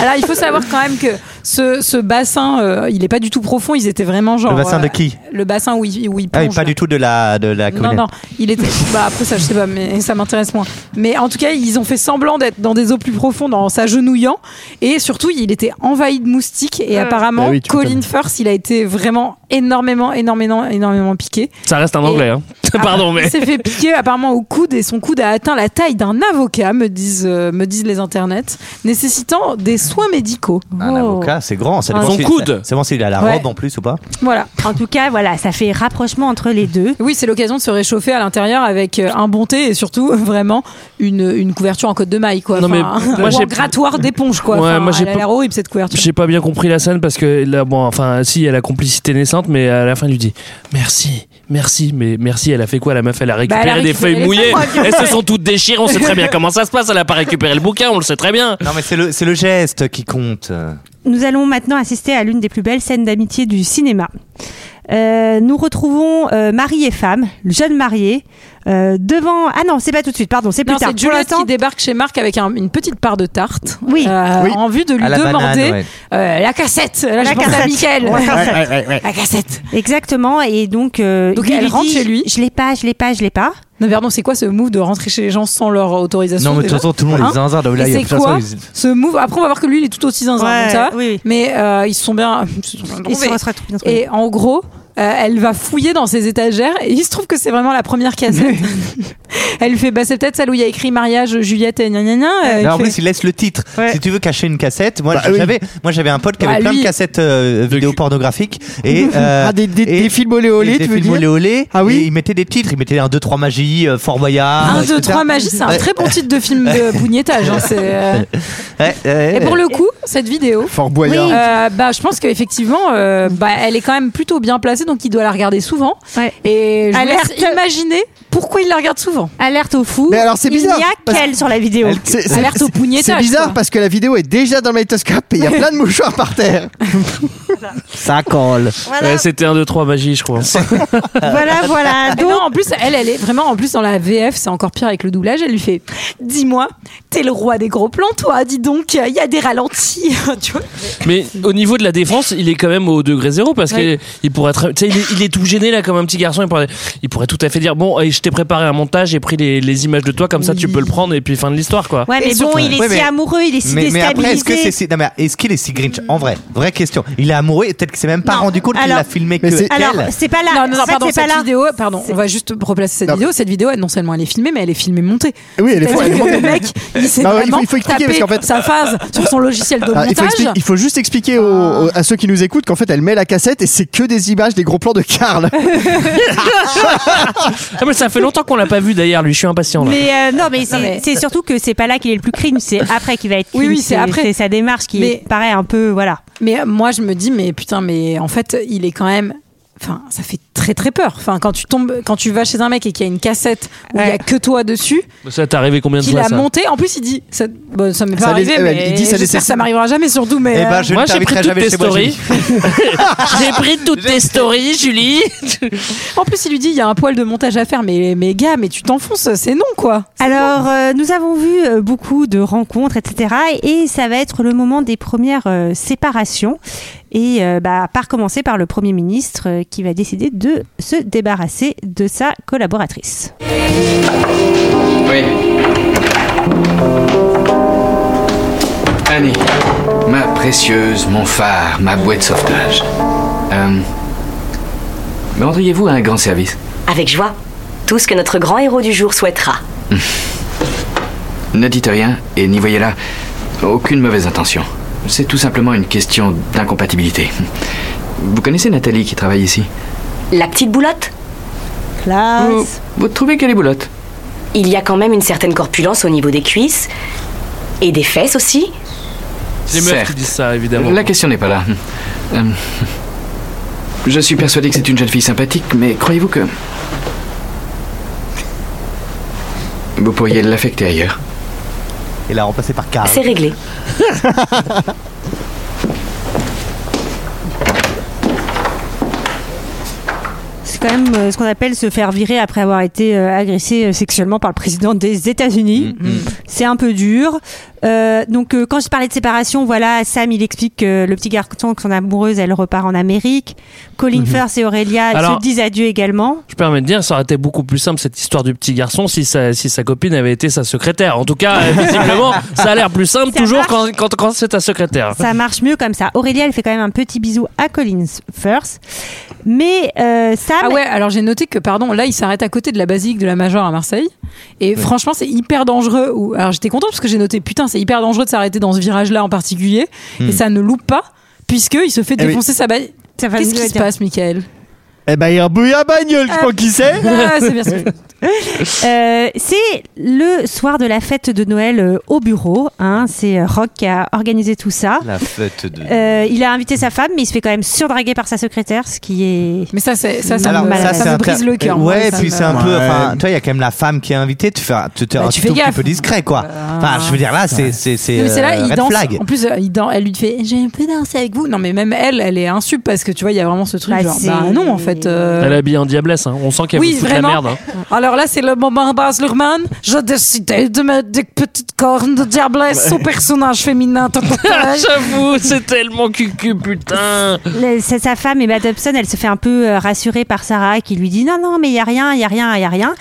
Speaker 7: Alors, il faut savoir quand même que ce, ce bassin, euh, il est pas du tout profond. Ils étaient vraiment genre.
Speaker 6: Le bassin de
Speaker 7: euh,
Speaker 6: qui
Speaker 7: Le bassin où il, où il
Speaker 6: Ah oui,
Speaker 7: plonge,
Speaker 6: pas
Speaker 7: là.
Speaker 6: du tout de la, de la
Speaker 7: Non,
Speaker 6: communauté.
Speaker 7: non, il était. Bah, après, ça, je sais pas, mais ça m'intéresse moins. Mais en tout cas, ils ont fait semblant d'être dans des eaux plus profondes en s'agenouillant. Et surtout, il était envahi de moustiques. Et apparemment,
Speaker 5: Bah oui, tu
Speaker 7: Colin
Speaker 5: m'étonnes.
Speaker 7: Firth, il a été vraiment énormément, énormément, énormément piqué.
Speaker 8: Ça reste un anglais. Hein.
Speaker 7: Ah,
Speaker 8: Pardon, mais.
Speaker 7: Il s'est fait piquer apparemment au coude et son coude a atteint la taille d'un avocat, me disent, euh, me disent les internets, nécessitant des soins médicaux.
Speaker 6: Un
Speaker 1: Oh.
Speaker 6: avocat, c'est grand. Ça dépend
Speaker 8: Son
Speaker 6: si-
Speaker 8: coude.
Speaker 6: C'est bon s'il a la
Speaker 7: Ouais.
Speaker 6: robe en plus ou pas.
Speaker 7: Voilà.
Speaker 1: En tout cas voilà ça fait rapprochement entre les deux.
Speaker 7: Oui, c'est l'occasion de se réchauffer à l'intérieur avec euh, un bon thé et surtout euh, vraiment une, une couverture en côte de maille, quoi.
Speaker 8: Non, mais
Speaker 7: Enfin,
Speaker 8: moi,
Speaker 7: ou un
Speaker 8: j'ai-
Speaker 7: grattoir d'éponge, quoi.
Speaker 8: Ouais,
Speaker 7: Enfin,
Speaker 8: moi, j'ai
Speaker 7: elle a
Speaker 8: pas-
Speaker 7: l'air horrible cette couverture.
Speaker 8: J'ai pas bien compris la scène parce que là, bon, enfin, si, elle a la complicité naissante, mais à la fin, elle lui dit merci, merci, mais merci, elle a fait quoi la meuf Elle a récupéré
Speaker 7: Bah, elle a
Speaker 8: des
Speaker 7: récupéré
Speaker 8: feuilles
Speaker 7: les
Speaker 8: mouillées,
Speaker 7: feuilles, ouais.
Speaker 8: elles se sont toutes déchirées, on sait très bien comment ça se passe, elle a pas récupéré le bouquin, on le sait très bien.
Speaker 6: Non, mais c'est le, c'est le geste qui compte. euh,
Speaker 1: Nous allons maintenant assister à l'une des plus belles scènes d'amitié du cinéma. Euh, nous retrouvons euh, mari et femme, le jeune marié, euh, devant. Ah non, c'est pas tout de suite, pardon, c'est plus
Speaker 7: Non,
Speaker 1: tard.
Speaker 7: c'est
Speaker 1: Pour
Speaker 7: Juliette
Speaker 1: l'instant,
Speaker 7: qui débarque chez Marc avec un- une petite part de tarte.
Speaker 1: Oui.
Speaker 7: euh,
Speaker 5: Oui.
Speaker 7: En vue de lui
Speaker 6: À la
Speaker 7: demander
Speaker 6: banane, ouais.
Speaker 7: euh, la cassette. Là, je
Speaker 1: La
Speaker 7: pense à
Speaker 1: cassette.
Speaker 7: Mickaël.
Speaker 1: Ouais,
Speaker 5: Ouais, ouais, ouais, ouais.
Speaker 7: La cassette.
Speaker 1: Exactement, et donc. euh,
Speaker 7: Donc
Speaker 1: lui,
Speaker 7: elle
Speaker 1: lui
Speaker 7: rentre
Speaker 1: dit,
Speaker 7: chez lui.
Speaker 1: Je l'ai pas, je l'ai pas, je l'ai pas.
Speaker 7: Non, mais pardon, c'est quoi ce move de rentrer chez les gens sans leur autorisation
Speaker 6: Non, mais de toute
Speaker 7: déjà
Speaker 6: façon, tout le monde
Speaker 7: Hein
Speaker 6: est zinzin. Donc là,
Speaker 7: Et
Speaker 6: il y a
Speaker 7: c'est
Speaker 6: de toute
Speaker 7: quoi
Speaker 6: façon, ils-
Speaker 7: Ce move. Après, on va voir que lui, il est tout aussi dans un
Speaker 1: Ouais,
Speaker 7: monde, ça.
Speaker 1: oui, oui.
Speaker 7: Mais euh, ils se sont bien. Ils se sont bien
Speaker 1: Ils
Speaker 7: trouvés.
Speaker 1: sont- on sera trop bien trouvés.
Speaker 7: Et en gros, euh, elle va fouiller dans ses étagères et il se trouve que c'est vraiment la première cassette. elle fait bah, c'est peut-être celle où il y a écrit mariage Juliette et gna gna gna. Euh, il
Speaker 6: Non, en
Speaker 7: fait-
Speaker 6: plus, il laisse le titre.
Speaker 1: Ouais.
Speaker 6: Si tu veux cacher une cassette, moi
Speaker 5: Bah oui.
Speaker 6: j'avais, moi j'avais un pote qui
Speaker 7: Bah,
Speaker 6: avait plein
Speaker 7: lui-
Speaker 6: de cassettes euh, vidéo pornographiques et, euh,
Speaker 5: Ah, des, des,
Speaker 6: et-
Speaker 5: des films olé olé,
Speaker 6: des
Speaker 5: tu veux
Speaker 6: films
Speaker 5: dire
Speaker 6: olé olé.
Speaker 5: Ah oui.
Speaker 6: Et il mettait des titres, il mettait un 2 3 magie, euh, Fort Boyard.
Speaker 7: 1, 2,
Speaker 6: etc.
Speaker 7: 3 magie, c'est un
Speaker 6: Ouais.
Speaker 7: très bon titre de film de bougnétage. hein, c'est, euh,
Speaker 6: Ouais, ouais,
Speaker 7: Et pour
Speaker 6: ouais.
Speaker 7: le coup, cette vidéo,
Speaker 5: Fort Boyard.
Speaker 7: euh, bah, je pense qu'effectivement, euh, bah, elle est quand même plutôt bien placée donc il doit la regarder souvent. Et je vous
Speaker 1: Alerte.
Speaker 7: laisse imaginer pourquoi il la regarde souvent.
Speaker 1: Alerte au fou.
Speaker 5: Mais alors, c'est bizarre,
Speaker 1: Il n'y a
Speaker 5: parce-
Speaker 1: qu'elle sur la vidéo.
Speaker 5: Elle- c'est- c'est-
Speaker 7: Alerte
Speaker 5: c'est-
Speaker 7: au
Speaker 5: C'est
Speaker 7: pougnétage,
Speaker 5: bizarre
Speaker 7: quoi.
Speaker 5: parce que la vidéo est déjà dans le Lightoscope et il y a plein de mouchoirs par terre. Ça colle.
Speaker 8: Ouais, c'était un 2, 3 magie, je crois.
Speaker 1: Voilà, voilà.
Speaker 7: Et non, en plus, elle, elle est vraiment, en plus, dans la VF, c'est encore pire avec le doublage. Elle lui fait Dis-moi, t'es le roi des gros plans, toi, dis donc, il y a des ralentis. tu vois
Speaker 8: Mais au niveau de la défense, il est quand même au degré zéro parce
Speaker 7: Ouais.
Speaker 8: que il pourrait être, tu sais, il, est, il est tout gêné là comme un petit garçon. Il pourrait, il pourrait tout à fait dire bon, allez, je t'ai préparé un montage, j'ai pris les, les images de toi comme ça, tu peux le prendre et puis fin de l'histoire quoi.
Speaker 1: Ouais, mais
Speaker 6: Et
Speaker 1: bon,
Speaker 6: surtout-
Speaker 1: il est
Speaker 6: Ouais,
Speaker 1: si
Speaker 6: mais-
Speaker 1: amoureux, il est si
Speaker 6: Mais, mais
Speaker 1: déstabilisé.
Speaker 6: après, est-ce que c'est si- non, mais est-ce qu'il est si Grinch En vrai, vraie question. Il est amoureux et peut-être qu'il s'est même pas
Speaker 1: Non.
Speaker 6: rendu compte qu'il
Speaker 1: Alors-
Speaker 6: l'a filmé que
Speaker 5: Mais c'est-
Speaker 1: Alors,
Speaker 6: elle.
Speaker 1: c'est pas là.
Speaker 7: Non, non, non,
Speaker 1: En fait,
Speaker 7: pardon,
Speaker 1: c'est pas
Speaker 7: cette
Speaker 1: là.
Speaker 7: vidéo, pardon, on va juste replacer cette
Speaker 5: Non.
Speaker 7: vidéo. Cette vidéo, elle, non seulement elle est filmée, mais elle est filmée montée.
Speaker 5: Oui, elle est
Speaker 7: C'est-à-dire
Speaker 5: elle est
Speaker 7: que
Speaker 5: montée.
Speaker 7: le mec, il s'est
Speaker 5: Bah ouais, il faut-
Speaker 7: vraiment
Speaker 5: il faut expliquer, parce
Speaker 7: tapé
Speaker 5: qu'en fait-
Speaker 7: sa phase sur son logiciel de
Speaker 5: Ah, il, faut
Speaker 7: montage. Ah.
Speaker 5: expli- il faut juste expliquer aux- aux- à ceux qui nous écoutent qu'en fait elle met la cassette et c'est que des images des gros plans de Karl.
Speaker 8: Ah, mais ça fait longtemps qu'on l'a pas vu d'ailleurs, lui, je suis impatient là.
Speaker 1: Mais euh, non, mais c'est
Speaker 7: mais-
Speaker 1: c'est surtout que c'est pas là qu'il est le plus cringe, c'est après qu'il va être
Speaker 7: Oui,
Speaker 1: cringe.
Speaker 7: oui, c'est après.
Speaker 1: C'est sa démarche qui
Speaker 7: Mais-
Speaker 1: paraît un peu. Voilà.
Speaker 7: Mais euh, moi, je me dis, mais putain, mais en fait, il est quand même. Enfin, ça fait très très peur. Enfin, quand tu tombes, quand tu vas chez un mec et qu'il y a une cassette où il y
Speaker 1: Ouais.
Speaker 7: a que toi dessus,
Speaker 8: Ça t'est arrivé combien de
Speaker 7: qu'il
Speaker 8: fois
Speaker 7: a
Speaker 8: ça
Speaker 7: monté. En plus, il dit, ça, bon, ça m'est pas
Speaker 5: Ça
Speaker 7: arrivé,
Speaker 5: les- euh,
Speaker 7: mais
Speaker 5: il dit, ça les
Speaker 7: j'espère que ça
Speaker 5: excite.
Speaker 7: m'arrivera jamais surtout. Mais
Speaker 6: Eh ben,
Speaker 7: euh,
Speaker 6: je
Speaker 8: Moi,
Speaker 6: ne
Speaker 8: j'ai pris
Speaker 6: t'inviterai jamais
Speaker 8: toutes tes
Speaker 6: chez moi.
Speaker 8: stories.
Speaker 6: Julie.
Speaker 8: j'ai pris toutes tes stories, Julie.
Speaker 7: en plus, il lui dit, il y a un poil de montage à faire, mais mais gars, mais tu t'enfonces, c'est non quoi.
Speaker 1: Alors, euh, nous avons vu euh, beaucoup de rencontres, etc. Et ça va être le moment des premières euh, séparations. Et euh, bah, par commencer par le Premier ministre euh, qui va décider de se débarrasser de sa collaboratrice.
Speaker 3: Oui. Annie, ma précieuse, mon phare, ma bouée de sauvetage. Euh, me rendriez-vous à un grand service
Speaker 12: Avec joie. Tout ce que notre grand héros du jour souhaitera.
Speaker 3: Ne dites rien et n'y voyez là aucune mauvaise intention. C'est tout simplement une question d'incompatibilité. Vous connaissez Nathalie qui travaille ici
Speaker 12: La petite boulotte
Speaker 1: Euh,
Speaker 3: vous, vous trouvez qu'elle est boulotte
Speaker 12: Il y a quand même une certaine corpulence au niveau des cuisses. Et des fesses aussi.
Speaker 8: Les meufs qui
Speaker 3: Certes.
Speaker 8: disent ça, évidemment.
Speaker 3: La question n'est pas là. Euh, Je suis persuadé que c'est une jeune fille sympathique, mais croyez-vous que... Vous pourriez l'affecter ailleurs.
Speaker 6: Et l'a remplacé par Karl.
Speaker 12: C'est réglé.
Speaker 1: C'est quand même euh, ce qu'on appelle se faire virer après avoir été euh, agressé euh, sexuellement par le président des États-Unis.
Speaker 8: Mm,
Speaker 1: C'est un peu dur. Euh, donc, euh, quand je parlais de séparation, voilà, Sam, il explique que le petit garçon, que son amoureuse, elle repart en Amérique. Colin Firth et Aurélia
Speaker 8: Mhm. Alors-
Speaker 1: se disent adieu également.
Speaker 8: Je permets de dire, ça aurait été beaucoup plus simple cette histoire du petit garçon si sa, si sa copine avait été sa secrétaire. En tout cas, euh, visiblement, ça a l'air plus simple
Speaker 1: Ça
Speaker 8: toujours
Speaker 1: marche.
Speaker 8: quand, quand, quand c'est ta secrétaire.
Speaker 1: Ça marche mieux comme ça. Aurélia, elle fait quand même un petit bisou à Colin Firth. Mais euh, Sam,
Speaker 7: Ah ouais, alors j'ai noté que, pardon, là, il s'arrête à côté de la basilique de la Major à Marseille. Et franchement, c'est hyper dangereux. Ou- Alors j'étais contente parce que j'ai noté, putain, c'est hyper dangereux de s'arrêter dans ce virage-là en particulier.
Speaker 6: Hmm.
Speaker 7: Et ça ne loupe pas, puisqu'il se fait
Speaker 5: Eh oui.
Speaker 7: défoncer sa bagnole.
Speaker 1: ça va
Speaker 7: Qu'est-ce
Speaker 1: nous
Speaker 7: qui se
Speaker 1: dire.
Speaker 7: passe, Michael
Speaker 5: eh ben il rebouille à bagnole, je
Speaker 7: Ah.
Speaker 5: crois qui c'est.
Speaker 7: Ah, c'est bien sûr.
Speaker 1: Euh, c'est le soir de la fête de Noël euh, au bureau. hein. c'est euh, Rock qui a organisé tout ça.
Speaker 6: La fête de.
Speaker 1: Euh, il a invité sa femme, mais il se fait quand même surdraguer par sa secrétaire, ce qui est.
Speaker 7: Mais ça, c'est- ça, ça,
Speaker 1: Alors,
Speaker 7: me,
Speaker 1: ça,
Speaker 7: Ah, ça,
Speaker 1: c'est
Speaker 7: me
Speaker 6: un
Speaker 7: brise
Speaker 6: ter-
Speaker 7: le cœur. moi,
Speaker 6: Ouais,
Speaker 7: ça
Speaker 6: puis
Speaker 7: me-
Speaker 6: c'est un peu.
Speaker 5: Ouais.
Speaker 6: Enfin, Ah, toi, il y a quand même la femme qui est invitée. Tu fais, un- tu t'es
Speaker 7: Bah,
Speaker 6: un
Speaker 7: tu
Speaker 6: tout
Speaker 7: fais
Speaker 6: petit
Speaker 7: gaffe.
Speaker 6: peu discret, quoi. Enfin, je veux dire, là, c'est c'est c'est.
Speaker 7: Non, mais c'est là,
Speaker 6: euh,
Speaker 7: il
Speaker 6: red
Speaker 7: danse.
Speaker 6: flag.
Speaker 7: En plus, euh, il dan- elle lui fait J'ai un peu dansé avec vous. Non, mais même elle, elle est insulte parce que tu vois, il y a vraiment ce truc
Speaker 1: Bah,
Speaker 7: genre
Speaker 1: c'est-
Speaker 7: Bah non, en fait. euh,
Speaker 8: Elle est habillée en diablesse, hein. on sent qu'elle
Speaker 7: Oui,
Speaker 8: vous fout de la
Speaker 7: vraiment.
Speaker 8: merde. hein.
Speaker 7: Alors là, c'est le moment Baz Luhrmann. Je décidais de mettre des petites cornes de diablesse au personnage féminin.
Speaker 8: hein. J'avoue, c'est tellement cucu, putain.
Speaker 1: Le- sa sa femme, Emma Dobson, elle se fait un peu euh, rassurer par Sarah qui lui dit Non, non, mais il n'y a rien, il n'y a rien, il n'y a rien.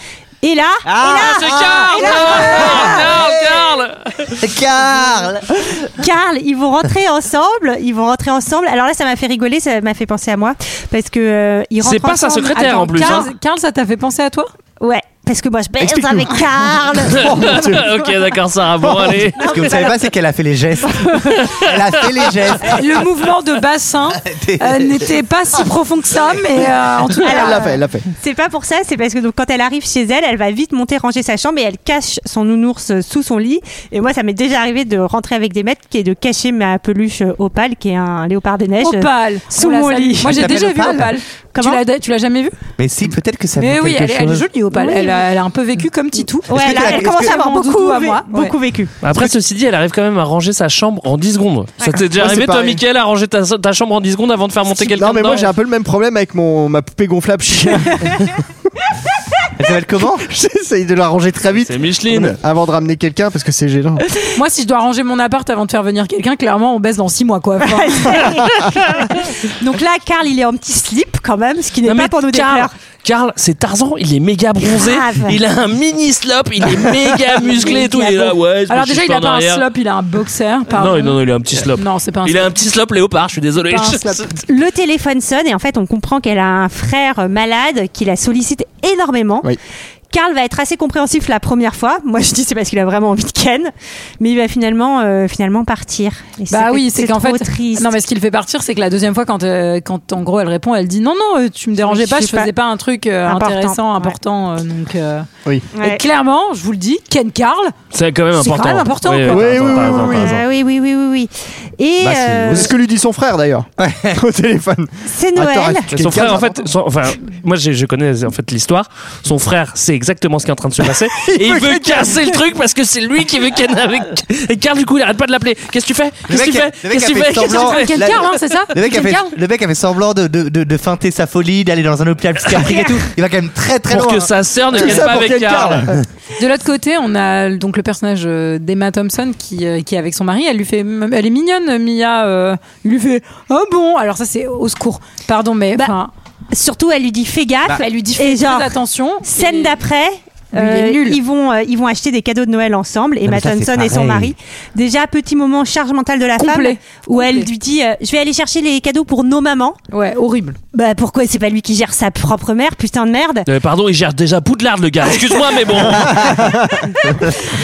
Speaker 1: Et là,
Speaker 8: Ah, c'est Karl Karl, Karl, Karl
Speaker 6: Karl
Speaker 1: Karl, ils vont rentrer ensemble. Ils vont rentrer ensemble. Alors là, ça m'a fait rigoler, ça m'a fait penser à moi. Parce que euh, ils rentrent
Speaker 8: C'est pas sa
Speaker 1: ensemble.
Speaker 8: secrétaire en plus. hein.
Speaker 7: Ah, Karl, ça t'a fait penser à toi
Speaker 1: Ouais, parce que moi, je baise
Speaker 5: Explique-nous.
Speaker 1: avec Karl.
Speaker 6: Oh,
Speaker 8: ok, d'accord, Sarah, bon, allez.
Speaker 6: Ce que vous savez pas, c'est qu'elle a fait les gestes. Elle a fait les gestes.
Speaker 7: Le mouvement de bassin euh, n'était pas si profond que ça, mais euh, en tout cas.
Speaker 5: Elle l'a fait, elle l'a fait.
Speaker 1: C'est pas pour ça, c'est parce que donc, quand elle arrive chez elle, elle va vite monter ranger sa chambre et elle cache son nounours euh, sous son lit. Et moi, ça m'est déjà arrivé de rentrer avec des maîtres qui est de cacher ma peluche euh, opale, qui est un léopard des neiges.
Speaker 7: Opal
Speaker 1: Sous
Speaker 7: On la
Speaker 1: mon
Speaker 7: salue.
Speaker 1: lit.
Speaker 7: Moi j'ai
Speaker 6: Elle
Speaker 7: déjà vu
Speaker 6: s'appelle Opal
Speaker 7: Opal. Tu l'as- tu l'as jamais vu
Speaker 6: Mais si, peut-être que ça me
Speaker 7: Mais
Speaker 6: dit
Speaker 7: oui,
Speaker 6: quelque
Speaker 7: elle, est- elle est
Speaker 6: chose.
Speaker 7: jolie au pal.
Speaker 1: Oui.
Speaker 7: Elle, a, elle a un peu vécu comme Titou.
Speaker 1: Ouais, elle, a- elle commence à avoir beaucoup, vé- beaucoup vécu.
Speaker 8: Après, ceci dit, elle arrive quand même à ranger sa chambre en 10 secondes. Ça t'est déjà
Speaker 5: Moi, c'est
Speaker 8: arrivé, toi,
Speaker 5: pareil.
Speaker 8: Mickaël, à ranger ta, ta chambre en 10 secondes avant de faire monter quelqu'un
Speaker 5: Non, mais moi
Speaker 8: dedans
Speaker 5: j'ai un peu le même problème avec mon, ma poupée gonflable chien.
Speaker 6: Elle s'appelle comment
Speaker 5: J'essaye de la ranger très vite.
Speaker 8: C'est Micheline.
Speaker 5: Avant de ramener quelqu'un parce que c'est gênant.
Speaker 7: Moi, si je dois ranger mon appart avant de faire venir quelqu'un, clairement, on baisse dans 6 mois, quoi. Enfin,
Speaker 1: Donc là, Karl, il est en petit slip quand même, ce qui n'est
Speaker 8: Non,
Speaker 1: pas
Speaker 8: mais
Speaker 1: pour nous
Speaker 8: Karl,
Speaker 1: déplaire.
Speaker 8: Karl, c'est Tarzan, il est méga bronzé,
Speaker 1: Grave.
Speaker 8: il a un mini slop, il est méga musclé et tout. Il est là, ouais, je me
Speaker 7: Alors,
Speaker 8: chie
Speaker 7: déjà, il
Speaker 8: pas
Speaker 7: a
Speaker 8: en
Speaker 7: pas un
Speaker 8: arrière.
Speaker 7: slop, il a un boxer.
Speaker 8: Non,
Speaker 7: pardon.
Speaker 8: il- non, non, il a un petit slop.
Speaker 7: Non, c'est pas un
Speaker 8: Il
Speaker 7: slop.
Speaker 8: a un petit slop léopard, je suis désolé.
Speaker 7: Pas un slop.
Speaker 1: Le téléphone sonne et en fait, on comprend qu'elle a un frère malade qui la sollicite énormément.
Speaker 5: Oui.
Speaker 1: Karl va être assez compréhensif la première fois. Moi, je dis c'est parce qu'il a vraiment envie de Ken, mais il va finalement, euh, finalement partir. Et
Speaker 7: Bah
Speaker 1: c'est-
Speaker 7: oui, c'est qu'en
Speaker 1: trop
Speaker 7: fait,
Speaker 1: triste.
Speaker 7: non mais ce qui le fait partir, c'est que la deuxième fois, quand euh, quand en gros elle répond, elle dit non non, euh, tu me dérangeais
Speaker 1: Je
Speaker 7: pas,
Speaker 1: fais
Speaker 7: je faisais pas,
Speaker 1: pas-
Speaker 7: un truc euh,
Speaker 1: Important,
Speaker 7: intéressant,
Speaker 1: ouais.
Speaker 7: important, euh, donc. euh,
Speaker 5: Oui.
Speaker 1: Ouais.
Speaker 7: Et clairement, je vous le dis, Ken Carl,
Speaker 8: C'est quand même
Speaker 7: C'est
Speaker 8: important.
Speaker 7: quand même important,
Speaker 8: Oui,
Speaker 7: quoi.
Speaker 8: t'as
Speaker 5: Oui,
Speaker 8: raison,
Speaker 5: oui, oui,
Speaker 8: t'as
Speaker 5: oui,
Speaker 8: raison, t'as
Speaker 5: oui.
Speaker 8: raison.
Speaker 1: Ah oui, oui, oui, oui, oui. Et
Speaker 6: Bah, c'est-
Speaker 1: euh,
Speaker 5: C'est ce que lui dit son frère d'ailleurs. Au téléphone.
Speaker 1: c'est
Speaker 5: Attends,
Speaker 1: Noël.
Speaker 5: est-ce que
Speaker 8: Son
Speaker 5: quelqu'un
Speaker 8: frère, en
Speaker 5: va-
Speaker 8: fait, son- enfin, moi je, je connais en fait l'histoire. Son frère sait exactement ce qui est en train de se passer et il veut casser le truc parce que c'est lui qui veut Ken avec. Et Karl, du coup, il arrête pas de l'appeler. Qu'est-ce que tu fais
Speaker 6: Le
Speaker 8: Qu'est-ce que tu
Speaker 6: mec a-
Speaker 8: fais
Speaker 6: le mec
Speaker 8: Qu'est-ce
Speaker 6: a
Speaker 8: que tu
Speaker 6: fait
Speaker 8: fais Qu'est-ce que
Speaker 6: semblant.
Speaker 8: tu fais
Speaker 7: Ken
Speaker 6: La-
Speaker 7: Carl, hein, c'est ça
Speaker 6: Le mec, a
Speaker 7: Ken
Speaker 6: fait,
Speaker 7: Carl
Speaker 6: le mec a fait semblant de, de, de, de feinter sa folie, d'aller dans un hôpital psychiatrique et tout. Il va quand même très très
Speaker 8: Pour
Speaker 6: loin.
Speaker 8: que sa sœur ne
Speaker 5: Tout
Speaker 8: gagne
Speaker 5: ça
Speaker 8: pas
Speaker 5: pour
Speaker 8: avec
Speaker 5: Ken
Speaker 8: Karl.
Speaker 5: Carl.
Speaker 7: De l'autre côté, on a donc le personnage euh, d'Emma Thompson qui, euh, qui est avec son mari. Elle lui fait, elle est mignonne, euh, Mia. euh, il lui fait, oh bon. Alors ça, c'est au secours. Pardon, mais
Speaker 1: Bah,
Speaker 7: enfin,
Speaker 1: Surtout, elle lui dit fais gaffe.
Speaker 7: elle lui dit
Speaker 1: et
Speaker 7: fais
Speaker 1: genre,
Speaker 7: très attention.
Speaker 1: Scène
Speaker 7: Et-
Speaker 1: d'après.
Speaker 7: Lui, il est
Speaker 1: euh,
Speaker 7: nul.
Speaker 1: ils vont euh, ils vont acheter des cadeaux de Noël ensemble et
Speaker 6: mais
Speaker 1: Matt
Speaker 6: ça, c'est
Speaker 1: Thompson et son
Speaker 6: pareil.
Speaker 1: mari déjà petit moment charge mentale de la
Speaker 7: Complet.
Speaker 1: femme où
Speaker 7: Complet.
Speaker 1: elle lui dit euh, je vais aller chercher les cadeaux pour nos mamans
Speaker 7: Ouais, horrible.
Speaker 1: bah pourquoi c'est pas lui qui gère sa propre mère putain de merde
Speaker 8: Euh, pardon, il gère déjà Poudlard le gars. Excuse-moi, mais bon.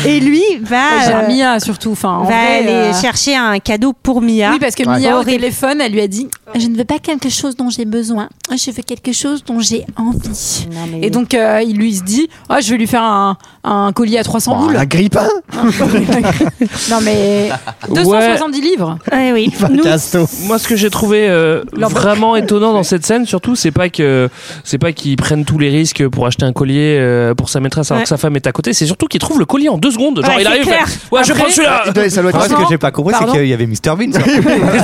Speaker 1: et lui va
Speaker 7: Genre
Speaker 1: euh,
Speaker 7: Mia surtout. Enfin, Ah, en
Speaker 1: va
Speaker 7: vrai,
Speaker 1: aller
Speaker 7: euh,
Speaker 1: chercher un cadeau pour Mia
Speaker 7: Oui, parce que Mia, Ah. au
Speaker 1: Horrible.
Speaker 7: téléphone, elle lui a dit.
Speaker 13: Je ne veux pas quelque chose dont j'ai besoin. Je veux quelque chose dont j'ai envie.
Speaker 1: Non, mais-
Speaker 7: Et donc, euh, il lui se dit Ah, je vais lui faire un, un colis à
Speaker 6: Bah,
Speaker 7: 300
Speaker 5: Oh,
Speaker 7: boules.
Speaker 5: la grippe hein
Speaker 7: non, mais 270 livres.
Speaker 1: Ouais, oui Nous-
Speaker 5: Casto.
Speaker 8: Moi, ce que j'ai trouvé euh, vraiment étonnant dans cette scène, surtout, c'est pas que c'est pas qu'ils prennent tous les risques pour acheter un collier euh, pour sa maîtresse alors
Speaker 1: Ouais.
Speaker 8: que sa femme est à côté. C'est surtout qu'ils trouvent le collier en deux secondes. Genre,
Speaker 1: Ouais,
Speaker 8: il
Speaker 1: c'est
Speaker 8: arrive. il fait,
Speaker 1: clair.
Speaker 8: ouais, je
Speaker 7: Après-
Speaker 8: prends celui-là.
Speaker 5: Ouais, ça doit être-
Speaker 6: Moi, ce que
Speaker 7: Franchement,
Speaker 6: j'ai pas compris, c'est
Speaker 7: pardon.
Speaker 6: qu'il y avait Mr Bean.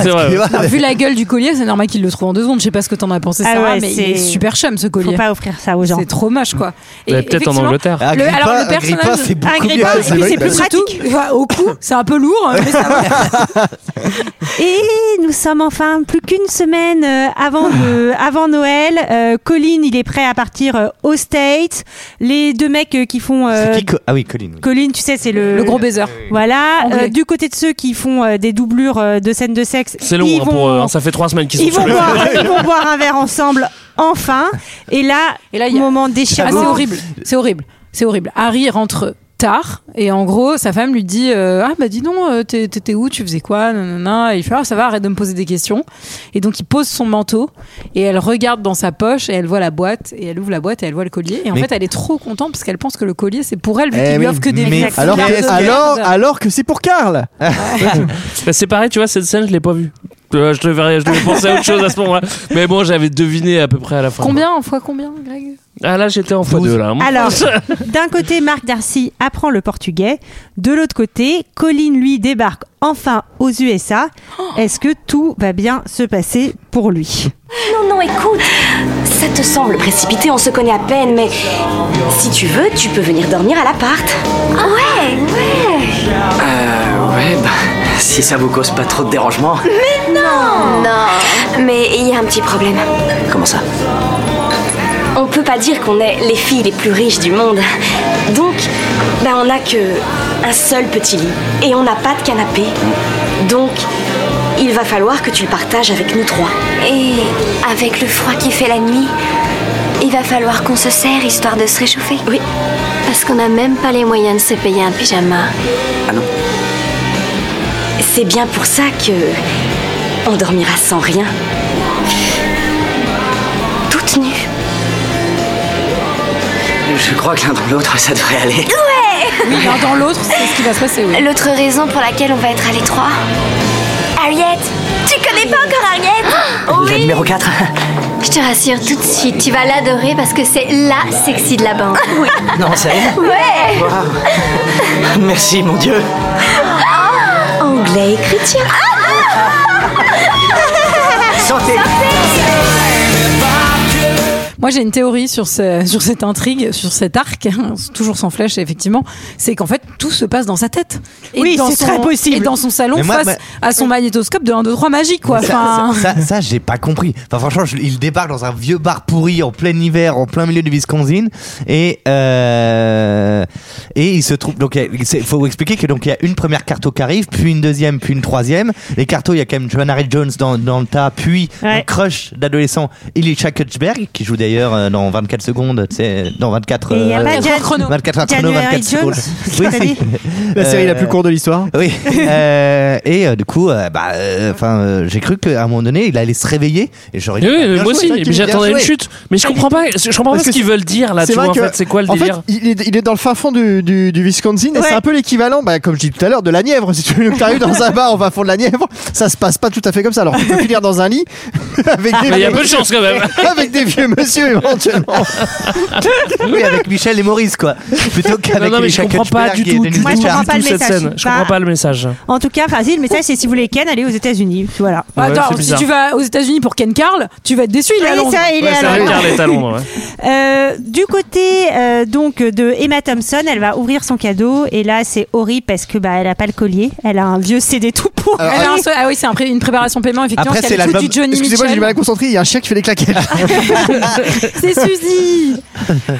Speaker 6: sur-
Speaker 8: C'est vrai.
Speaker 7: Enfin, vu la gueule du collier, c'est normal qu'il le trouve en deux secondes. Je sais pas ce que t'en as pensé,
Speaker 1: Ah
Speaker 7: Sarah,
Speaker 1: ouais,
Speaker 7: mais il
Speaker 1: c'est-
Speaker 7: est super chum ce
Speaker 1: faut
Speaker 7: collier.
Speaker 1: pas offrir ça aux gens
Speaker 7: C'est trop moche, quoi. Et
Speaker 8: Ouais, Peut-être en
Speaker 7: effectivement,
Speaker 8: Angleterre.
Speaker 7: Le-
Speaker 6: Ah, Agrippa,
Speaker 7: alors, le
Speaker 6: Agrippa,
Speaker 7: personnage-
Speaker 6: c'est beaucoup
Speaker 1: Agrippa,
Speaker 6: mieux.
Speaker 1: et puis c'est plus
Speaker 7: Surtout, enfin, au cou, c'est un peu lourd, hein, mais ça va.
Speaker 1: Et nous sommes enfin plus qu'une semaine euh, avant, de- avant Noël. Euh, Colin, il est prêt à partir euh, aux States. Les deux mecs euh, qui font... euh,
Speaker 6: C'est qui, Co- Ah oui, Colin. oui.
Speaker 1: Colin, tu sais, c'est le,
Speaker 7: Le gros baiser.
Speaker 1: Voilà.
Speaker 7: Anglais.
Speaker 1: Euh, du côté de ceux qui font euh, des doublures euh, de scènes de sexe,
Speaker 8: C'est long
Speaker 1: ils
Speaker 8: hein,
Speaker 1: vont,
Speaker 8: pour eux, hein, ça fait trois semaines qu'ils sont
Speaker 1: ils, vont
Speaker 8: sur le-
Speaker 1: boire, ils vont boire un verre ensemble, enfin. Et là,
Speaker 7: Et là, il y a-
Speaker 1: moment
Speaker 7: Ah,
Speaker 1: déchirant.
Speaker 7: c'est horrible, c'est horrible, c'est horrible. Harry rentre tard et en gros sa femme lui dit euh, ah bah dis donc euh, t'es- t'étais où tu faisais quoi nanana et il fait ah ça va arrête de me poser des questions et donc il pose son manteau et elle regarde dans sa poche et elle voit la boîte et elle ouvre la boîte et elle voit le collier et en
Speaker 6: Mais-
Speaker 7: fait elle est trop contente parce qu'elle pense que le collier c'est pour elle vu
Speaker 5: Eh
Speaker 7: qu'il
Speaker 5: oui,
Speaker 7: lui offre que des
Speaker 6: mais
Speaker 7: rires.
Speaker 5: alors,
Speaker 7: Merde,
Speaker 5: que,
Speaker 7: merde.
Speaker 5: alors, alors que c'est pour
Speaker 6: Ah,
Speaker 5: Karl.
Speaker 8: Bah, c'est pareil, tu vois, cette scène, je l'ai pas vue. Euh, je devais, je devais penser à autre chose à ce moment-là. Mais bon, j'avais deviné à peu près à la fin.
Speaker 7: combien en fois combien Greg
Speaker 8: Ah là, j'étais en fois 2 là. Moi,
Speaker 1: Alors, d'un côté, Marc Darcy apprend le portugais. De l'autre côté, Colin, lui, débarque enfin aux USA.
Speaker 7: Oh.
Speaker 1: Est-ce que tout va bien se passer pour lui
Speaker 12: Non, non, écoute, ça te semble précipité, on se connaît à peine, mais si tu veux, tu peux venir dormir à l'appart.
Speaker 13: Ouais, ouais.
Speaker 2: Euh, ouais, bah, si ça vous cause pas trop de dérangement.
Speaker 12: Mais il y a un petit problème.
Speaker 2: Comment ça
Speaker 12: On peut pas dire qu'on est les filles les plus riches du monde. Donc, bah, on n'a que un seul petit lit et on n'a pas de canapé. Donc, il va falloir que tu le partages avec nous trois.
Speaker 13: Et avec le froid qui fait la nuit, il va falloir qu'on se serre histoire de se réchauffer.
Speaker 12: Oui.
Speaker 13: Parce qu'on n'a même pas les moyens de se payer un pyjama.
Speaker 2: Ah
Speaker 12: C'est bien pour ça que on dormira sans rien.
Speaker 13: Toute nue.
Speaker 2: Je crois que l'un dans l'autre, ça devrait aller.
Speaker 7: Oui, l'un dans l'autre c'est ce qui va se passer oui.
Speaker 13: L'autre raison pour laquelle on va être à l'étroit Ariette Tu connais pas encore Ariette
Speaker 2: La numéro 4
Speaker 13: Je te rassure tout de suite, tu vas l'adorer parce que c'est la sexy de la bande.
Speaker 9: Non, c'est elle
Speaker 13: Ouais
Speaker 9: Waouh. Merci, mon Dieu.
Speaker 12: Anglais et chrétien.
Speaker 9: Santé
Speaker 7: Moi, j'ai une théorie sur, ce- sur cette intrigue, sur cet arc, hein, toujours sans flèche, effectivement. C'est qu'en fait, tout se passe dans sa tête.
Speaker 1: Oui,
Speaker 7: dans
Speaker 1: c'est
Speaker 7: son-
Speaker 1: très possible.
Speaker 7: Et dans son salon,
Speaker 6: Mais moi,
Speaker 7: face
Speaker 6: mais-
Speaker 7: à son magnétoscope de 1, 2, 3 magique, quoi.
Speaker 6: Ça,
Speaker 7: Enfin,
Speaker 6: ça, ça, ça, j'ai pas compris. Enfin, franchement, je- il débarque dans un vieux bar pourri en plein hiver, en plein milieu du Wisconsin, et euh, et il se trouve. Donc, il y a- c'est- faut expliquer que donc il y a une première carto qui arrive, puis une deuxième, puis une troisième. Les cartos, il y a quand même Joanna Ray Jones dans, dans le tas, puis un crush d'adolescent Illicha Kutchberg qui joue d'ailleurs euh, dans 24 secondes, tu sais, dans 24
Speaker 1: Et il y a
Speaker 6: euh,
Speaker 1: pas Jan-
Speaker 6: 24 heures chrono,
Speaker 1: January
Speaker 6: 24
Speaker 1: Jones,
Speaker 6: secondes.
Speaker 1: tu l'as dit
Speaker 5: La série la plus courte de l'histoire.
Speaker 6: Oui. Euh, et euh, du coup, euh, bah, euh, enfin, euh, j'ai cru qu'à un moment donné, il allait se réveiller. Et j'aurais. dit,
Speaker 8: Oui,
Speaker 6: bah, bien
Speaker 8: oui, moi
Speaker 6: joué,
Speaker 8: aussi,
Speaker 6: bien
Speaker 8: mais j'attendais une
Speaker 6: joué.
Speaker 8: chute. Mais je comprends pas, je comprends pas
Speaker 5: Parce
Speaker 8: ce
Speaker 5: que
Speaker 8: qu'ils veulent dire là, Bah, tu
Speaker 5: vrai
Speaker 8: vois, en
Speaker 5: que-
Speaker 8: fait, c'est quoi le
Speaker 5: en fait,
Speaker 8: délire
Speaker 5: il, est, il est dans le fin fond du, du- du Wisconsin et c'est un peu l'équivalent, bah, comme je dis tout à l'heure, de la Nièvre. Si tu veux, t'arrives dans un bar au fin fond de la Nièvre, ça se passe pas tout à fait comme ça. Alors tu peux finir dans un lit avec des
Speaker 8: Mais il y a
Speaker 5: vieux
Speaker 8: peu de chance, quand même.
Speaker 5: avec des vieux monsieur éventuellement.
Speaker 6: Oui, avec Michel et Maurice, quoi. Plutôt
Speaker 8: Non,
Speaker 6: qu'avec
Speaker 8: non, mais je
Speaker 6: Elisha
Speaker 8: comprends pas
Speaker 6: Kutchberg
Speaker 8: du
Speaker 6: et
Speaker 8: tout,
Speaker 6: Dennis
Speaker 8: du tout,
Speaker 1: Moi, je
Speaker 8: du
Speaker 1: comprends pas
Speaker 8: tout
Speaker 1: le
Speaker 8: cette
Speaker 1: message.
Speaker 8: scène. Je
Speaker 1: Bah-
Speaker 8: comprends pas le message.
Speaker 1: En tout cas, vas-y, le message c'est si vous voulez Ken, allez aux États-Unis. Voilà.
Speaker 8: Ouais,
Speaker 7: Ah, Attends,
Speaker 8: c'est
Speaker 7: si
Speaker 8: bizarre.
Speaker 7: tu vas aux États-Unis pour Ken Carl, tu vas être déçu, il est à
Speaker 1: Oui,
Speaker 7: Londres.
Speaker 1: ça, il est
Speaker 8: Ouais,
Speaker 1: à
Speaker 8: c'est
Speaker 1: Londres.
Speaker 8: vrai qu'elle est à Londres, ouais.
Speaker 1: Euh, du côté euh, donc de Emma Thompson, elle va ouvrir son cadeau et là c'est horrible parce que bah elle a pas le collier, elle a un vieux CD tout pour.
Speaker 6: Euh,
Speaker 7: Elle a un seul- Ah oui, c'est un pré- une préparation paiement, effectivement.
Speaker 6: Après,
Speaker 7: parce
Speaker 6: c'est
Speaker 7: qu'elle écoute
Speaker 6: l'album- Ah,
Speaker 7: du Johnny
Speaker 5: Excusez-moi, j'ai du mal à
Speaker 7: Mitchell.
Speaker 5: me concentrer. Il y a un chien qui fait des claquettes.
Speaker 7: C'est Suzy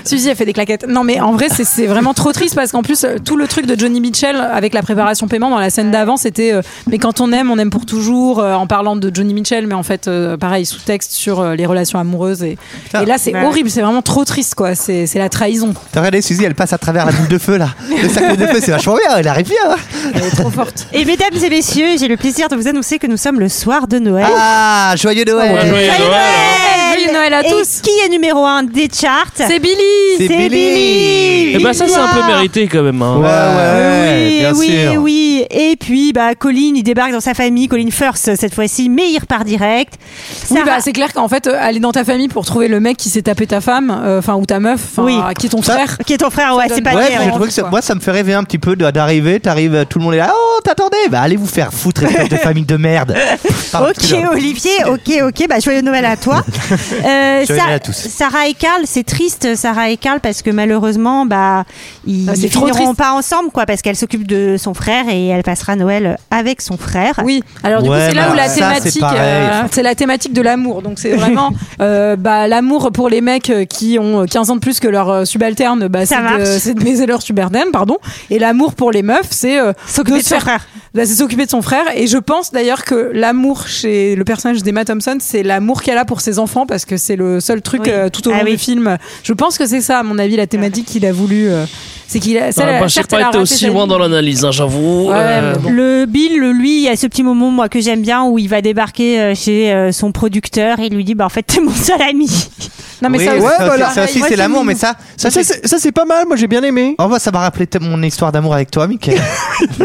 Speaker 7: Suzy, elle fait des claquettes. Non, mais en vrai, c'est- c'est vraiment trop triste parce qu'en plus, euh, tout le truc de Johnny Mitchell avec la préparation paiement dans la scène d'avant, c'était euh, Mais quand on aime, on aime pour toujours, euh, en parlant de Johnny Mitchell, mais en fait, euh, pareil, sous-texte sur euh, les relations amoureuses. Et, et là, c'est
Speaker 1: Ouais.
Speaker 7: horrible, c'est vraiment trop triste, quoi. C'est c'est la trahison.
Speaker 6: T'as regardé, Suzy, elle passe à travers la boule de feu, là. Le sac de boule de feu, c'est vachement bien, elle arrive bien. hein.
Speaker 7: Elle est trop forte.
Speaker 1: Et mesdames et messieurs, j'ai le plaisir de vous annoncer que nous sommes le soir de Noël.
Speaker 6: Ah, joyeux Noël.
Speaker 8: Ouais, joyeux
Speaker 1: Joyeux
Speaker 8: Noël.
Speaker 1: Noël
Speaker 7: Joyeux Noël à
Speaker 1: Et
Speaker 7: tous.
Speaker 1: qui est numéro un des charts
Speaker 7: C'est Billy
Speaker 6: C'est Billy.
Speaker 8: Et bah, ça, c'est un peu mérité quand même. hein.
Speaker 6: Ouais, ouais,
Speaker 1: Ah oui,
Speaker 6: bien
Speaker 1: oui,
Speaker 6: sûr.
Speaker 1: oui. Et puis, bah, Colin, il débarque dans sa famille, Colin First cette fois-ci, mais il repart direct.
Speaker 7: Oui,
Speaker 1: Sarah-
Speaker 7: bah, c'est clair qu'en fait, euh, aller dans ta famille pour trouver le mec qui s'est tapé ta femme, euh, enfin, ou ta meuf, enfin,
Speaker 1: Oui.
Speaker 7: qui est ton frère.
Speaker 1: qui est ton frère, ouais,
Speaker 7: Ça
Speaker 1: c'est
Speaker 7: donne-
Speaker 1: pas
Speaker 6: Ouais,
Speaker 1: terrible.
Speaker 6: mais je trouve que ça-
Speaker 7: quoi.
Speaker 6: moi ça me fait rêver un petit peu de- d'arriver, t'arrives, tout le monde est là, oh t'attendais, bah allez vous faire foutre, espèce de famille de merde. Pardon,
Speaker 1: Ok
Speaker 6: excusez-moi.
Speaker 1: Olivier, ok ok, bah joyeux Noël à toi. Euh,
Speaker 6: Joyeux
Speaker 1: Sa-
Speaker 6: Noël à tous.
Speaker 1: Sarah et Karl, c'est triste Sarah et Karl parce que malheureusement bah ils
Speaker 7: Ah, c'est trop
Speaker 1: finiront
Speaker 7: triste.
Speaker 1: pas ensemble quoi parce qu'elle s'occupe de son frère et elle passera Noël avec son frère.
Speaker 7: Oui, alors du
Speaker 6: Ouais,
Speaker 7: coup c'est
Speaker 1: bah,
Speaker 7: là
Speaker 6: mais
Speaker 7: où la
Speaker 6: alors ça, c'est
Speaker 7: thématique,
Speaker 6: pareil.
Speaker 7: euh, c'est la thématique de l'amour. Donc c'est vraiment euh, bah, l'amour pour les mecs euh, qui ont 15 ans de plus que leur euh, subalterne, bah,
Speaker 1: Ça
Speaker 7: c'est
Speaker 1: marche.
Speaker 7: de, c'est de baiser leur subalterne, pardon. Et l'amour pour les meufs, c'est euh,
Speaker 1: S'occuper
Speaker 7: de
Speaker 1: de son
Speaker 7: faire-
Speaker 1: frère.
Speaker 7: bah, c'est s'occuper de son frère. Et je pense d'ailleurs que l'amour chez le personnage d'Emma Thompson, c'est l'amour qu'elle a pour ses enfants parce que c'est le seul truc
Speaker 1: Oui.
Speaker 7: euh, tout au long
Speaker 1: Ah oui.
Speaker 7: du film. Je pense que c'est ça, à mon avis, la thématique qu'il a voulu. euh, c'est qu'il a.
Speaker 8: Ah,
Speaker 7: celle-
Speaker 8: bah, je sais
Speaker 7: certes, elle
Speaker 8: pas
Speaker 7: a
Speaker 8: été
Speaker 7: raté
Speaker 8: aussi
Speaker 7: sa
Speaker 8: loin
Speaker 7: vie.
Speaker 8: dans l'analyse, hein, j'avoue.
Speaker 7: Ouais,
Speaker 8: euh,
Speaker 7: mais bon.
Speaker 1: Le Bill, le- lui, il y a ce petit moment moi que j'aime bien où il va débarquer euh, chez euh, son producteur et il lui dit bah en fait t'es mon seul ami.
Speaker 7: Non, mais
Speaker 6: Oui,
Speaker 7: ça aussi,
Speaker 5: ouais,
Speaker 6: ça,
Speaker 5: voilà.
Speaker 6: c'est- ça aussi
Speaker 7: Ouais,
Speaker 6: c'est
Speaker 7: c'est
Speaker 6: l'amour, mais
Speaker 7: mignon.
Speaker 6: ça, ça,
Speaker 5: Ça,
Speaker 6: c'est-
Speaker 5: c'est- ça, c'est pas mal. Moi, j'ai bien aimé.
Speaker 6: Oh, bah, ça m'a rappelé t- mon histoire d'amour avec toi, Michael.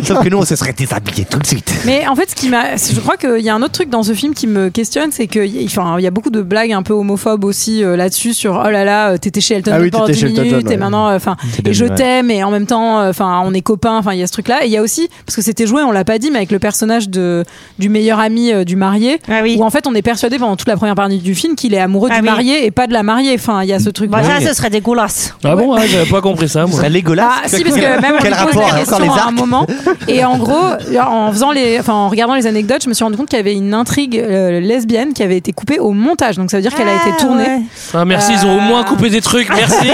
Speaker 6: Sauf que nous, on se serait déshabillés tout de suite.
Speaker 7: Mais en fait, ce qui m'a, je crois qu'il y a un autre truc dans ce film qui me questionne, c'est que, y- enfin, il y a beaucoup de blagues un peu homophobes aussi euh, là-dessus sur oh là là, euh, t'étais chez Elton
Speaker 5: Ah
Speaker 7: John
Speaker 5: oui,
Speaker 7: pendant
Speaker 5: t'étais
Speaker 7: 10
Speaker 5: chez Elton
Speaker 7: minutes
Speaker 5: John, ouais.
Speaker 7: et maintenant, euh, enfin,
Speaker 6: C'est
Speaker 7: et je
Speaker 6: devenu, ouais.
Speaker 7: t'aime et en même temps, euh, enfin, on est copains, enfin, il y a ce truc-là. Et il y a aussi parce que c'était joué, on l'a pas dit, mais avec le personnage de du meilleur ami euh, du marié,
Speaker 1: Ah oui.
Speaker 7: où en fait, on est persuadé pendant toute la première partie du film qu'il est amoureux
Speaker 1: Ah
Speaker 7: du
Speaker 1: oui.
Speaker 7: marié et pas de la mariée. Enfin, il y a ce truc.
Speaker 1: Bah ça
Speaker 6: Oui.
Speaker 1: ce serait dégueulasse.
Speaker 8: Ah bon, ouais, j'avais pas compris ça, moi.
Speaker 6: Ça Légolas.
Speaker 7: Ah, si, parce que même
Speaker 6: Quel
Speaker 7: on lui pose
Speaker 6: rapport
Speaker 7: la
Speaker 6: Encore les
Speaker 7: question à un
Speaker 6: arcs
Speaker 7: moment. Et en gros, en faisant les, enfin, en regardant les anecdotes, je me suis rendu compte qu'il y avait une intrigue euh, lesbienne qui avait été coupée au montage. Donc ça veut dire qu'elle a été
Speaker 1: Ah,
Speaker 7: tournée.
Speaker 1: ouais.
Speaker 8: Ah, merci, ils ont au moins
Speaker 7: Euh.
Speaker 8: coupé des trucs. Merci,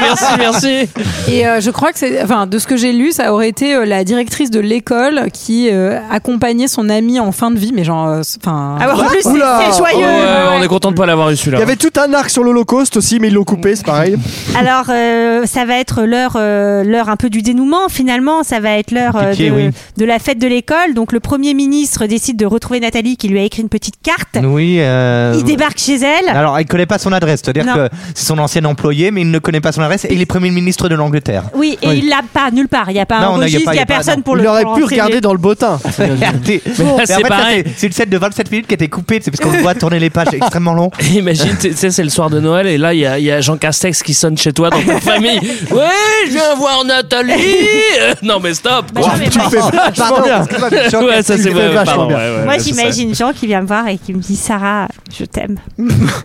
Speaker 8: merci, merci, merci.
Speaker 7: Et euh, je crois que c'est, enfin, de ce que j'ai lu, ça aurait été euh, la directrice de l'école qui euh, accompagnait son amie en fin de vie, mais genre, euh, c'est- enfin.
Speaker 1: Ah ouais, en plus c'est
Speaker 5: Oula.
Speaker 1: c'est joyeux.
Speaker 8: Ouais, Oh, euh, On est content de pas l'avoir eu
Speaker 5: Il
Speaker 8: celui-là.
Speaker 5: y avait tout un arc sur le l'Holocauste aussi, mais ils l'ont coupé, c'est pareil.
Speaker 1: Alors, euh, ça va être l'heure, euh, l'heure un peu du dénouement finalement. Ça va être l'heure euh,
Speaker 5: Compliqué,
Speaker 1: de,
Speaker 5: oui.
Speaker 1: de la fête de l'école. Donc, le premier ministre décide de retrouver Nathalie qui lui a écrit une petite carte.
Speaker 6: Oui. euh,
Speaker 1: Il débarque chez elle.
Speaker 6: Alors, il connaît pas son adresse, c'est-à-dire
Speaker 1: Non.
Speaker 6: que c'est son ancien employé, mais il ne connaît pas son adresse et il est Premier ministre de l'Angleterre.
Speaker 1: Oui, et il l'a pas nulle part. Il n'y a pas
Speaker 6: Non,
Speaker 1: un
Speaker 6: non, il y a
Speaker 1: registre,
Speaker 6: pas-
Speaker 1: il n'y
Speaker 6: il
Speaker 1: a
Speaker 6: y a pas-
Speaker 1: personne
Speaker 6: non.
Speaker 1: pour
Speaker 6: Il
Speaker 1: le
Speaker 6: aurait
Speaker 1: pour
Speaker 6: pu
Speaker 1: renseigner.
Speaker 6: regarder
Speaker 5: dans le bottin.
Speaker 6: Regardez.
Speaker 8: Mais
Speaker 6: Mais en
Speaker 8: c'est
Speaker 6: fait, ça,
Speaker 8: pareil.
Speaker 6: C'est une scène de 27 minutes qui a été coupée, c'est parce qu'on voit tourner les pages, c'est extrêmement long.
Speaker 8: Imagine, tu sais, c'est le soir de Noël et là, il y a, il y a Jean Castex qui sonne chez toi dans ta famille. Ouais, je viens voir Nathalie. Euh, non, mais stop.
Speaker 1: Bah
Speaker 8: quoi.
Speaker 6: tu le fais vachement bien.
Speaker 8: Ouais, ça
Speaker 6: Tu
Speaker 8: c'est
Speaker 6: le
Speaker 8: vrai.
Speaker 6: fais vachement
Speaker 8: pardon,
Speaker 6: bien.
Speaker 8: ouais, ouais,
Speaker 1: Moi,
Speaker 8: ouais, c'est ça.
Speaker 1: j'imagine Jean qui vient me voir et qui me dit Sarah, je t'aime.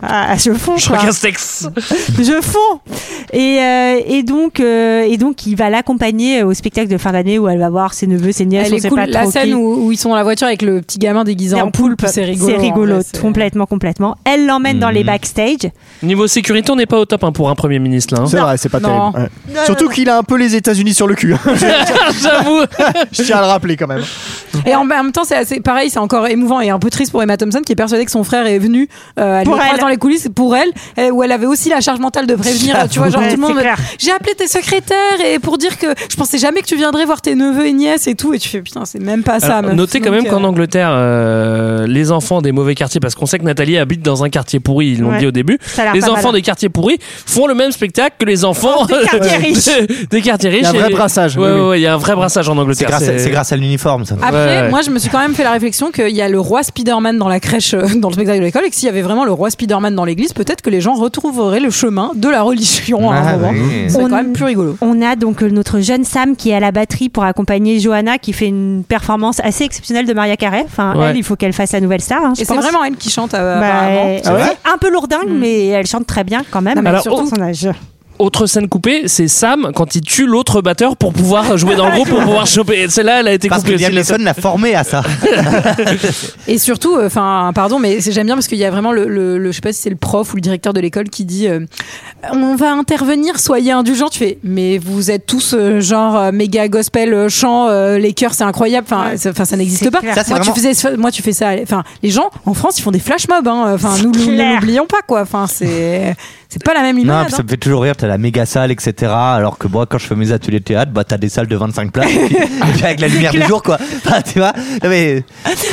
Speaker 1: ah, je fonds.
Speaker 8: Jean
Speaker 1: quoi.
Speaker 8: Castex.
Speaker 1: je fonds. Et, euh, et donc, euh, et donc, il va l'accompagner au spectacle de fin d'année où elle va voir ses neveux, ses nièces.
Speaker 7: Elle
Speaker 1: on
Speaker 7: est
Speaker 1: sait
Speaker 7: cool.
Speaker 1: pas
Speaker 7: La
Speaker 1: trop
Speaker 7: scène
Speaker 1: qui.
Speaker 7: où, où ils sont dans la voiture avec le petit gamin déguisé
Speaker 1: Et
Speaker 7: en poulpe, c'est rigolo.
Speaker 1: C'est
Speaker 7: en
Speaker 1: rigolo,
Speaker 7: vrai, c'est-
Speaker 1: complètement, complètement. Elle l'emmène dans les backstage.
Speaker 8: Niveau sécurité, on n'est pas au top hein, pour un Premier ministre là. hein.
Speaker 5: C'est vrai, c'est pas
Speaker 1: Non.
Speaker 5: terrible. ouais.
Speaker 1: Non,
Speaker 5: Surtout
Speaker 1: non, non.
Speaker 5: qu'il a un peu les États-Unis sur le cul.
Speaker 8: J'avoue.
Speaker 5: Je tiens à le rappeler quand même.
Speaker 7: Et en, en même temps, c'est assez pareil, c'est encore émouvant et un peu triste pour Emma Thompson qui est persuadée que son frère est venu. euh, elle
Speaker 1: Pour
Speaker 7: le croise
Speaker 1: elle.
Speaker 7: dans les coulisses pour elle, et où elle avait aussi la charge mentale de prévenir. Tu vois, genre
Speaker 1: Ouais,
Speaker 7: tout le monde.
Speaker 1: c'est clair.
Speaker 7: J'ai appelé tes secrétaires et pour dire que je pensais jamais que tu viendrais voir tes neveux et nièces et tout. Et tu fais putain, c'est même
Speaker 1: Ah,
Speaker 7: pas ça.
Speaker 8: Alors,
Speaker 7: meuf.
Speaker 8: notez quand
Speaker 7: Donc,
Speaker 8: même
Speaker 7: euh,
Speaker 8: qu'en Angleterre, euh, les enfants des mauvais quartiers, parce qu'on sait que Nathalie habite dans un quartier pourri, ils l'ont
Speaker 1: Ouais.
Speaker 8: dit au début,
Speaker 1: Ça a l'air
Speaker 8: les
Speaker 1: pas mal. hein. Oh,
Speaker 8: enfants des quartiers pourris font le même spectacle que les enfants
Speaker 1: Des quartiers riches.
Speaker 8: des quartiers riches.
Speaker 5: Il y a un vrai
Speaker 8: Et-
Speaker 5: brassage,
Speaker 8: Ouais,
Speaker 5: oui,
Speaker 8: ouais,
Speaker 5: oui.
Speaker 8: ouais, il y a un vrai brassage en
Speaker 6: C'est
Speaker 8: Angleterre.
Speaker 6: grâce, à- c'est grâce à l'uniforme, ça.
Speaker 7: Après,
Speaker 8: Ouais, ouais.
Speaker 7: moi, je me suis quand même fait la réflexion qu'il y a le roi Spider-Man dans la crèche, euh, dans le spectacle de l'école, et que s'il y avait vraiment le roi Spider-Man dans l'église, peut-être que les gens retrouveraient le chemin de la religion à un
Speaker 6: Ah,
Speaker 7: moment.
Speaker 6: oui.
Speaker 7: C'est
Speaker 1: On-
Speaker 7: quand même plus rigolo.
Speaker 1: On a donc euh, notre jeune Sam qui est à la batterie pour accompagner Johanna qui fait une performance assez exceptionnelle de Maria Carey. Enfin,
Speaker 8: Ouais.
Speaker 1: elle, il faut qu'elle fasse la nouvelle star. hein, je
Speaker 7: Et c'est
Speaker 1: pense.
Speaker 7: vraiment elle qui chante euh,
Speaker 1: Bah,
Speaker 7: apparemment. Mm.
Speaker 1: elle- c'est un peu lourdingue, mais elle chante très bien quand même.
Speaker 7: Non, mais
Speaker 8: Alors,
Speaker 7: surtout-
Speaker 1: Son âge.
Speaker 8: Autre scène coupée, c'est Sam quand il tue l'autre batteur pour pouvoir jouer dans le groupe, pour pouvoir choper. Et Celle-là, elle a été
Speaker 6: Parce que
Speaker 8: coupée
Speaker 6: Liam
Speaker 8: aussi.
Speaker 6: Neeson l'a formé à ça.
Speaker 7: Et surtout, euh, enfin, pardon, mais c'est- j'aime bien parce qu'il y a vraiment le, le, le- je sais pas si c'est le prof ou le directeur de l'école qui dit, euh, on va intervenir, soyez indulgents. Tu fais, mais vous êtes tous euh, genre euh, méga gospel, euh, chant, euh, les chœurs, c'est incroyable. Enfin, ça, enfin, ça
Speaker 1: C'est
Speaker 7: n'existe pas.
Speaker 1: clair.
Speaker 6: Ça, c'est
Speaker 7: moi, tu
Speaker 6: vraiment-
Speaker 7: faisais, ce- moi, tu fais ça. Enfin, les gens en France, ils font des flash mobs. hein. Enfin, nous, nous-
Speaker 1: clair.
Speaker 7: ne l'oublions pas quoi. Enfin, c'est, c'est pas la même
Speaker 6: Non,
Speaker 7: limonade.
Speaker 6: puis ça
Speaker 7: hein.
Speaker 6: me fait toujours rire, t'as la méga salle, etc. Alors que moi, quand je fais mes ateliers de théâtre, bah t'as des salles de 25 places, et puis- et puis avec la lumière du jour, quoi. Enfin, tu vois Non, mais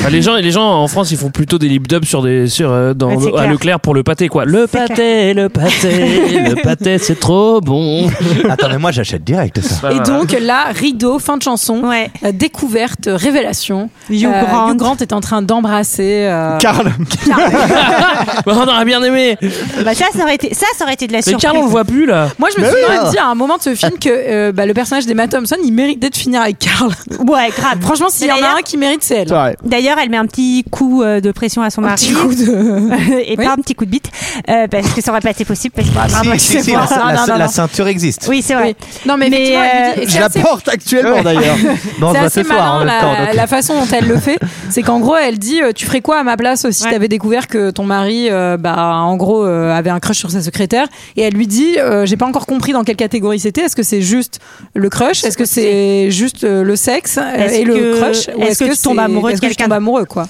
Speaker 8: Bah, les gens, les gens en France, ils font plutôt des lip dubs sur des, sur euh, dans
Speaker 1: Ouais, c'est
Speaker 8: à
Speaker 1: clair.
Speaker 8: Leclerc pour le pâté quoi. Le
Speaker 1: C'est
Speaker 8: pâté, le pâté, le pâté, c'est trop bon.
Speaker 6: Attends, mais moi j'achète direct ça.
Speaker 7: hein. Et donc là, rideau, fin de chanson,
Speaker 1: Ouais.
Speaker 7: euh, découverte, révélation. Euh,
Speaker 1: Hugh Grant.
Speaker 7: Hugh Grant est en train d'embrasser. euh,
Speaker 5: Karl,
Speaker 8: on aurait bien aimé.
Speaker 1: Bah, ça, ça aurait été, ça, ça aurait été de la
Speaker 8: Mais
Speaker 1: surprise.
Speaker 8: Carl, on le voit plus là.
Speaker 7: Moi, je me
Speaker 6: Mais
Speaker 7: suis
Speaker 6: oui. hein.
Speaker 7: quand même dit à un moment de ce film que euh, bah, le personnage d'Emma Thompson, il méritait de finir avec Carl.
Speaker 1: Ouais, grave.
Speaker 7: Franchement, s'il y en
Speaker 1: D'ailleurs-
Speaker 7: a un qui mérite, c'est elle.
Speaker 5: c'est vrai.
Speaker 1: D'ailleurs, elle met un petit coup euh, de pression à son
Speaker 7: Un
Speaker 1: mari.
Speaker 7: petit coup de.
Speaker 1: et
Speaker 7: Oui.
Speaker 1: pas un petit coup de bite. euh, parce que ça aurait pas été possible.
Speaker 5: Bah,
Speaker 1: Parce que
Speaker 7: Ah,
Speaker 1: apparemment,
Speaker 6: Ah, Si, si,
Speaker 1: c'est
Speaker 6: si,
Speaker 1: bon.
Speaker 6: la,
Speaker 1: Non,
Speaker 6: la-
Speaker 1: non, non,
Speaker 6: la
Speaker 1: non.
Speaker 6: ceinture existe.
Speaker 1: Oui, c'est vrai.
Speaker 7: Oui. Non, mais,
Speaker 1: Mais,
Speaker 7: effectivement, elle
Speaker 1: euh,
Speaker 7: lui dit- et
Speaker 5: Je
Speaker 7: c'est
Speaker 5: la
Speaker 7: assez-
Speaker 5: porte actuellement d'ailleurs.
Speaker 6: Bon, on se
Speaker 7: c'est
Speaker 6: voit
Speaker 7: assez
Speaker 6: ce soir en
Speaker 7: malin
Speaker 6: même temps.
Speaker 7: la,
Speaker 6: donc.
Speaker 7: la façon dont elle le fait. C'est qu'en gros, elle dit euh, Tu ferais quoi à ma place euh, si
Speaker 1: Ouais.
Speaker 7: t'avais découvert que ton mari, euh, bah, en gros, euh, avait un crush sur sa secrétaire Et elle lui dit euh, J'ai pas encore compris dans quelle catégorie c'était. Est-ce que c'est juste le crush Est-ce que c'est juste euh, le sexe euh,
Speaker 1: Est-ce
Speaker 7: et
Speaker 1: que-
Speaker 7: le crush Ou
Speaker 1: est-ce que tu
Speaker 7: c'est-
Speaker 1: tombes amoureux de
Speaker 7: est-ce que je
Speaker 1: quelqu'un
Speaker 7: tombe amoureux, quoi.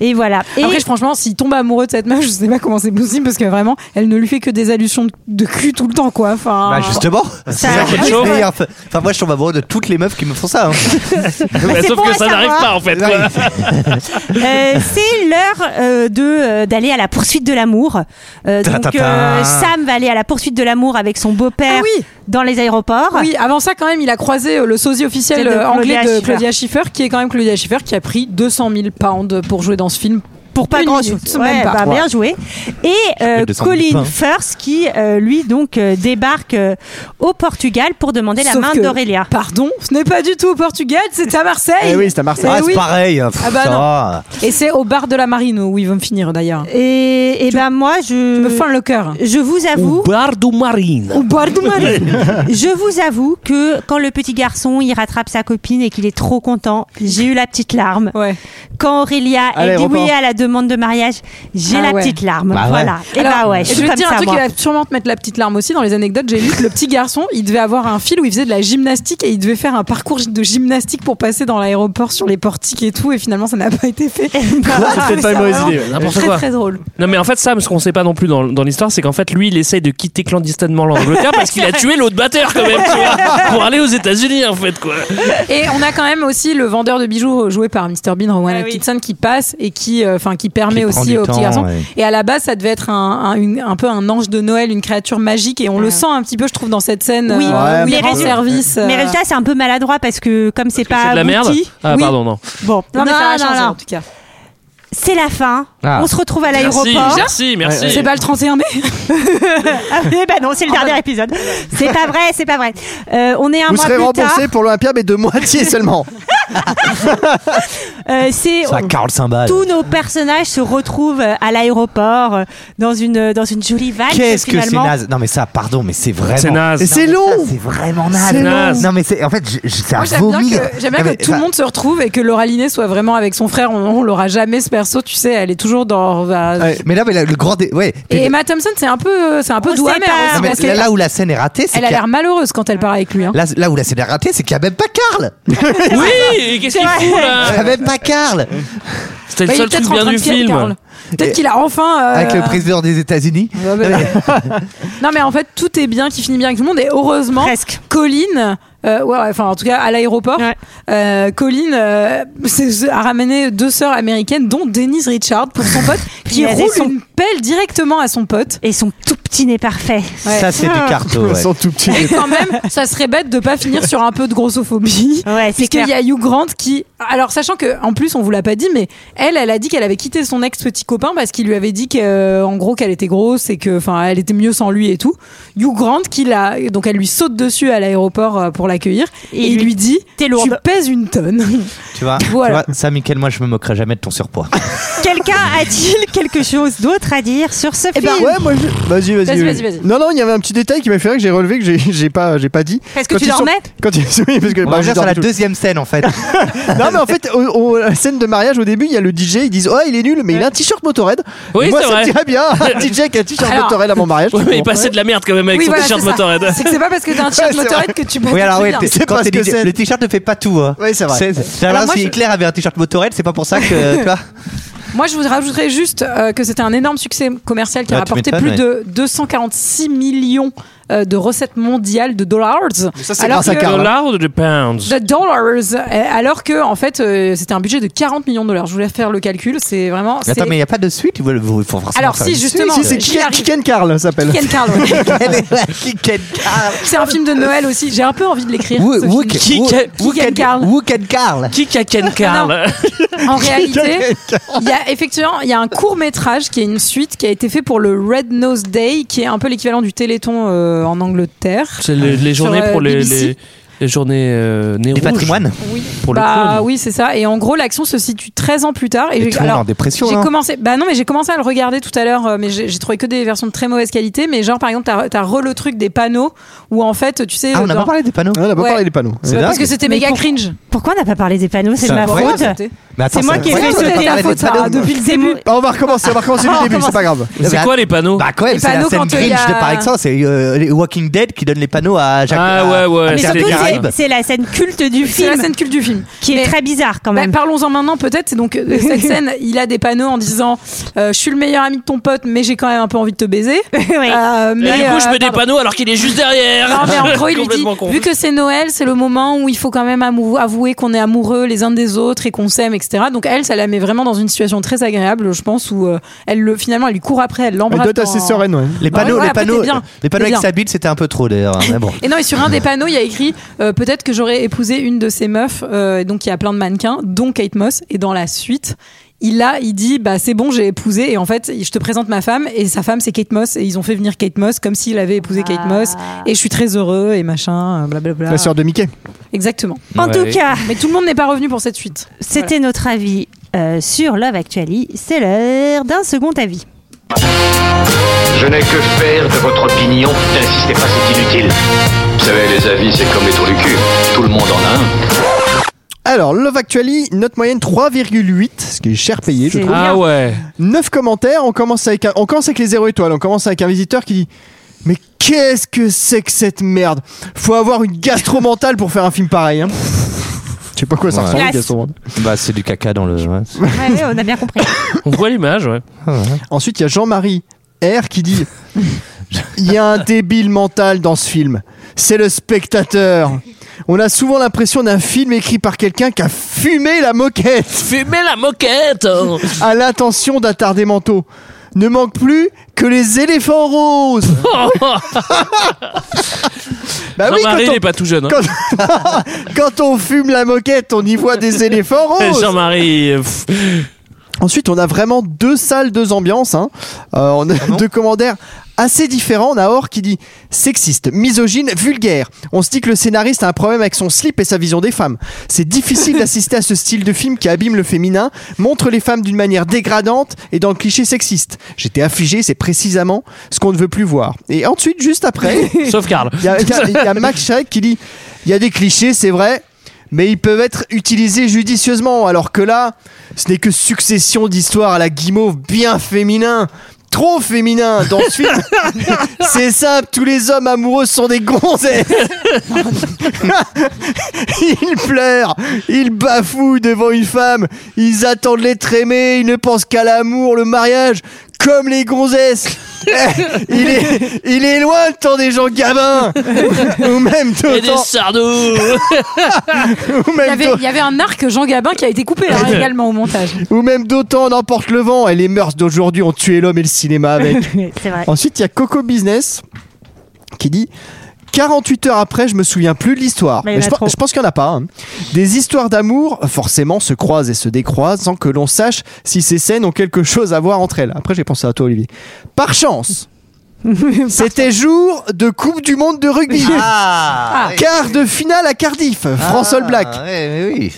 Speaker 1: Et voilà. Et
Speaker 7: Après, je- franchement, s'il tombe amoureux de cette meuf, je sais pas comment c'est possible parce que vraiment, elle ne lui fait que des allusions de- de cul tout le temps, quoi. Enfin,
Speaker 6: Bah justement, c'est ça qui est
Speaker 8: Ah,
Speaker 6: le
Speaker 8: oui.
Speaker 6: meilleur. Enfin, moi je tombe amoureux de toutes les meufs qui me font ça. hein.
Speaker 8: Bah,
Speaker 1: c'est
Speaker 8: sauf
Speaker 1: bon à
Speaker 8: que ça n'arrive
Speaker 1: savoir.
Speaker 8: pas en fait.
Speaker 6: Non,
Speaker 8: quoi.
Speaker 6: mais-
Speaker 1: Euh, c'est l'heure euh, de euh, d'aller à la poursuite de l'amour. Euh,
Speaker 6: Ta,
Speaker 1: donc
Speaker 6: ta, ta.
Speaker 1: euh, Sam va aller à la poursuite de l'amour avec son beau-père
Speaker 7: Ah oui.
Speaker 1: dans les aéroports.
Speaker 7: oui, avant ça, quand même, il a croisé euh, le sosie officiel
Speaker 1: C'est de
Speaker 7: euh, anglais
Speaker 1: Claudia
Speaker 7: de
Speaker 1: Schiffer.
Speaker 7: Claudia Schiffer, qui est quand même Claudia Schiffer, qui a pris 200 000 pounds pour jouer dans ce film. Pour
Speaker 1: Pas
Speaker 7: une
Speaker 1: grand
Speaker 7: minute,
Speaker 1: chose.
Speaker 7: même
Speaker 1: Ouais,
Speaker 7: pas.
Speaker 1: bah, bien joué. Et euh,
Speaker 6: fais 200 000
Speaker 1: Colin
Speaker 6: pains.
Speaker 1: Firth qui euh, lui donc euh, débarque euh, au Portugal pour demander la
Speaker 7: Sauf
Speaker 1: main
Speaker 7: que,
Speaker 1: d'Aurélia.
Speaker 7: Pardon, ce n'est pas du tout au Portugal, c'est à Marseille.
Speaker 5: Eh oui, c'est à Marseille.
Speaker 6: Ah,
Speaker 7: Eh
Speaker 6: c'est
Speaker 7: oui.
Speaker 6: pareil. pff,
Speaker 7: Ah bah
Speaker 6: ça
Speaker 7: non.
Speaker 6: va.
Speaker 7: Et c'est au bar de la Marine où ils vont finir d'ailleurs.
Speaker 1: Et, et ben moi
Speaker 7: Je me
Speaker 1: je
Speaker 7: fend le cœur.
Speaker 1: je vous avoue
Speaker 8: Ou bar du marine.
Speaker 7: Au bar de Marine.
Speaker 1: Je vous avoue que quand le petit garçon il rattrape sa copine et qu'il est trop content, j'ai eu la petite larme.
Speaker 7: Ouais.
Speaker 1: Quand Aurélia
Speaker 5: À
Speaker 1: elle dit
Speaker 5: l'aéroport.
Speaker 1: oui à la demande de mariage, j'ai
Speaker 7: Ah
Speaker 1: la
Speaker 7: ouais.
Speaker 1: petite larme.
Speaker 7: Bah ouais.
Speaker 1: voilà. Et
Speaker 7: Alors,
Speaker 1: bah ouais, je suis
Speaker 7: vais te
Speaker 1: comme
Speaker 7: dire
Speaker 1: ça.
Speaker 7: un truc
Speaker 1: moi.
Speaker 7: qui va sûrement te mettre la petite larme aussi. Dans les anecdotes, j'ai lu que le petit garçon, il devait avoir un fil où il faisait de la gymnastique et il devait faire un parcours de gymnastique pour passer dans l'aéroport sur les portiques et tout. Et finalement, ça n'a pas été fait.
Speaker 8: C'est peut-être pas une mauvaise idée, ouais. N'importe
Speaker 7: N'importe
Speaker 8: quoi.
Speaker 7: Très drôle.
Speaker 8: Non, mais en fait, Sam, ce qu'on sait pas non plus dans, dans l'histoire, c'est qu'en fait, lui, il essaye de quitter clandestinement l'Angleterre parce qu'il a tué l'autre batteur quand même, tu vois, pour aller aux États-Unis, en fait, quoi.
Speaker 7: Et on a quand même aussi le vendeur de bijoux joué par Mr Bean, Rowan
Speaker 1: Ah
Speaker 7: Atkinson, qui passe et qui, euh, enfin, qui permet
Speaker 6: Qui prend
Speaker 7: aussi
Speaker 6: du
Speaker 7: au petit
Speaker 6: temps,
Speaker 7: garçon.
Speaker 6: ouais.
Speaker 7: Et à la base, ça devait être un, un- une- un peu un ange de Noël, une créature magique. Et on le sent un petit peu, je trouve, dans cette scène.
Speaker 1: Ah. Oui,
Speaker 7: euh, où
Speaker 1: mais
Speaker 7: il rend
Speaker 1: résultat-
Speaker 7: service.
Speaker 1: Mais
Speaker 7: euh,
Speaker 1: résultat, c'est un peu maladroit parce que comme c'est pas
Speaker 7: Bah,
Speaker 8: C'est de la merde.
Speaker 1: abouti-
Speaker 8: Ah,
Speaker 1: Oui.
Speaker 8: pardon, non.
Speaker 1: Bon,
Speaker 7: Non, mais ça va changer, en tout
Speaker 1: cas. C'est la fin.
Speaker 8: Ah.
Speaker 1: On se retrouve à
Speaker 8: Merci,
Speaker 1: l'aéroport.
Speaker 8: merci, merci. Ouais, ouais.
Speaker 7: C'est pas le 31 mai.
Speaker 1: ah, oui, bah non, c'est le dernier épisode. C'est pas vrai, c'est pas vrai. Euh, on est un
Speaker 5: Vous
Speaker 1: mois
Speaker 5: serez
Speaker 1: plus tard.
Speaker 5: remboursé pour l'Olympia, mais de moitié seulement.
Speaker 1: Euh, c'est
Speaker 6: Ça, 45 balles.
Speaker 1: tous nos personnages se retrouvent euh, à l'aéroport euh, dans une dans une jolie van.
Speaker 6: Qu'est-ce que c'est
Speaker 1: finalement.
Speaker 6: naze Non mais ça, pardon, mais c'est vraiment.
Speaker 8: C'est naze. Et
Speaker 6: Non,
Speaker 8: c'est
Speaker 6: mais ça,
Speaker 8: long.
Speaker 6: C'est vraiment naze.
Speaker 8: C'est naze.
Speaker 6: Non mais c'est en fait, je- je- c'est à
Speaker 7: Moi, j'aime bien
Speaker 6: vomir.
Speaker 7: que, j'aime bien
Speaker 6: Non, Ah, mais,
Speaker 7: que tout le
Speaker 6: enfin,
Speaker 7: monde se retrouve et que Laura Liné soit vraiment avec son frère. On, on l'aura jamais ce perso, tu sais, elle est toujours dans. bah,
Speaker 6: ouais, mais là, mais là, le grand. dé- Ouais.
Speaker 7: Et Emma Thompson, c'est un peu, c'est un peu doigt amer aussi,
Speaker 6: Non, mais
Speaker 7: parce
Speaker 6: là,
Speaker 7: que-
Speaker 6: là où la scène est ratée, c'est
Speaker 7: Elle a
Speaker 6: qu'il y a-
Speaker 7: l'air malheureuse quand elle part avec lui. hein.
Speaker 6: Là, là où la scène est ratée, c'est qu'il n'y a même pas Karl.
Speaker 8: Oui, et qu'est-ce qu'il
Speaker 6: Il
Speaker 8: fout,
Speaker 6: n'y a
Speaker 8: là
Speaker 6: même pas Karl.
Speaker 8: C'était le
Speaker 7: Bah, il est
Speaker 8: seul truc
Speaker 7: peut-être en
Speaker 8: bien
Speaker 7: train
Speaker 8: du
Speaker 7: de fier, Karl.
Speaker 8: film.
Speaker 7: Peut-être qu'il a enfin. euh,
Speaker 6: Avec le président des États-Unis.
Speaker 7: Ouais, bah, bah. non mais en fait tout est bien qui finit bien avec tout le monde et heureusement Colline euh, ouais, ouais, enfin en tout cas à
Speaker 1: oh.
Speaker 7: l'aéroport euh, Colline euh, s'est- s'est- a ramené deux sœurs américaines dont Denise Richard pour son pote qui
Speaker 1: Yes, et
Speaker 7: roule
Speaker 1: son-
Speaker 7: une pelle directement à son pote Ah.
Speaker 1: et son tout petit nez parfait
Speaker 6: Ça, c'est
Speaker 5: Ah.
Speaker 6: du carto. ouais.
Speaker 5: tout petit.
Speaker 7: et quand même ça serait bête de pas finir sur un peu de grossophobie
Speaker 1: Ouais, c'est
Speaker 7: puisqu'il
Speaker 1: clair.
Speaker 7: y a Hugh Grant qui alors sachant que en plus on vous l'a pas dit mais elle elle a dit qu'elle avait quitté son ex petit copain parce qu'il lui avait dit que euh, en gros qu'elle était grosse et que enfin elle était mieux sans lui et tout Hugh Grant qui l'a donc elle lui saute dessus à l'aéroport euh, pour l'accueillir et, il lui dit
Speaker 1: t'es lourde.
Speaker 7: tu pèses une tonne
Speaker 6: Tu vois,
Speaker 7: Voilà.
Speaker 6: tu vois, Ah, ça, Mickaël, moi, je me moquerai jamais de ton surpoids.
Speaker 1: Quelqu'un a-t-il quelque chose d'autre à dire sur ce
Speaker 6: Eh ben,
Speaker 1: film
Speaker 5: ouais, moi, je- vas-y, vas-y.
Speaker 1: Vas-y, vas-y, vas-y.
Speaker 5: Non, non, il y avait un petit détail qui m'a fait rire que j'ai relevé que j'ai, j'ai pas, j'ai pas dit.
Speaker 1: Parce que tu
Speaker 5: ils sont-
Speaker 1: dormais
Speaker 5: Quand ils... oui, parce que
Speaker 6: On
Speaker 5: bah,
Speaker 6: va
Speaker 5: je
Speaker 6: revenir sur
Speaker 5: dormais
Speaker 6: la
Speaker 5: tout-
Speaker 6: deuxième scène, en fait.
Speaker 5: non, mais en fait, au, au- la scène de mariage, au début, il y a le DJ, ils disent Oh, il est nul, mais il a un t-shirt Motorhead.
Speaker 8: Oui,
Speaker 5: Et moi,
Speaker 8: c'est
Speaker 5: ça
Speaker 8: vrai.
Speaker 5: me dirait bien, un DJ avec un t-shirt
Speaker 7: Alors-
Speaker 5: Motorhead à mon mariage.
Speaker 8: Ouais, mais il passait de la merde quand même avec
Speaker 7: Oui,
Speaker 8: son
Speaker 7: voilà,
Speaker 8: t-shirt
Speaker 7: c'est ça.
Speaker 8: Motorhead.
Speaker 7: c'est que c'est pas parce que t'as un t-shirt
Speaker 5: Ouais, c'est
Speaker 7: motorhead
Speaker 5: vrai.
Speaker 7: que tu peux
Speaker 6: Oui, alors, ouais,
Speaker 7: bien.
Speaker 6: t'es-
Speaker 5: C'est
Speaker 6: quand
Speaker 5: parce
Speaker 6: t'es
Speaker 5: que
Speaker 6: DJ,
Speaker 5: c'est-
Speaker 6: le t-shirt ne fait pas tout. hein.
Speaker 5: Oui, c'est vrai.
Speaker 6: alors,
Speaker 7: moi,
Speaker 6: si
Speaker 7: je-
Speaker 6: Hitler avait un t-shirt motorette, c'est pas pour ça que. tu vois.
Speaker 7: Moi, je vous rajouterais juste euh, que c'était un énorme succès commercial qui a
Speaker 6: Ah, tu
Speaker 7: rapporté
Speaker 6: m'étonnes,
Speaker 7: plus
Speaker 6: ouais.
Speaker 7: de 246 millions euh, de recettes mondiales de dollars.
Speaker 5: ça, c'est
Speaker 7: alors
Speaker 5: grâce à
Speaker 7: que-
Speaker 5: Carla.
Speaker 8: Dollars ou de pounds
Speaker 7: De dollars, euh, alors que en fait euh, c'était un budget de 40 millions de dollars. Je voulais faire le calcul, c'est vraiment. c'est-
Speaker 6: Attends, mais il n'y a pas de suite. Il faut il faut forcément.
Speaker 7: Alors,
Speaker 6: faire
Speaker 7: si,
Speaker 6: une
Speaker 7: juste-
Speaker 6: suite.
Speaker 7: Justement,
Speaker 5: Si, si, c'est
Speaker 7: j'y
Speaker 5: Kick and-
Speaker 7: arrive.
Speaker 5: Kick and Carl, ça s'appelle.
Speaker 7: Ken Carl, ouais.
Speaker 6: Elle est là, qui- quel- ah,
Speaker 7: c'est un film de Noël aussi. J'ai un peu envie de l'écrire.
Speaker 6: Wou-
Speaker 7: ce
Speaker 6: wou-
Speaker 7: film.
Speaker 8: Qui-
Speaker 6: wou-
Speaker 8: quel-
Speaker 6: wou-
Speaker 7: Qui Ken Carl
Speaker 6: Wou- Ken Carl.
Speaker 8: Qui caken Karl
Speaker 7: En réalité, il y a effectivement il y a un court métrage qui est une suite qui a été fait pour le Red Nose Day, qui est un peu l'équivalent du Téléthon euh, en Angleterre.
Speaker 8: C'est les, les
Speaker 7: Sur,
Speaker 8: journées
Speaker 7: euh,
Speaker 8: pour les,
Speaker 7: BBC.
Speaker 8: les, les journées euh, nez
Speaker 6: Des
Speaker 8: rouges.
Speaker 6: patrimoines.
Speaker 7: Oui.
Speaker 8: Pour le
Speaker 7: bah
Speaker 8: clown.
Speaker 7: oui, c'est ça. Et en gros, l'action se situe 13 ans plus tard. Et,
Speaker 6: Et
Speaker 7: j'ai-
Speaker 6: tout le monde est hein. en dépression,
Speaker 7: J'ai
Speaker 6: là.
Speaker 7: commencé. Bah non, mais j'ai commencé à le regarder tout à l'heure, euh, mais j'ai j'ai trouvé que des versions de très mauvaise qualité. Mais genre, par exemple, t'as- t'as re le truc des panneaux où en fait, tu sais.
Speaker 6: Ah, on n'a
Speaker 7: dans-
Speaker 6: pas parlé des panneaux.
Speaker 5: Ah, On n'a pas
Speaker 7: Ouais.
Speaker 5: parlé des panneaux.
Speaker 6: C'est
Speaker 7: Ouais, parce
Speaker 6: dingue.
Speaker 7: que c'était
Speaker 1: Mais
Speaker 7: méga
Speaker 1: pour-
Speaker 7: cringe.
Speaker 1: Pourquoi on n'a pas parlé des panneaux C'est
Speaker 6: C'est
Speaker 1: de ma
Speaker 6: incroyable.
Speaker 1: faute.
Speaker 6: Mais attends,
Speaker 1: C'est moi qui ai
Speaker 6: ouais,
Speaker 1: fait
Speaker 6: on n'a pas
Speaker 1: sauter la
Speaker 6: parlé des
Speaker 1: faute
Speaker 6: panneaux.
Speaker 1: ça, depuis le début.
Speaker 5: Ah, on va recommencer, on va recommencer
Speaker 1: Ah,
Speaker 5: du
Speaker 1: on
Speaker 5: début, c'est pas grave.
Speaker 6: Non, mais
Speaker 8: C'est quoi les panneaux
Speaker 6: Bah quand même,
Speaker 7: Les
Speaker 6: c'est la
Speaker 7: panneaux,
Speaker 6: scène
Speaker 7: quand, euh,
Speaker 6: cringe
Speaker 7: y a-
Speaker 6: de par exemple, c'est euh, les Walking Dead qui donne les panneaux à Jacques.
Speaker 8: Ah,
Speaker 6: à-
Speaker 8: ouais, ouais,
Speaker 6: à
Speaker 1: Mais
Speaker 8: C'est
Speaker 6: Jacques
Speaker 8: des
Speaker 1: surtout,
Speaker 8: Caraïbes.
Speaker 1: c'est- c'est la scène culte du
Speaker 7: C'est la
Speaker 1: film
Speaker 7: scène culte du film.
Speaker 1: qui est
Speaker 7: Mais-
Speaker 1: très bizarre quand
Speaker 7: Bah,
Speaker 1: même.
Speaker 7: Parlons-en maintenant peut-être. Donc euh, cette scène, il a des panneaux en disant euh, Je suis le meilleur ami de ton pote, mais j'ai quand même un peu envie de te baiser.
Speaker 1: Oui.
Speaker 7: Euh,
Speaker 8: Et du
Speaker 7: euh,
Speaker 8: coup, je mets des
Speaker 7: pardon.
Speaker 8: panneaux alors qu'il est juste derrière.
Speaker 7: Non, mais en gros, il lui dit,
Speaker 8: Complètement con.
Speaker 7: vu que c'est Noël, c'est le moment où il faut quand même amou- avouer qu'on est amoureux les uns des autres et qu'on s'aime, etc. Donc elle, ça la met vraiment dans une situation très agréable, je pense, où euh, elle le, finalement, elle lui court après, elle
Speaker 5: Elle
Speaker 7: l'embrasse.
Speaker 5: doit être assez
Speaker 7: dans-
Speaker 5: sereine, ouais.
Speaker 6: Les
Speaker 7: Non,
Speaker 6: panneaux,
Speaker 7: ouais,
Speaker 6: les
Speaker 7: après,
Speaker 6: panneaux,
Speaker 7: t'es bien.
Speaker 6: les panneaux
Speaker 7: T'es
Speaker 6: avec
Speaker 7: bien.
Speaker 6: sa bite, c'était un peu trop d'ailleurs. Mais bon.
Speaker 7: Et non, et sur un des panneaux, il y a écrit euh, peut-être que j'aurais épousé une de ces meufs. euh, donc il y a plein de mannequins, dont Kate Moss. Et dans la suite, il a, il dit bah c'est bon, j'ai épousé. Et en fait, je te présente ma femme. Et sa femme, c'est Kate Moss. Et ils ont fait venir Kate Moss comme s'il avait épousé Kate Moss. Et je suis très heureux et machin, euh, blablabla.
Speaker 5: La sœur de Mickey.
Speaker 7: Exactement.
Speaker 1: En tout cas,
Speaker 7: Mais tout le monde n'est pas revenu pour cette suite.
Speaker 1: c'était notre avis euh, sur Love Actually. C'est l'heure d'un second avis.
Speaker 2: Je n'ai que faire de votre opinion. N'insistez pas, c'est inutile.
Speaker 4: Vous savez, les avis, c'est comme les trous du cul. Tout le monde en a un.
Speaker 5: Alors, Love Actually, note moyenne 3,8, ce qui est cher payé, je
Speaker 8: C'est
Speaker 5: trouve.
Speaker 8: Ah ouais.
Speaker 5: 9 commentaires, on commence, avec un- on commence avec les 0 étoiles, on commence avec un visiteur qui dit Mais qu'est-ce que c'est que cette merde Faut avoir une gastro mentale pour faire un film pareil. Hein. Je sais pas quoi ça
Speaker 6: Ouais.
Speaker 5: ressemble,
Speaker 6: Classe.
Speaker 5: gastro mentale.
Speaker 6: Bah, c'est du caca dans le. ouais.
Speaker 1: Ouais, on a bien compris.
Speaker 8: On voit l'image, ouais.
Speaker 5: Ensuite, il y a Jean-Marie R qui dit Il y a un débile mental dans ce film. C'est le spectateur. On a souvent l'impression d'un film écrit par quelqu'un qui a fumé la moquette.
Speaker 8: Fumé la moquette
Speaker 7: Ah
Speaker 5: À l'intention d'attarder manteau. Ne manque plus que les éléphants roses. Bah oui,
Speaker 8: Jean-Marie,
Speaker 5: quand on-
Speaker 8: il est pas tout jeune. hein.
Speaker 5: Quand... quand on fume la moquette, on y voit des éléphants
Speaker 8: Eh,
Speaker 5: roses.
Speaker 8: Jean-Marie. euh, pff.
Speaker 5: Ensuite, on a vraiment deux salles, deux ambiances. hein. Euh, on a deux commentaires assez différents. On a Or qui dit sexiste, misogyne, vulgaire. On se dit que le scénariste a un problème avec son slip et sa vision des femmes. C'est difficile d'assister à ce style de film qui abîme le féminin, montre les femmes d'une manière dégradante et dans le cliché sexiste. J'étais affligé, c'est précisément ce qu'on ne veut plus voir. Et ensuite, juste après,
Speaker 8: Sauf Karl.
Speaker 5: il y, a- il y a- il y a Max Schreck qui dit il y a des clichés, c'est vrai, mais ils peuvent être utilisés judicieusement. Alors que là, ce n'est que succession d'histoires à la guimauve bien féminin. Trop féminin dans ce film. C'est simple, tous les hommes amoureux sont des gonzesses. ils pleurent, ils bafouent devant une femme, ils attendent l'être aimé, ils ne pensent qu'à l'amour, le mariage, comme les gonzesses. Eh, il, est, il est loin le temps des gens gamins, ou même
Speaker 8: Et
Speaker 5: de
Speaker 8: des
Speaker 5: temps-
Speaker 8: sardous
Speaker 5: ou
Speaker 7: Il y,
Speaker 5: même
Speaker 7: avait, il y avait un arc Jean Gabin qui a été coupé hein, également au montage.
Speaker 5: Ou même d'autant on emporte le vent et les mœurs d'aujourd'hui ont tué l'homme et le cinéma avec.
Speaker 1: C'est vrai.
Speaker 5: Ensuite, il y a Coco Business qui dit 48 heures après, je me souviens plus de l'histoire.
Speaker 1: Mais il y en a
Speaker 5: je, pe-
Speaker 1: trop.
Speaker 5: je pense qu'il n'y en a pas. hein. Des histoires d'amour, forcément, se croisent et se décroisent sans que l'on sache si ces scènes ont quelque chose à voir entre elles. Après, j'ai pensé à toi, Olivier. Par chance, c'était jour de Coupe du Monde de rugby.
Speaker 6: Ah,
Speaker 5: Quart de finale à Cardiff,
Speaker 8: Ah.
Speaker 5: France All Black.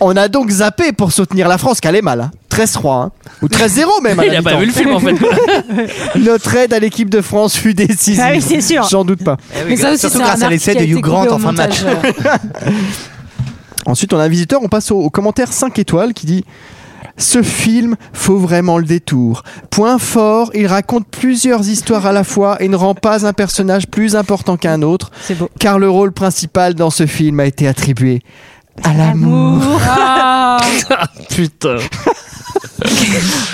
Speaker 5: On a donc zappé pour soutenir la France, qu'elle est mal. hein. 13-3, hein. ou 13-0 même. à
Speaker 8: Il
Speaker 5: la
Speaker 8: a pas
Speaker 5: mi-temps.
Speaker 8: vu le film en fait.
Speaker 5: Notre aide à l'équipe de France fut décisive.
Speaker 1: Ah oui, c'est sûr.
Speaker 5: J'en doute pas.
Speaker 7: Mais ça aussi,
Speaker 6: Surtout
Speaker 7: c'est
Speaker 6: grâce
Speaker 7: un
Speaker 6: à
Speaker 7: arc
Speaker 6: l'essai
Speaker 7: qui a
Speaker 6: de
Speaker 7: été
Speaker 6: Hugh Grant
Speaker 7: coupé au
Speaker 6: en fin de match.
Speaker 7: montage, ouais.
Speaker 5: Ensuite, on a un visiteur, on passe au, au commentaire 5 étoiles qui dit Ce film, faut vraiment le détour. Point fort, il raconte plusieurs histoires à la fois et ne rend pas un personnage plus important qu'un autre,
Speaker 1: C'est beau.
Speaker 5: car le rôle principal dans ce film a été attribué à l'amour.
Speaker 7: Ah.
Speaker 8: Putain.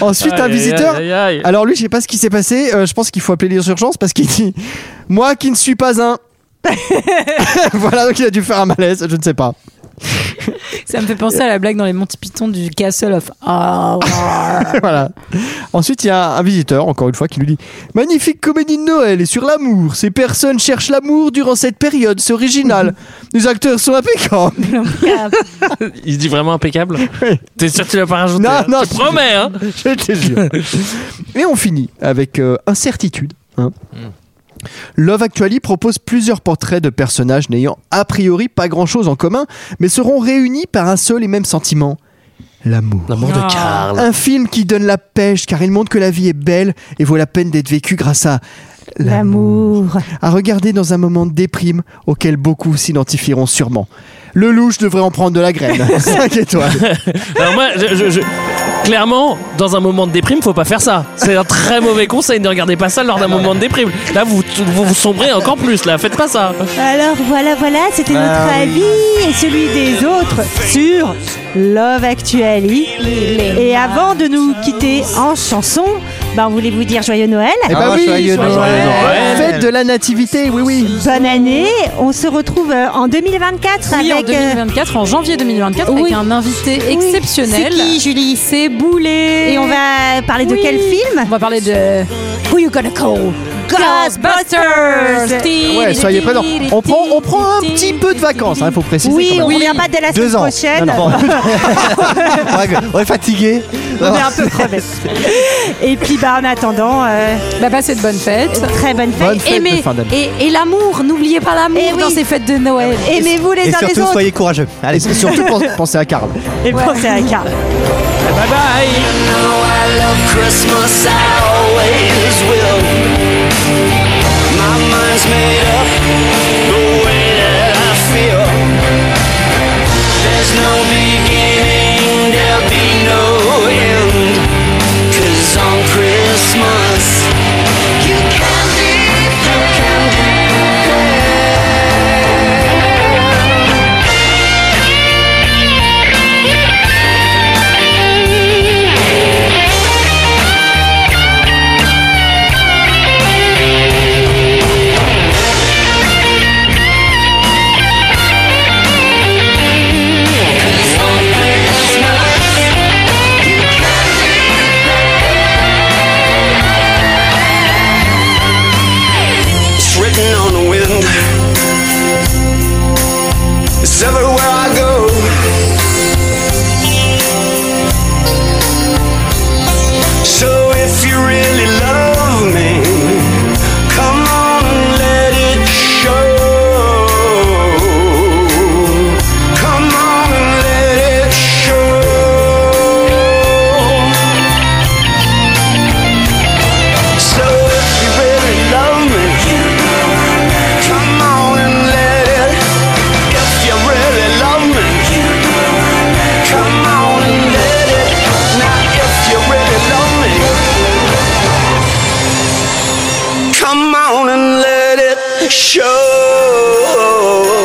Speaker 5: Ensuite, un
Speaker 8: Aïe, aïe,
Speaker 5: visiteur.
Speaker 8: aïe, aïe.
Speaker 5: Alors, lui, je sais pas ce qui s'est passé, euh, je pense qu'il faut appeler les urgences parce qu'il dit Moi qui ne suis pas un. voilà, donc il a dû faire un malaise, je ne sais pas.
Speaker 7: Ça me fait penser à la blague dans les Monty Python du Castle of Horror.
Speaker 5: voilà. Ensuite, il y a un visiteur, encore une fois, qui nous dit Magnifique comédie de Noël et sur l'amour. Ces personnes cherchent l'amour durant cette période. C'est original. Les acteurs sont impeccables.
Speaker 8: Il se dit vraiment impeccable. T'es sûr que tu l'as pas rajouté
Speaker 5: Non,
Speaker 8: hein
Speaker 5: non,
Speaker 8: Tu
Speaker 5: je-
Speaker 8: promets, hein
Speaker 5: Je te jure. Et on finit avec euh, Incertitude. hein.
Speaker 8: Mm.
Speaker 5: Love Actually propose plusieurs portraits de personnages n'ayant a priori pas grand chose en commun, mais seront réunis par un seul et même sentiment l'amour.
Speaker 8: L'amour
Speaker 7: Ah.
Speaker 8: de Karl.
Speaker 5: Un film qui donne la pêche car il montre que la vie est belle et vaut la peine d'être vécue grâce à
Speaker 1: L'amour.
Speaker 5: à regarder dans un moment de déprime auquel beaucoup s'identifieront sûrement. Le louche devrait en prendre de la graine. 5 étoiles.
Speaker 8: Alors moi, je, je- je- clairement, dans un moment de déprime, faut pas faire ça. C'est un très mauvais conseil. Ne regardez pas ça lors d'un moment de déprime. Là, vous, vous vous sombrez encore plus. Là, faites pas ça.
Speaker 1: Alors voilà, voilà, c'était notre avis et celui des autres sur Love Actually. Et avant de nous quitter en chanson, bah, on voulait vous dire joyeux Noël.
Speaker 5: Eh ben
Speaker 6: Ah,
Speaker 5: oui,
Speaker 6: joyeux Noël. Noël.
Speaker 5: Fête de la nativité, oui, oui.
Speaker 1: Bonne année. On se retrouve euh, en 2024
Speaker 7: Oui, en
Speaker 1: avec. euh,
Speaker 7: 2024, en janvier 2024,
Speaker 1: Oui.
Speaker 7: avec un invité
Speaker 1: oui,
Speaker 7: exceptionnel.
Speaker 1: C'est qui, Julie
Speaker 7: C'est Boulet.
Speaker 1: Et on va parler de
Speaker 7: Oui.
Speaker 1: quel
Speaker 7: On
Speaker 1: film
Speaker 7: va parler de Who You Gonna Call Ghostbusters.
Speaker 5: Ah Ouais, soyez présents. On prend, on prend un petit peu de vacances, hein, il faut préciser.
Speaker 1: Oui, on
Speaker 5: quand même.
Speaker 1: ne revient pas dès la semaine
Speaker 6: Deux ans.
Speaker 1: prochaine.
Speaker 6: Non, non. Ouais, on est fatigué.
Speaker 1: On est un peu crevés. Et puis bah en attendant, euh,
Speaker 7: Bah passez de bonnes fêtes.
Speaker 1: très bonne fête.
Speaker 5: Bonne fête de
Speaker 7: Aimez
Speaker 5: fin d'année.
Speaker 7: et, et l'amour, n'oubliez pas l'amour
Speaker 1: Eh oui.
Speaker 7: dans ces fêtes de Noël.
Speaker 1: Aimez-vous les
Speaker 6: Et
Speaker 1: uns les
Speaker 6: surtout,
Speaker 1: autres.
Speaker 6: soyez courageux. Allez,
Speaker 5: Et surtout, pense- pensez à Karl.
Speaker 1: Et pensez à Karl.
Speaker 8: Bye bye.
Speaker 2: Christmas I always will. My mind's made up the way that I feel. There's no beginning.
Speaker 6: let it show.